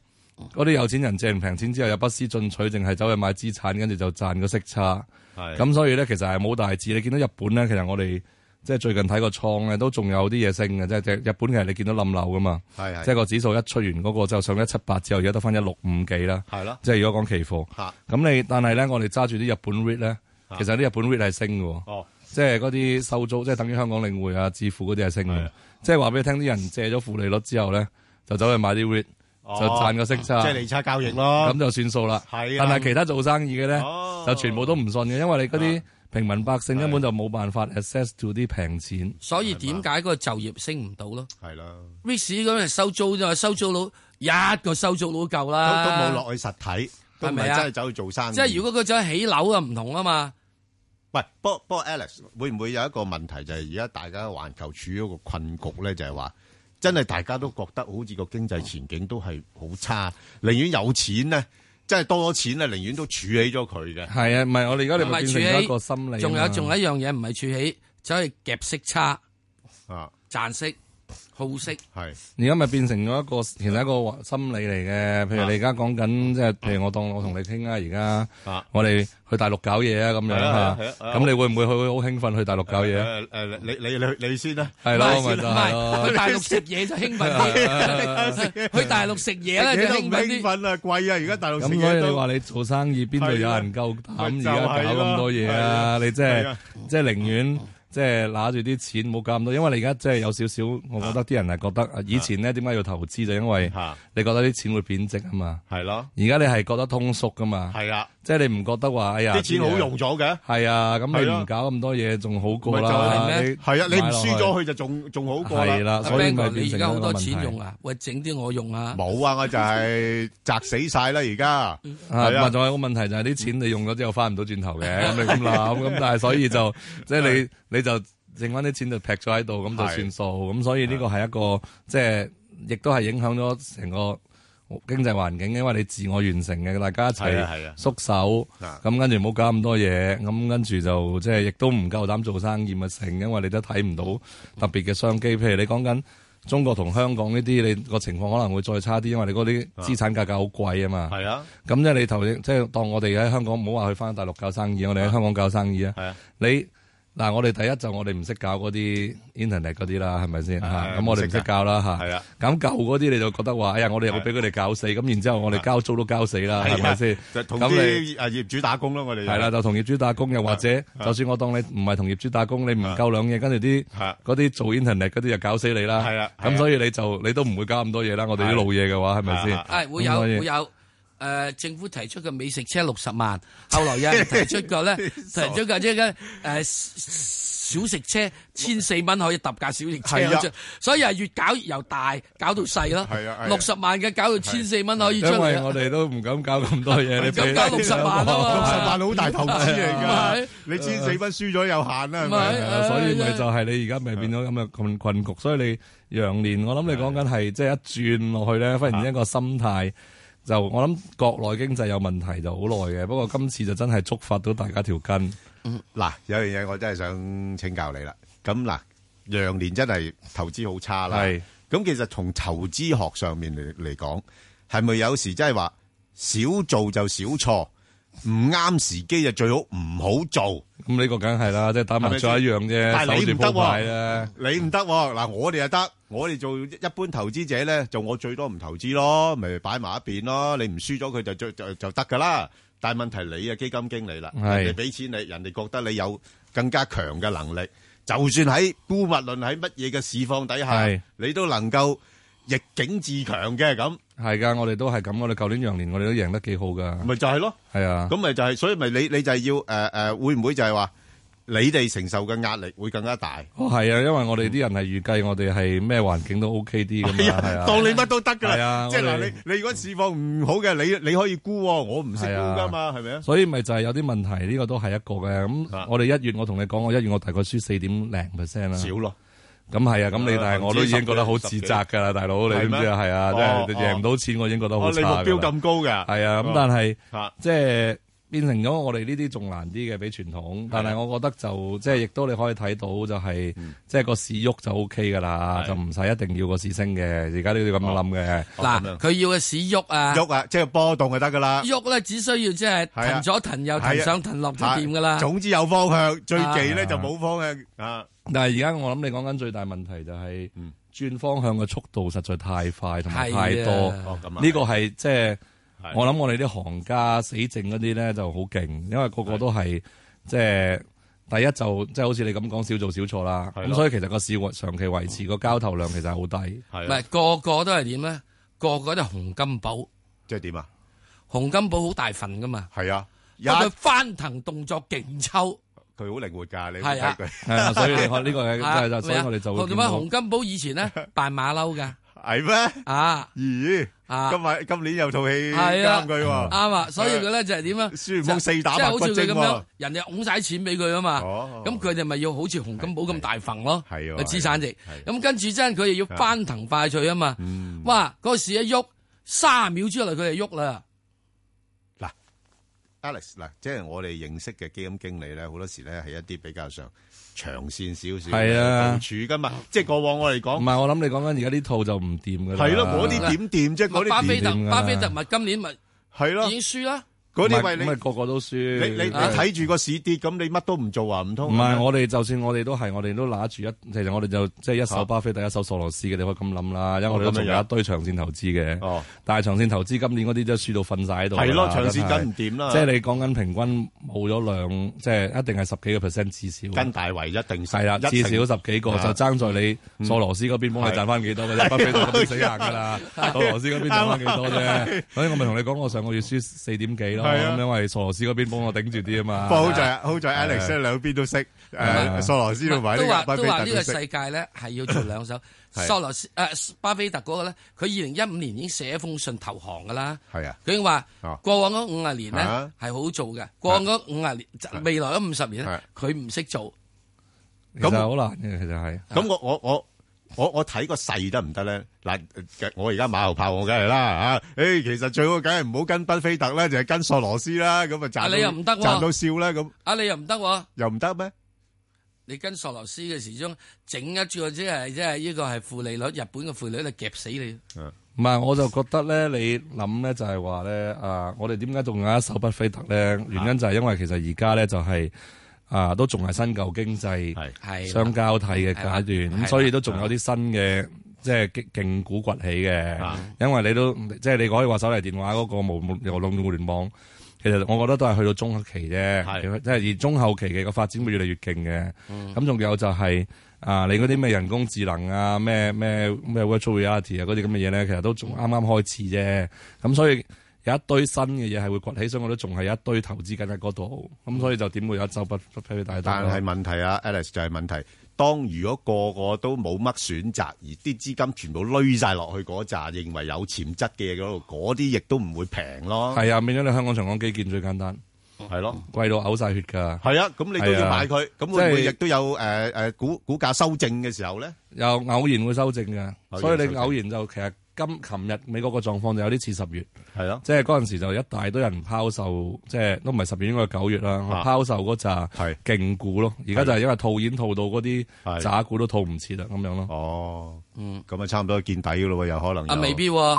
[SPEAKER 14] 嗰啲有錢人借完平錢之後又不思進取，淨係走去買資產，跟住就賺個息差。
[SPEAKER 1] 係
[SPEAKER 14] 咁所以咧，其實係冇大致。你見到日本咧，其實我哋即係最近睇個倉咧，都仲有啲嘢升嘅，即係即係日本其實你見到冧樓噶嘛，
[SPEAKER 1] 係係
[SPEAKER 14] 即係個指數一出完嗰、個就上一七八之後，而家得翻一六五幾啦。
[SPEAKER 1] 係咯
[SPEAKER 14] 即係如果講期貨，
[SPEAKER 1] 嚇
[SPEAKER 14] 咁你但係咧，我哋揸住啲日本 REIT 咧，
[SPEAKER 1] 嚇
[SPEAKER 14] 其實啲日本 REIT 係升嘅喎。
[SPEAKER 1] 哦
[SPEAKER 14] 即係嗰啲收租，即係等於香港領匯啊、置富嗰啲係升
[SPEAKER 1] 啊
[SPEAKER 14] 嘅。即係話俾你聽，啲人借咗負利率之後咧，就走去買啲 REIT，
[SPEAKER 1] 哦
[SPEAKER 14] 就賺個息差，
[SPEAKER 1] 即係利差交易咯
[SPEAKER 14] 咁就算數啦。
[SPEAKER 1] 係啊
[SPEAKER 14] 但係其他做生意嘅咧，就全部都唔信嘅，因為你嗰啲平民百姓根本就冇辦法 access to 啲平錢。
[SPEAKER 2] 所以點解嗰個就業升唔到咯？
[SPEAKER 1] 系啦
[SPEAKER 2] r i s 咁係收租啫嘛，收租佬一個收租佬夠
[SPEAKER 1] 都
[SPEAKER 2] 啦，
[SPEAKER 1] 都冇落去實體，都唔
[SPEAKER 2] 係咪
[SPEAKER 1] 係
[SPEAKER 2] 啊
[SPEAKER 1] 真係走去做生意。
[SPEAKER 2] 即係如果佢走去起樓啊，唔同啊嘛。
[SPEAKER 1] 喂，不過不過 Alex 會唔會有一個問題就係而家大家環球處於一個困局咧，就係話真係大家都覺得好似個經濟前景都係好差，寧願有錢咧，即係多咗錢咧，寧願都儲起咗佢嘅。
[SPEAKER 14] 係啊，唔係我哋而家
[SPEAKER 2] 唔
[SPEAKER 14] 你
[SPEAKER 2] 係
[SPEAKER 14] 咪變
[SPEAKER 2] 儲
[SPEAKER 14] 成咗
[SPEAKER 2] 起
[SPEAKER 14] 一個心理啊嘛。
[SPEAKER 2] 仲有仲有一樣嘢唔係儲起，走去夾息差
[SPEAKER 1] 啊，
[SPEAKER 2] 賺息、好息
[SPEAKER 1] 係。
[SPEAKER 14] 而家咪變成咗一個其實一個心理嚟嘅，譬如你而家講緊即係，譬如我當我同你傾啊，而
[SPEAKER 1] 啊
[SPEAKER 14] 家我哋去大陸搞嘢啊，咁樣
[SPEAKER 1] 係啊
[SPEAKER 14] 嚇
[SPEAKER 1] 係啊係啊，
[SPEAKER 14] 咁你會唔會去好興奮去大陸搞嘢啊？
[SPEAKER 1] 誒誒，你你你你先啦，
[SPEAKER 14] 係咯
[SPEAKER 1] 你先啦
[SPEAKER 14] 咪就係咯
[SPEAKER 2] 去大陸食嘢就興奮
[SPEAKER 1] 係
[SPEAKER 2] 啲，去大陸食嘢咧就興奮啲。
[SPEAKER 1] 啊，貴啊！而家大陸
[SPEAKER 2] 食
[SPEAKER 14] 咁
[SPEAKER 2] 嘢
[SPEAKER 14] 所以
[SPEAKER 2] 都
[SPEAKER 14] 你話你做生意邊度有人夠膽
[SPEAKER 2] 咪
[SPEAKER 1] 啊
[SPEAKER 14] 而家
[SPEAKER 2] 就係
[SPEAKER 14] 搞
[SPEAKER 2] 咯
[SPEAKER 14] 咁多嘢
[SPEAKER 2] 係啊
[SPEAKER 14] 啊？你即
[SPEAKER 2] 係
[SPEAKER 14] 係
[SPEAKER 2] 啊
[SPEAKER 14] 即係寧願即係揦住啲錢，唔好搞咁多，因為你而家即係有少少，我覺得啲人係覺得啊以前咧點解要投資就因為你覺得啲錢會貶值啊嘛，
[SPEAKER 1] 啊係咯，
[SPEAKER 14] 而家你係覺得通縮噶嘛，
[SPEAKER 1] 係啊，
[SPEAKER 14] 即係你唔覺得話哎呀
[SPEAKER 1] 啲錢好用咗嘅，
[SPEAKER 14] 係啊，咁
[SPEAKER 1] 係
[SPEAKER 14] 你
[SPEAKER 1] 咯
[SPEAKER 14] 唔搞咁多嘢仲好過
[SPEAKER 1] 咪就
[SPEAKER 14] 啦，
[SPEAKER 1] 係咩
[SPEAKER 14] 你
[SPEAKER 1] 係啊你
[SPEAKER 14] 買
[SPEAKER 1] 唔
[SPEAKER 14] 落去
[SPEAKER 1] 輸咗佢就仲仲好過啦
[SPEAKER 14] 係啦，
[SPEAKER 1] 阿
[SPEAKER 14] 所以
[SPEAKER 1] Bang 哥
[SPEAKER 14] 咪變
[SPEAKER 2] 你而
[SPEAKER 14] 成
[SPEAKER 2] 家
[SPEAKER 14] 咗
[SPEAKER 2] 好
[SPEAKER 14] 一個
[SPEAKER 2] 多
[SPEAKER 14] 問
[SPEAKER 2] 錢
[SPEAKER 14] 題
[SPEAKER 2] 用啊，喂，整啲我用啊，
[SPEAKER 1] 冇啊，我就係砸死晒啦而家，
[SPEAKER 14] 啊，
[SPEAKER 1] 係
[SPEAKER 14] 同埋
[SPEAKER 1] 啊，
[SPEAKER 14] 仲有個問題就係啲錢你用咗之後翻唔到轉頭 嘅，咁你咁諗，咁但係所以就即係你你就剩翻啲錢就劈咗喺度，咁就算數，咁所以呢個係一個即係亦都係影響咗成個經濟環境，因為你自我完成嘅，大家一
[SPEAKER 1] 係啊係啊
[SPEAKER 14] 齊縮手，咁跟住唔好搞咁多嘢，咁跟住就即係亦都唔夠膽做生意咪成，因為你都睇唔到特別嘅商機，譬如你講緊。中國同香港呢啲，你個情況可能會再差啲，因為你嗰啲資產價格好貴啊嘛。
[SPEAKER 1] 係啊。
[SPEAKER 14] 咁即係你頭先，即係當我哋喺香港，唔好話去翻大陸搞生意，我哋喺香港搞生意啊。
[SPEAKER 1] 係啊。
[SPEAKER 14] 你嗱，我哋第一就我哋唔識搞嗰啲 internet 嗰啲啦，係咪先嚇？
[SPEAKER 1] 係啊
[SPEAKER 14] 咁我哋唔
[SPEAKER 1] 唔識
[SPEAKER 14] 識
[SPEAKER 1] 㗎
[SPEAKER 14] 搞啦嚇。
[SPEAKER 1] 係啊。
[SPEAKER 14] 咁舊嗰啲你就覺得話，哎呀，我哋又會俾佢哋搞死，咁然之後我哋
[SPEAKER 1] 啊
[SPEAKER 14] 交租都交死啦，
[SPEAKER 1] 係啊
[SPEAKER 14] 係咪先？
[SPEAKER 1] 就同
[SPEAKER 14] 咁你
[SPEAKER 1] 啲誒啊業主打工咯，我哋
[SPEAKER 14] 係啦，就同業主打工，又或者就算我當你唔係同業主打工，你唔夠兩嘢，跟住啲嗰啲做 internet 嗰啲就搞死你啦。係啦，咁所以你就你都唔會搞咁多嘢啦。我哋啲老嘢嘅話係咪先？
[SPEAKER 2] 係會
[SPEAKER 14] 咁
[SPEAKER 2] 有
[SPEAKER 14] 所以
[SPEAKER 2] 會有。誒、政府提出嘅美食車六十萬，後來有人提出 過咧，提出過即係誒小食車千四蚊可以揼架小食
[SPEAKER 14] 係
[SPEAKER 2] 車，
[SPEAKER 14] 啊
[SPEAKER 2] 所以係越搞由大搞到細咯。
[SPEAKER 14] 係啊係啊
[SPEAKER 2] 六十萬嘅搞到千四蚊可以出
[SPEAKER 14] 因為
[SPEAKER 2] 嚟
[SPEAKER 14] 我哋都唔敢搞咁多 嘢，你
[SPEAKER 2] 唔敢
[SPEAKER 14] 俾
[SPEAKER 2] 搞60 萬啊嘛
[SPEAKER 1] 六十萬好大投資嚟
[SPEAKER 14] 係啊
[SPEAKER 1] 㗎，你千四蚊輸咗有限啦，係
[SPEAKER 14] 係啊
[SPEAKER 1] 咪？
[SPEAKER 14] 所以咪就係你而家咪變咗咁嘅困困局。所以你羊年，我諗你講緊係即係一轉落去咧，忽然之間個心態就我諗國內經濟有問題就好耐嘅。不過今次就真係觸發到大家條筋。
[SPEAKER 1] 嗱，嗯有樣嘢我真係想請教你啦。咁嗱，羊年真係投資好差啦。
[SPEAKER 14] 係
[SPEAKER 1] 咁，其實從投資學上面嚟嚟講，係咪有時真係話少做就少錯，唔啱時機就最好唔好做。
[SPEAKER 14] 咁呢個梗係啦，即係打麻雀一樣啫，
[SPEAKER 1] 但係
[SPEAKER 14] 守
[SPEAKER 1] 你
[SPEAKER 14] 住
[SPEAKER 1] 唔得
[SPEAKER 14] 鋪牌咧。
[SPEAKER 1] 喎，你唔得喎。嗱，我哋又得，我哋做一般投資者咧，就我最多唔投資咯，咪擺埋一邊咯。你唔輸咗佢就就就就得噶啦。但係問題你啊基金經理啦，
[SPEAKER 14] 係
[SPEAKER 1] 人哋俾錢你，人哋覺得你有更加強嘅能力，就算喺姑勿論喺乜嘢嘅市況底
[SPEAKER 14] 係
[SPEAKER 1] 下，你都能夠逆境自強嘅咁。
[SPEAKER 14] 係㗎，我哋都係咁。我哋舊年羊年我哋都贏得幾好㗎。
[SPEAKER 1] 咪就係咯，
[SPEAKER 14] 係啊。
[SPEAKER 1] 咁咪就係，所以咪你你就係要誒誒，會唔會就係話你哋承受嘅壓力會更加大？
[SPEAKER 14] 哦，係啊，因為我哋啲人係預計我哋係咩環境都 OK 啲咁
[SPEAKER 1] 係
[SPEAKER 14] 嘛，
[SPEAKER 1] 啊
[SPEAKER 14] 係啊，
[SPEAKER 1] 當你乜都得㗎啦
[SPEAKER 14] 係啊，
[SPEAKER 1] 即係嗱
[SPEAKER 14] 我哋
[SPEAKER 1] 你如果市況唔好嘅，你你可以沽喎，我唔識沽㗎嘛，係咪啊？
[SPEAKER 14] 啊所以咪就係有啲問題，呢、個都係一個嘅。咁我哋一月我同你講，我一月我大概輸四點零 percent 啦，
[SPEAKER 1] 少咯。
[SPEAKER 14] 咁係啊，咁你
[SPEAKER 1] 啊
[SPEAKER 14] 但係我都已經覺得好自責㗎啦，大佬你知唔知啊？
[SPEAKER 1] 係咩
[SPEAKER 14] 係啊，即
[SPEAKER 1] 哦
[SPEAKER 14] 係贏唔到錢，我已經覺得好
[SPEAKER 1] 哦
[SPEAKER 14] 差
[SPEAKER 1] 你
[SPEAKER 14] 㗎
[SPEAKER 1] 目
[SPEAKER 14] 啦
[SPEAKER 1] 標咁高㗎
[SPEAKER 14] 係啊，咁
[SPEAKER 1] 哦
[SPEAKER 14] 但係
[SPEAKER 1] 啊
[SPEAKER 14] 即係變成咗我哋呢啲仲難啲嘅比傳統。
[SPEAKER 1] 啊
[SPEAKER 14] 但係我覺得就即係亦都你可以睇到就係
[SPEAKER 1] 嗯
[SPEAKER 14] 即係個市喐就 O K 㗎啦，就唔使一定要個市升嘅。而家都要咁樣諗嘅。
[SPEAKER 2] 嗱，佢要嘅市喐啊，
[SPEAKER 1] 哦喐啊，即係波動就得㗎啦。
[SPEAKER 2] 喐咧，只需要即係
[SPEAKER 1] 係啊
[SPEAKER 2] 騰左騰右騰
[SPEAKER 1] 係啊
[SPEAKER 2] 上騰落就掂㗎啦。
[SPEAKER 1] 係總之有方向，最忌
[SPEAKER 14] 啊
[SPEAKER 1] 咧就冇方向啊。
[SPEAKER 14] 但係而家我諗你講緊最大問題就係
[SPEAKER 1] 嗯
[SPEAKER 14] 轉方向嘅速度實在太快同埋太多，
[SPEAKER 1] 係啊哦咁啊
[SPEAKER 14] 呢個係即係
[SPEAKER 1] 係
[SPEAKER 14] 我諗我哋啲行家死剩嗰啲咧就好勁，因為個個都係即係第一就即係好似你咁講少做少錯啦，
[SPEAKER 2] 係
[SPEAKER 14] 咁
[SPEAKER 2] 咯
[SPEAKER 14] 所以其實個市長期維持個交投量其實係好低，
[SPEAKER 1] 啊
[SPEAKER 2] 唔係個個都係點咧？個個都係洪金寶，
[SPEAKER 1] 即係點啊？
[SPEAKER 2] 洪金寶好大份噶嘛，
[SPEAKER 1] 係啊，
[SPEAKER 2] 不過佢翻騰動作勁抽，
[SPEAKER 1] 佢好靈活㗎，你
[SPEAKER 2] 係啊
[SPEAKER 1] 睇佢
[SPEAKER 14] 係啊所以你看呢 個係
[SPEAKER 2] 啊
[SPEAKER 14] 真係所以
[SPEAKER 2] 咪啊
[SPEAKER 14] 我哋就會
[SPEAKER 2] 點
[SPEAKER 14] 見
[SPEAKER 2] 解
[SPEAKER 14] 到
[SPEAKER 2] 洪金寶以前咧扮馬騮㗎？
[SPEAKER 1] 係咩？
[SPEAKER 2] 啊，
[SPEAKER 1] 咦？
[SPEAKER 2] 啊
[SPEAKER 1] 今日今年有套戲
[SPEAKER 2] 係啊，
[SPEAKER 1] 啱佢喎，
[SPEAKER 2] 啱啊，所以佢咧就係點啊？
[SPEAKER 1] 孫悟空四打
[SPEAKER 2] 即係
[SPEAKER 1] 白
[SPEAKER 2] 好
[SPEAKER 1] 骨
[SPEAKER 2] 似佢咁
[SPEAKER 1] 精
[SPEAKER 2] 樣
[SPEAKER 1] 喎，哦
[SPEAKER 2] 人哋拱晒錢俾佢啊嘛，咁佢哋咪要好似洪金寶咁大份咯，
[SPEAKER 1] 係
[SPEAKER 2] 個資產值。咁跟住真係佢哋要翻騰快脆啊嘛，哇！嗰個市一喐，三秒之內佢就喐啦，
[SPEAKER 1] Alex 嗱，即係我哋認識嘅基金經理咧，好多時咧係一啲比較上長線少少
[SPEAKER 14] 係啊
[SPEAKER 1] 嘅部署噶嘛。即係過往我哋
[SPEAKER 14] 唔
[SPEAKER 1] 講
[SPEAKER 14] 係我諗你講緊而家呢套就唔掂㗎啦，
[SPEAKER 1] 係咯，嗰啲點掂啫？嗰啲啊
[SPEAKER 2] 巴菲特
[SPEAKER 14] 點㗎啦
[SPEAKER 2] 巴菲特咪今年咪
[SPEAKER 1] 係咯
[SPEAKER 2] 已經輸啦。啊
[SPEAKER 1] 嗰啲
[SPEAKER 14] 唔係
[SPEAKER 1] 喂你
[SPEAKER 14] 咁咪個個都輸。
[SPEAKER 1] 你你你睇住個市跌，咁你乜都唔做啊？唔通
[SPEAKER 14] 唔係，我哋就算我哋都係，我哋都拿住一，其實我哋就即係一
[SPEAKER 1] 啊
[SPEAKER 14] 手巴菲特，一手索羅斯嘅，你可以咁諗啦。因為我哋都仲有一堆長線投資嘅。但係長線投資今年嗰啲都輸到瞓晒喺度啦。
[SPEAKER 1] 係咯哦長線
[SPEAKER 14] 真係
[SPEAKER 1] 梗唔掂啦
[SPEAKER 14] 即係你講緊平均冇咗兩，即係一定係十幾個 percent 至少。
[SPEAKER 1] 跟大圍一定
[SPEAKER 14] 啊係啦，
[SPEAKER 1] 一成
[SPEAKER 14] 至少十幾個
[SPEAKER 1] 啊
[SPEAKER 14] 就爭在你索羅斯嗰邊幫你賺翻幾多嘅啫，巴菲特嗰邊死硬㗎啦，
[SPEAKER 1] 係啊
[SPEAKER 14] 索羅斯嗰邊賺翻幾多
[SPEAKER 1] 係
[SPEAKER 14] 啫。所以我咪同你講，我上個月輸四點幾咯，
[SPEAKER 1] 係啊
[SPEAKER 14] 咁因為索羅斯嗰邊幫我頂住啲啊嘛。
[SPEAKER 1] 不過好在好在
[SPEAKER 14] 係
[SPEAKER 1] Alex 咧兩邊都識，
[SPEAKER 14] 啊
[SPEAKER 1] 誒索羅斯同埋呢
[SPEAKER 2] 都話
[SPEAKER 1] 個巴
[SPEAKER 2] 都
[SPEAKER 1] 菲
[SPEAKER 2] 話
[SPEAKER 1] 特
[SPEAKER 2] 呢
[SPEAKER 1] 都
[SPEAKER 2] 個
[SPEAKER 1] 識。
[SPEAKER 2] 世。界咧係要做兩手
[SPEAKER 1] 係
[SPEAKER 2] 索羅斯誒巴菲特嗰個咧，佢二零一五年已經寫一封信投降噶啦。
[SPEAKER 1] 係啊，
[SPEAKER 2] 佢已經話
[SPEAKER 1] 哦
[SPEAKER 2] 過往嗰五十年咧
[SPEAKER 1] 啊
[SPEAKER 2] 係好做嘅，過往嗰五十年未來嗰五十年
[SPEAKER 1] 啊
[SPEAKER 2] 咧，佢唔識做。
[SPEAKER 14] 其實好難嘅，其實係。
[SPEAKER 1] 咁我我我我我睇個勢得唔得咧？嗱，我而家馬後炮，我梗係啦嚇。誒，其實最好梗係唔好跟巴菲特啦，就係跟索羅斯啦。咁啊賺到
[SPEAKER 2] 啊你又唔得喎
[SPEAKER 1] 賺到笑啦，咁
[SPEAKER 2] 啊，你又唔得喎，
[SPEAKER 1] 又唔得咩？
[SPEAKER 2] 你跟索羅斯嘅時鐘整一個即係即係呢個係負利率，日本嘅負利率就夾死你。
[SPEAKER 1] 啊
[SPEAKER 14] 唔係，我就覺得咧，你諗咧就係話咧，啊，我哋點解仲有一手巴菲特咧？原
[SPEAKER 2] 啊
[SPEAKER 14] 因就係因為其實而家咧就係、啊，都仲係新舊經濟
[SPEAKER 2] 係
[SPEAKER 14] 相交替嘅階段，
[SPEAKER 2] 係
[SPEAKER 14] 咁
[SPEAKER 2] 啦
[SPEAKER 14] 所以都仲有啲新嘅。即係勁勁股崛起
[SPEAKER 2] 啊
[SPEAKER 14] 嘅，因為你都即係你可以話手提電話嗰個無無流動互聯網，其實我覺得都係去到中後期啫，即係而中後期嘅個發展會越嚟越勁嘅。
[SPEAKER 2] 嗯
[SPEAKER 14] 咁仲有就係、啊，你嗰啲咩人工智能啊，咩咩咩 virtual reality 啊，嗰啲咁嘅嘢咧，其實都仲啱啱開始啫。咁所以有一堆新嘅嘢係會崛起，所以我都仲係有一堆投資緊喺嗰度。咁所以就點會有一周不不不不大得
[SPEAKER 1] 但
[SPEAKER 14] 咯
[SPEAKER 1] 係問題啊，Alex 就係問題。當如果個個都冇乜選擇，而啲資金全部攏晒落去嗰扎認為有潛質嘅嘢嗰度，嗰啲亦都唔會平咯。
[SPEAKER 14] 係啊，變咗你香港長江基建最簡單，
[SPEAKER 1] 係咯，
[SPEAKER 14] 貴到嘔晒血㗎。
[SPEAKER 1] 係啊，咁你都
[SPEAKER 14] 係
[SPEAKER 1] 要
[SPEAKER 14] 啊
[SPEAKER 1] 買佢，咁會唔會
[SPEAKER 14] 即係
[SPEAKER 1] 亦都有誒誒股股價修正嘅時候咧？
[SPEAKER 14] 又偶然會修正
[SPEAKER 1] 偶然
[SPEAKER 14] 嘅，所以
[SPEAKER 1] 修
[SPEAKER 14] 你
[SPEAKER 1] 正
[SPEAKER 14] 偶然就其實今琴日美國個狀況就有啲似十月，
[SPEAKER 1] 係咯，
[SPEAKER 14] 即係嗰陣時就一大堆人拋售，即係都唔係十月，應該係九月啦，
[SPEAKER 1] 啊
[SPEAKER 14] 拋售嗰扎勁股咯。而家就係因為套現套到嗰啲
[SPEAKER 1] 係
[SPEAKER 14] 渣股都套唔切啦，咁樣咯。
[SPEAKER 1] 哦，嗯，咁啊，差唔多見底噶咯喎，有可能有。
[SPEAKER 2] 啊，未必喎。